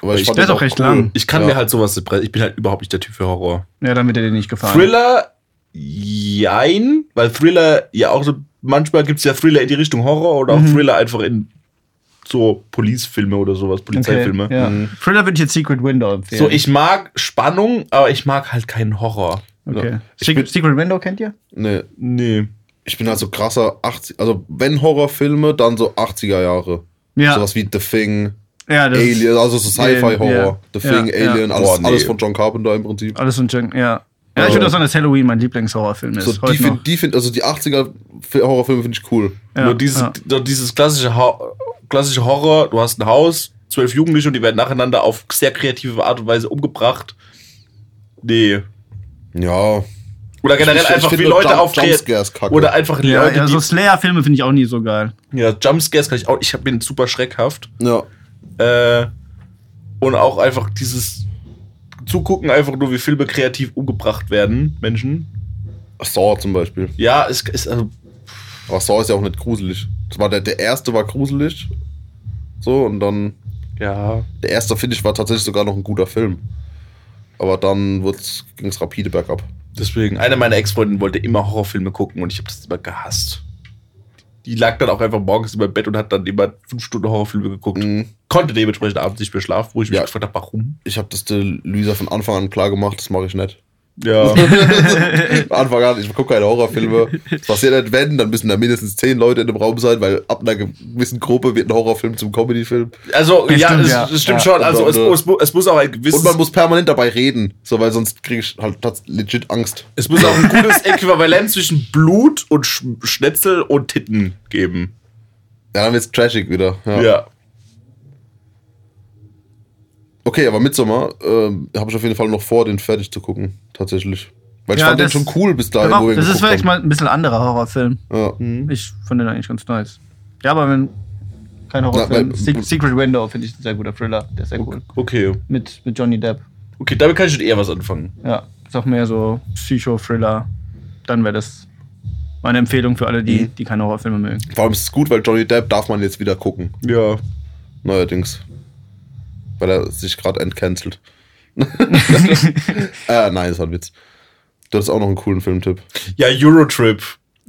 D: Aber
C: Ich-
D: fand
A: der
D: den
A: ist auch recht
D: cool.
A: lang.
C: Ich kann
D: Ja.
C: mir halt sowas, ich bin halt überhaupt nicht der Typ für Horror.
A: Ja, dann wird er dir nicht gefallen.
C: Thriller, jein, weil Thriller ja auch so, manchmal gibt es ja Thriller in die Richtung Horror oder auch Thriller einfach in so Police-Filme oder sowas, Polizeifilme.
A: Okay, ja. Thriller würde ich jetzt Secret Window empfehlen.
C: So, ich mag Spannung, aber ich mag halt keinen Horror.
A: Okay.
D: Ja. Ich
A: Secret,
D: bin-
A: Secret Window kennt ihr?
D: Nee,
C: Nee.
D: ich bin halt so krasser 80, also wenn Horrorfilme, dann so 80er Jahre.
A: Ja.
D: Sowas wie The Thing,
A: ja, das ist
D: Alien, also so Sci-Fi-Horror.
A: Ja.
D: The Thing,
A: Ja, Ah, ja.
D: Alien, Alles,
C: Boah, nee.
D: alles von John Carpenter im Prinzip.
A: alles so ein Junk. Ja. Ja, ich
D: Also-
A: würde auch sagen, dass Halloween mein Lieblingshorrorfilm ist.
D: So, die
A: heute noch.
D: find, die find, also die 80er Horrorfilme finde ich cool.
A: Ja,
C: Nur dieses,
A: ja.
C: nur dieses klassische, Ho- klassische Horror, du hast ein Haus, zwölf Jugendliche und die werden nacheinander auf sehr kreative Art und Weise umgebracht. Nee.
D: Ja.
C: Oder generell
D: Ich- ich
C: einfach
D: find
C: wie
D: nur
C: Leute
D: Jump-
C: auf
D: Jumpscares kacke.
C: Oder einfach
A: Ja,
C: Leute,
A: ja, so
C: die.
A: Slayer-Filme finde ich auch nie so geil.
C: Ja, Jumpscares kann ich auch. Ich hab- bin super schreckhaft.
D: Ja.
C: Äh, und auch einfach dieses Zugucken, einfach nur wie Filme kreativ umgebracht werden, Menschen.
D: Saw zum Beispiel.
C: Ja, es ist also.
D: Aber Saw ist ja auch nicht gruselig. Das war der, der erste war gruselig. So, und dann.
C: Ja.
D: Der erste, finde ich, war tatsächlich sogar noch ein guter Film. Aber dann ging es rapide bergab.
C: Deswegen, eine meiner Ex-Freundinnen wollte immer Horrorfilme gucken und ich habe das immer gehasst. die lag dann auch einfach morgens in meinem Bett und hat dann immer fünf Stunden Horrorfilme geguckt.
D: Mhm.
C: Konnte dementsprechend abends nicht mehr schlafen, wo ich mich
D: Ja.
C: gefragt habe, warum?
D: Ich habe das der Luisa von Anfang an klar gemacht, das mache ich nicht.
C: Ja.
D: Von Anfang an, ich gucke keine Horrorfilme. Es passiert nicht, wenn, dann müssen da mindestens zehn Leute in einem Raum sein, weil ab einer gewissen Gruppe wird ein Horrorfilm zum Comedyfilm.
C: Also,
A: Das
C: ja,
A: stimmt,
C: es,
A: ja.
C: es stimmt
A: Ja.
C: schon. Also, es,
D: Und, äh,
C: es, mu- es muss auch ein gewisses.
D: Und man muss permanent dabei reden, so weil sonst kriege ich halt tats- legit Angst.
C: es muss auch ein gutes Äquivalent zwischen Blut und Sch Schnitzel und Titten geben.
D: Ja, dann wird's trashig wieder.
C: Ja.
D: Okay, aber Midsommar ähm, habe ich auf jeden Fall noch vor, den fertig zu gucken, tatsächlich. Weil ich
A: Ja,
D: fand
A: das-
D: den schon cool bis dahin,
A: Aber
D: wo wir ihn
A: das ist
D: geguckt
A: vielleicht Mhm.
D: haben.
A: mal ein bisschen anderer Horrorfilm.
D: Ja.
A: Ich finde den eigentlich ganz nice. Ja, aber wenn. Kein
D: Na,
A: Horrorfilm.
D: weil-
A: Se Secret Window finde ich ein sehr guter Thriller. Der ist sehr cool.
C: Okay.
A: Mit, mit Johnny Depp.
C: Okay, damit kann ich schon eher was anfangen.
A: Ja, ist auch mehr so Psycho-Thriller. Dann wäre das meine Empfehlung für alle, die, die keine Horrorfilme mögen.
D: Vor allem ist es gut, weil Johnny Depp darf man jetzt wieder gucken,
C: Ja.
D: neuerdings. Weil er sich gerade entcancelt. äh, nein, das war ein Witz. Du hast auch noch einen coolen Filmtipp.
C: Ja, Eurotrip.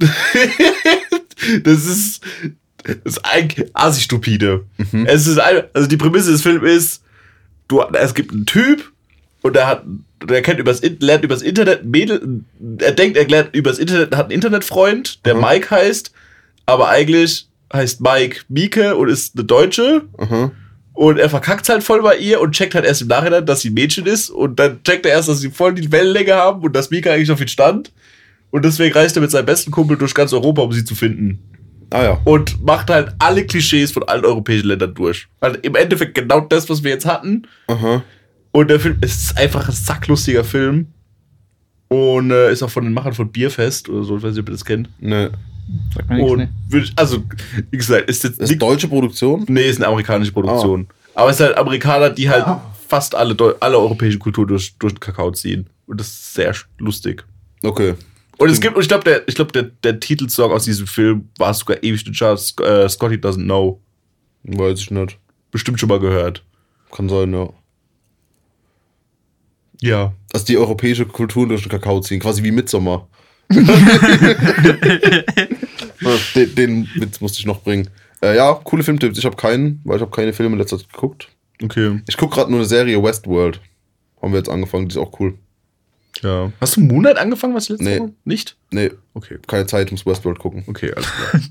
C: das ist. Das ist eigentlich assi-stupide. Es ist ein, also die Prämisse des Films ist, du, es gibt einen Typ und der hat, der kennt übers, In- lernt übers Internet ein Mädel, er denkt, er lernt übers Internet, hat einen Internetfreund, der
D: Mhm.
C: Mike heißt, aber eigentlich heißt Mike Mieke und ist eine Deutsche
D: Aha.
C: und er verkackt halt voll bei ihr und checkt halt erst im Nachhinein, dass sie ein Mädchen ist. Und dann checkt er erst, dass sie voll die Wellenlänge haben und dass Mika eigentlich auf ihn stand. Und deswegen reist er mit seinem besten Kumpel durch ganz Europa, um sie zu finden.
D: Ah ja.
C: Und macht halt alle Klischees von allen europäischen Ländern durch. Also im Endeffekt genau das, was wir jetzt hatten.
D: Aha.
C: Und der Film es ist einfach ein sacklustiger Film. Und äh, ist auch von den Machern von Bierfest oder so, ich weiß nicht, ob ihr das kennt.
D: Nee.
A: Ne, Sagt mir nichts.
C: und
A: Ne?
C: würd ich- also, wie gesagt, ist jetzt
D: Das ist
C: nicht-
D: deutsche Produktion?
C: Nee, ist eine amerikanische Produktion. Aber es sind halt Amerikaner, die halt fast alle, Deu- alle europäische Kultur durch, durch den Kakao ziehen. Und das ist sehr sch- lustig.
D: Okay.
C: Und es gibt, und ich glaube, der, ich glaub, der, der Titelsong aus diesem Film war sogar ewig in den Charts. Sc- Äh, Scotty Doesn't Know.
D: Weiß ich nicht.
C: Bestimmt schon mal gehört.
D: Kann sein, ja.
C: Ja.
D: Also die europäische Kultur durch den Kakao ziehen, quasi wie Midsommar. den, den Witz musste ich noch bringen. Äh, ja, coole Filmtipps. Ich habe keinen, weil ich habe keine Filme in letzter Zeit geguckt.
C: Okay.
D: Ich gucke gerade nur eine Serie Westworld. Haben wir jetzt angefangen, die ist auch cool.
C: Ja. Hast du Moonlight angefangen, was letzte
D: Nee.
C: Woche? Nicht?
D: Nee,
C: Okay.
D: keine Zeit, ich muss Westworld gucken.
C: Okay, alles klar.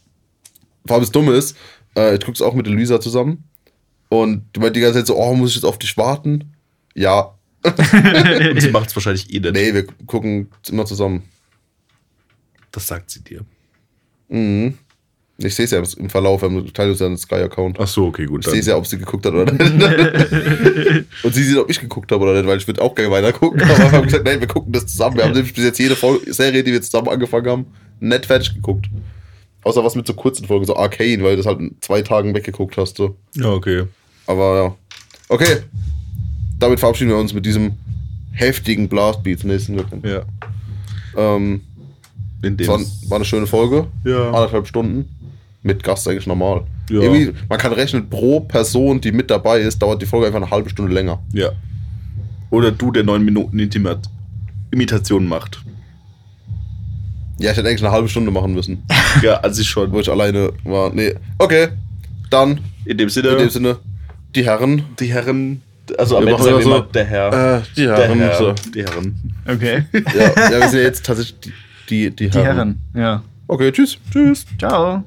D: Vor allem das Dumme ist, äh, ich gucke es auch mit Elisa zusammen. Und die meint die ganze Zeit so, oh, muss ich jetzt auf dich warten? Ja.
C: und sie macht es wahrscheinlich eh nicht.
D: Nee, wir gucken immer zusammen.
C: Das sagt sie dir.
D: Mhm. Ich sehe es ja im Verlauf, wir teilen uns ja einen Sky-Account.
C: Ach so, okay, gut.
D: Ich sehe es ja, ob sie geguckt hat oder nicht. und sie sieht, ob ich geguckt habe oder nicht, weil ich würde auch gerne weiter gucken. Aber wir haben gesagt, nein, wir gucken das zusammen. Wir haben nämlich bis jetzt jede Folge, Serie, die wir zusammen angefangen haben, nicht fertig geguckt. Außer was mit so kurzen Folgen, so Arcane, weil du das halt in zwei Tagen weggeguckt hast. So.
C: Ja, okay.
D: Aber ja. Okay. Damit verabschieden wir uns mit diesem heftigen Blastbeat. Nee, das sind wir kein-
C: Ja.
D: ähm,
C: In
D: es
C: dem.
D: war, war eine schöne Folge.
C: Ja.
D: Anderthalb Stunden. Mit Gast eigentlich normal.
C: Ja.
D: Irgendwie, man kann rechnen, pro Person, die mit dabei ist, dauert die Folge einfach eine halbe Stunde länger.
C: Ja. Oder du, der neun Minuten Intimat Imitation macht.
D: Ja, ich hätte eigentlich eine halbe Stunde machen müssen,
C: Ja, an sich schon.
D: wo ich alleine war. Nee. Okay. Dann,
C: In dem Sinne,
D: in dem Sinne, die Herren.
C: die Herren, also am
D: Wir
C: Ende
D: machen
C: sagen wir
D: immer
C: immer
D: so,
C: der Herr.
D: Äh, die
C: der
D: Herren.
C: Herr,
D: So.
C: die Herren.
A: Okay.
D: Ja, ja, wir sind ja jetzt tatsächlich die, die, die
A: Die
D: Herren.
A: Herren. Ja.
D: Okay, tschüss. Tschüss.
A: Ciao.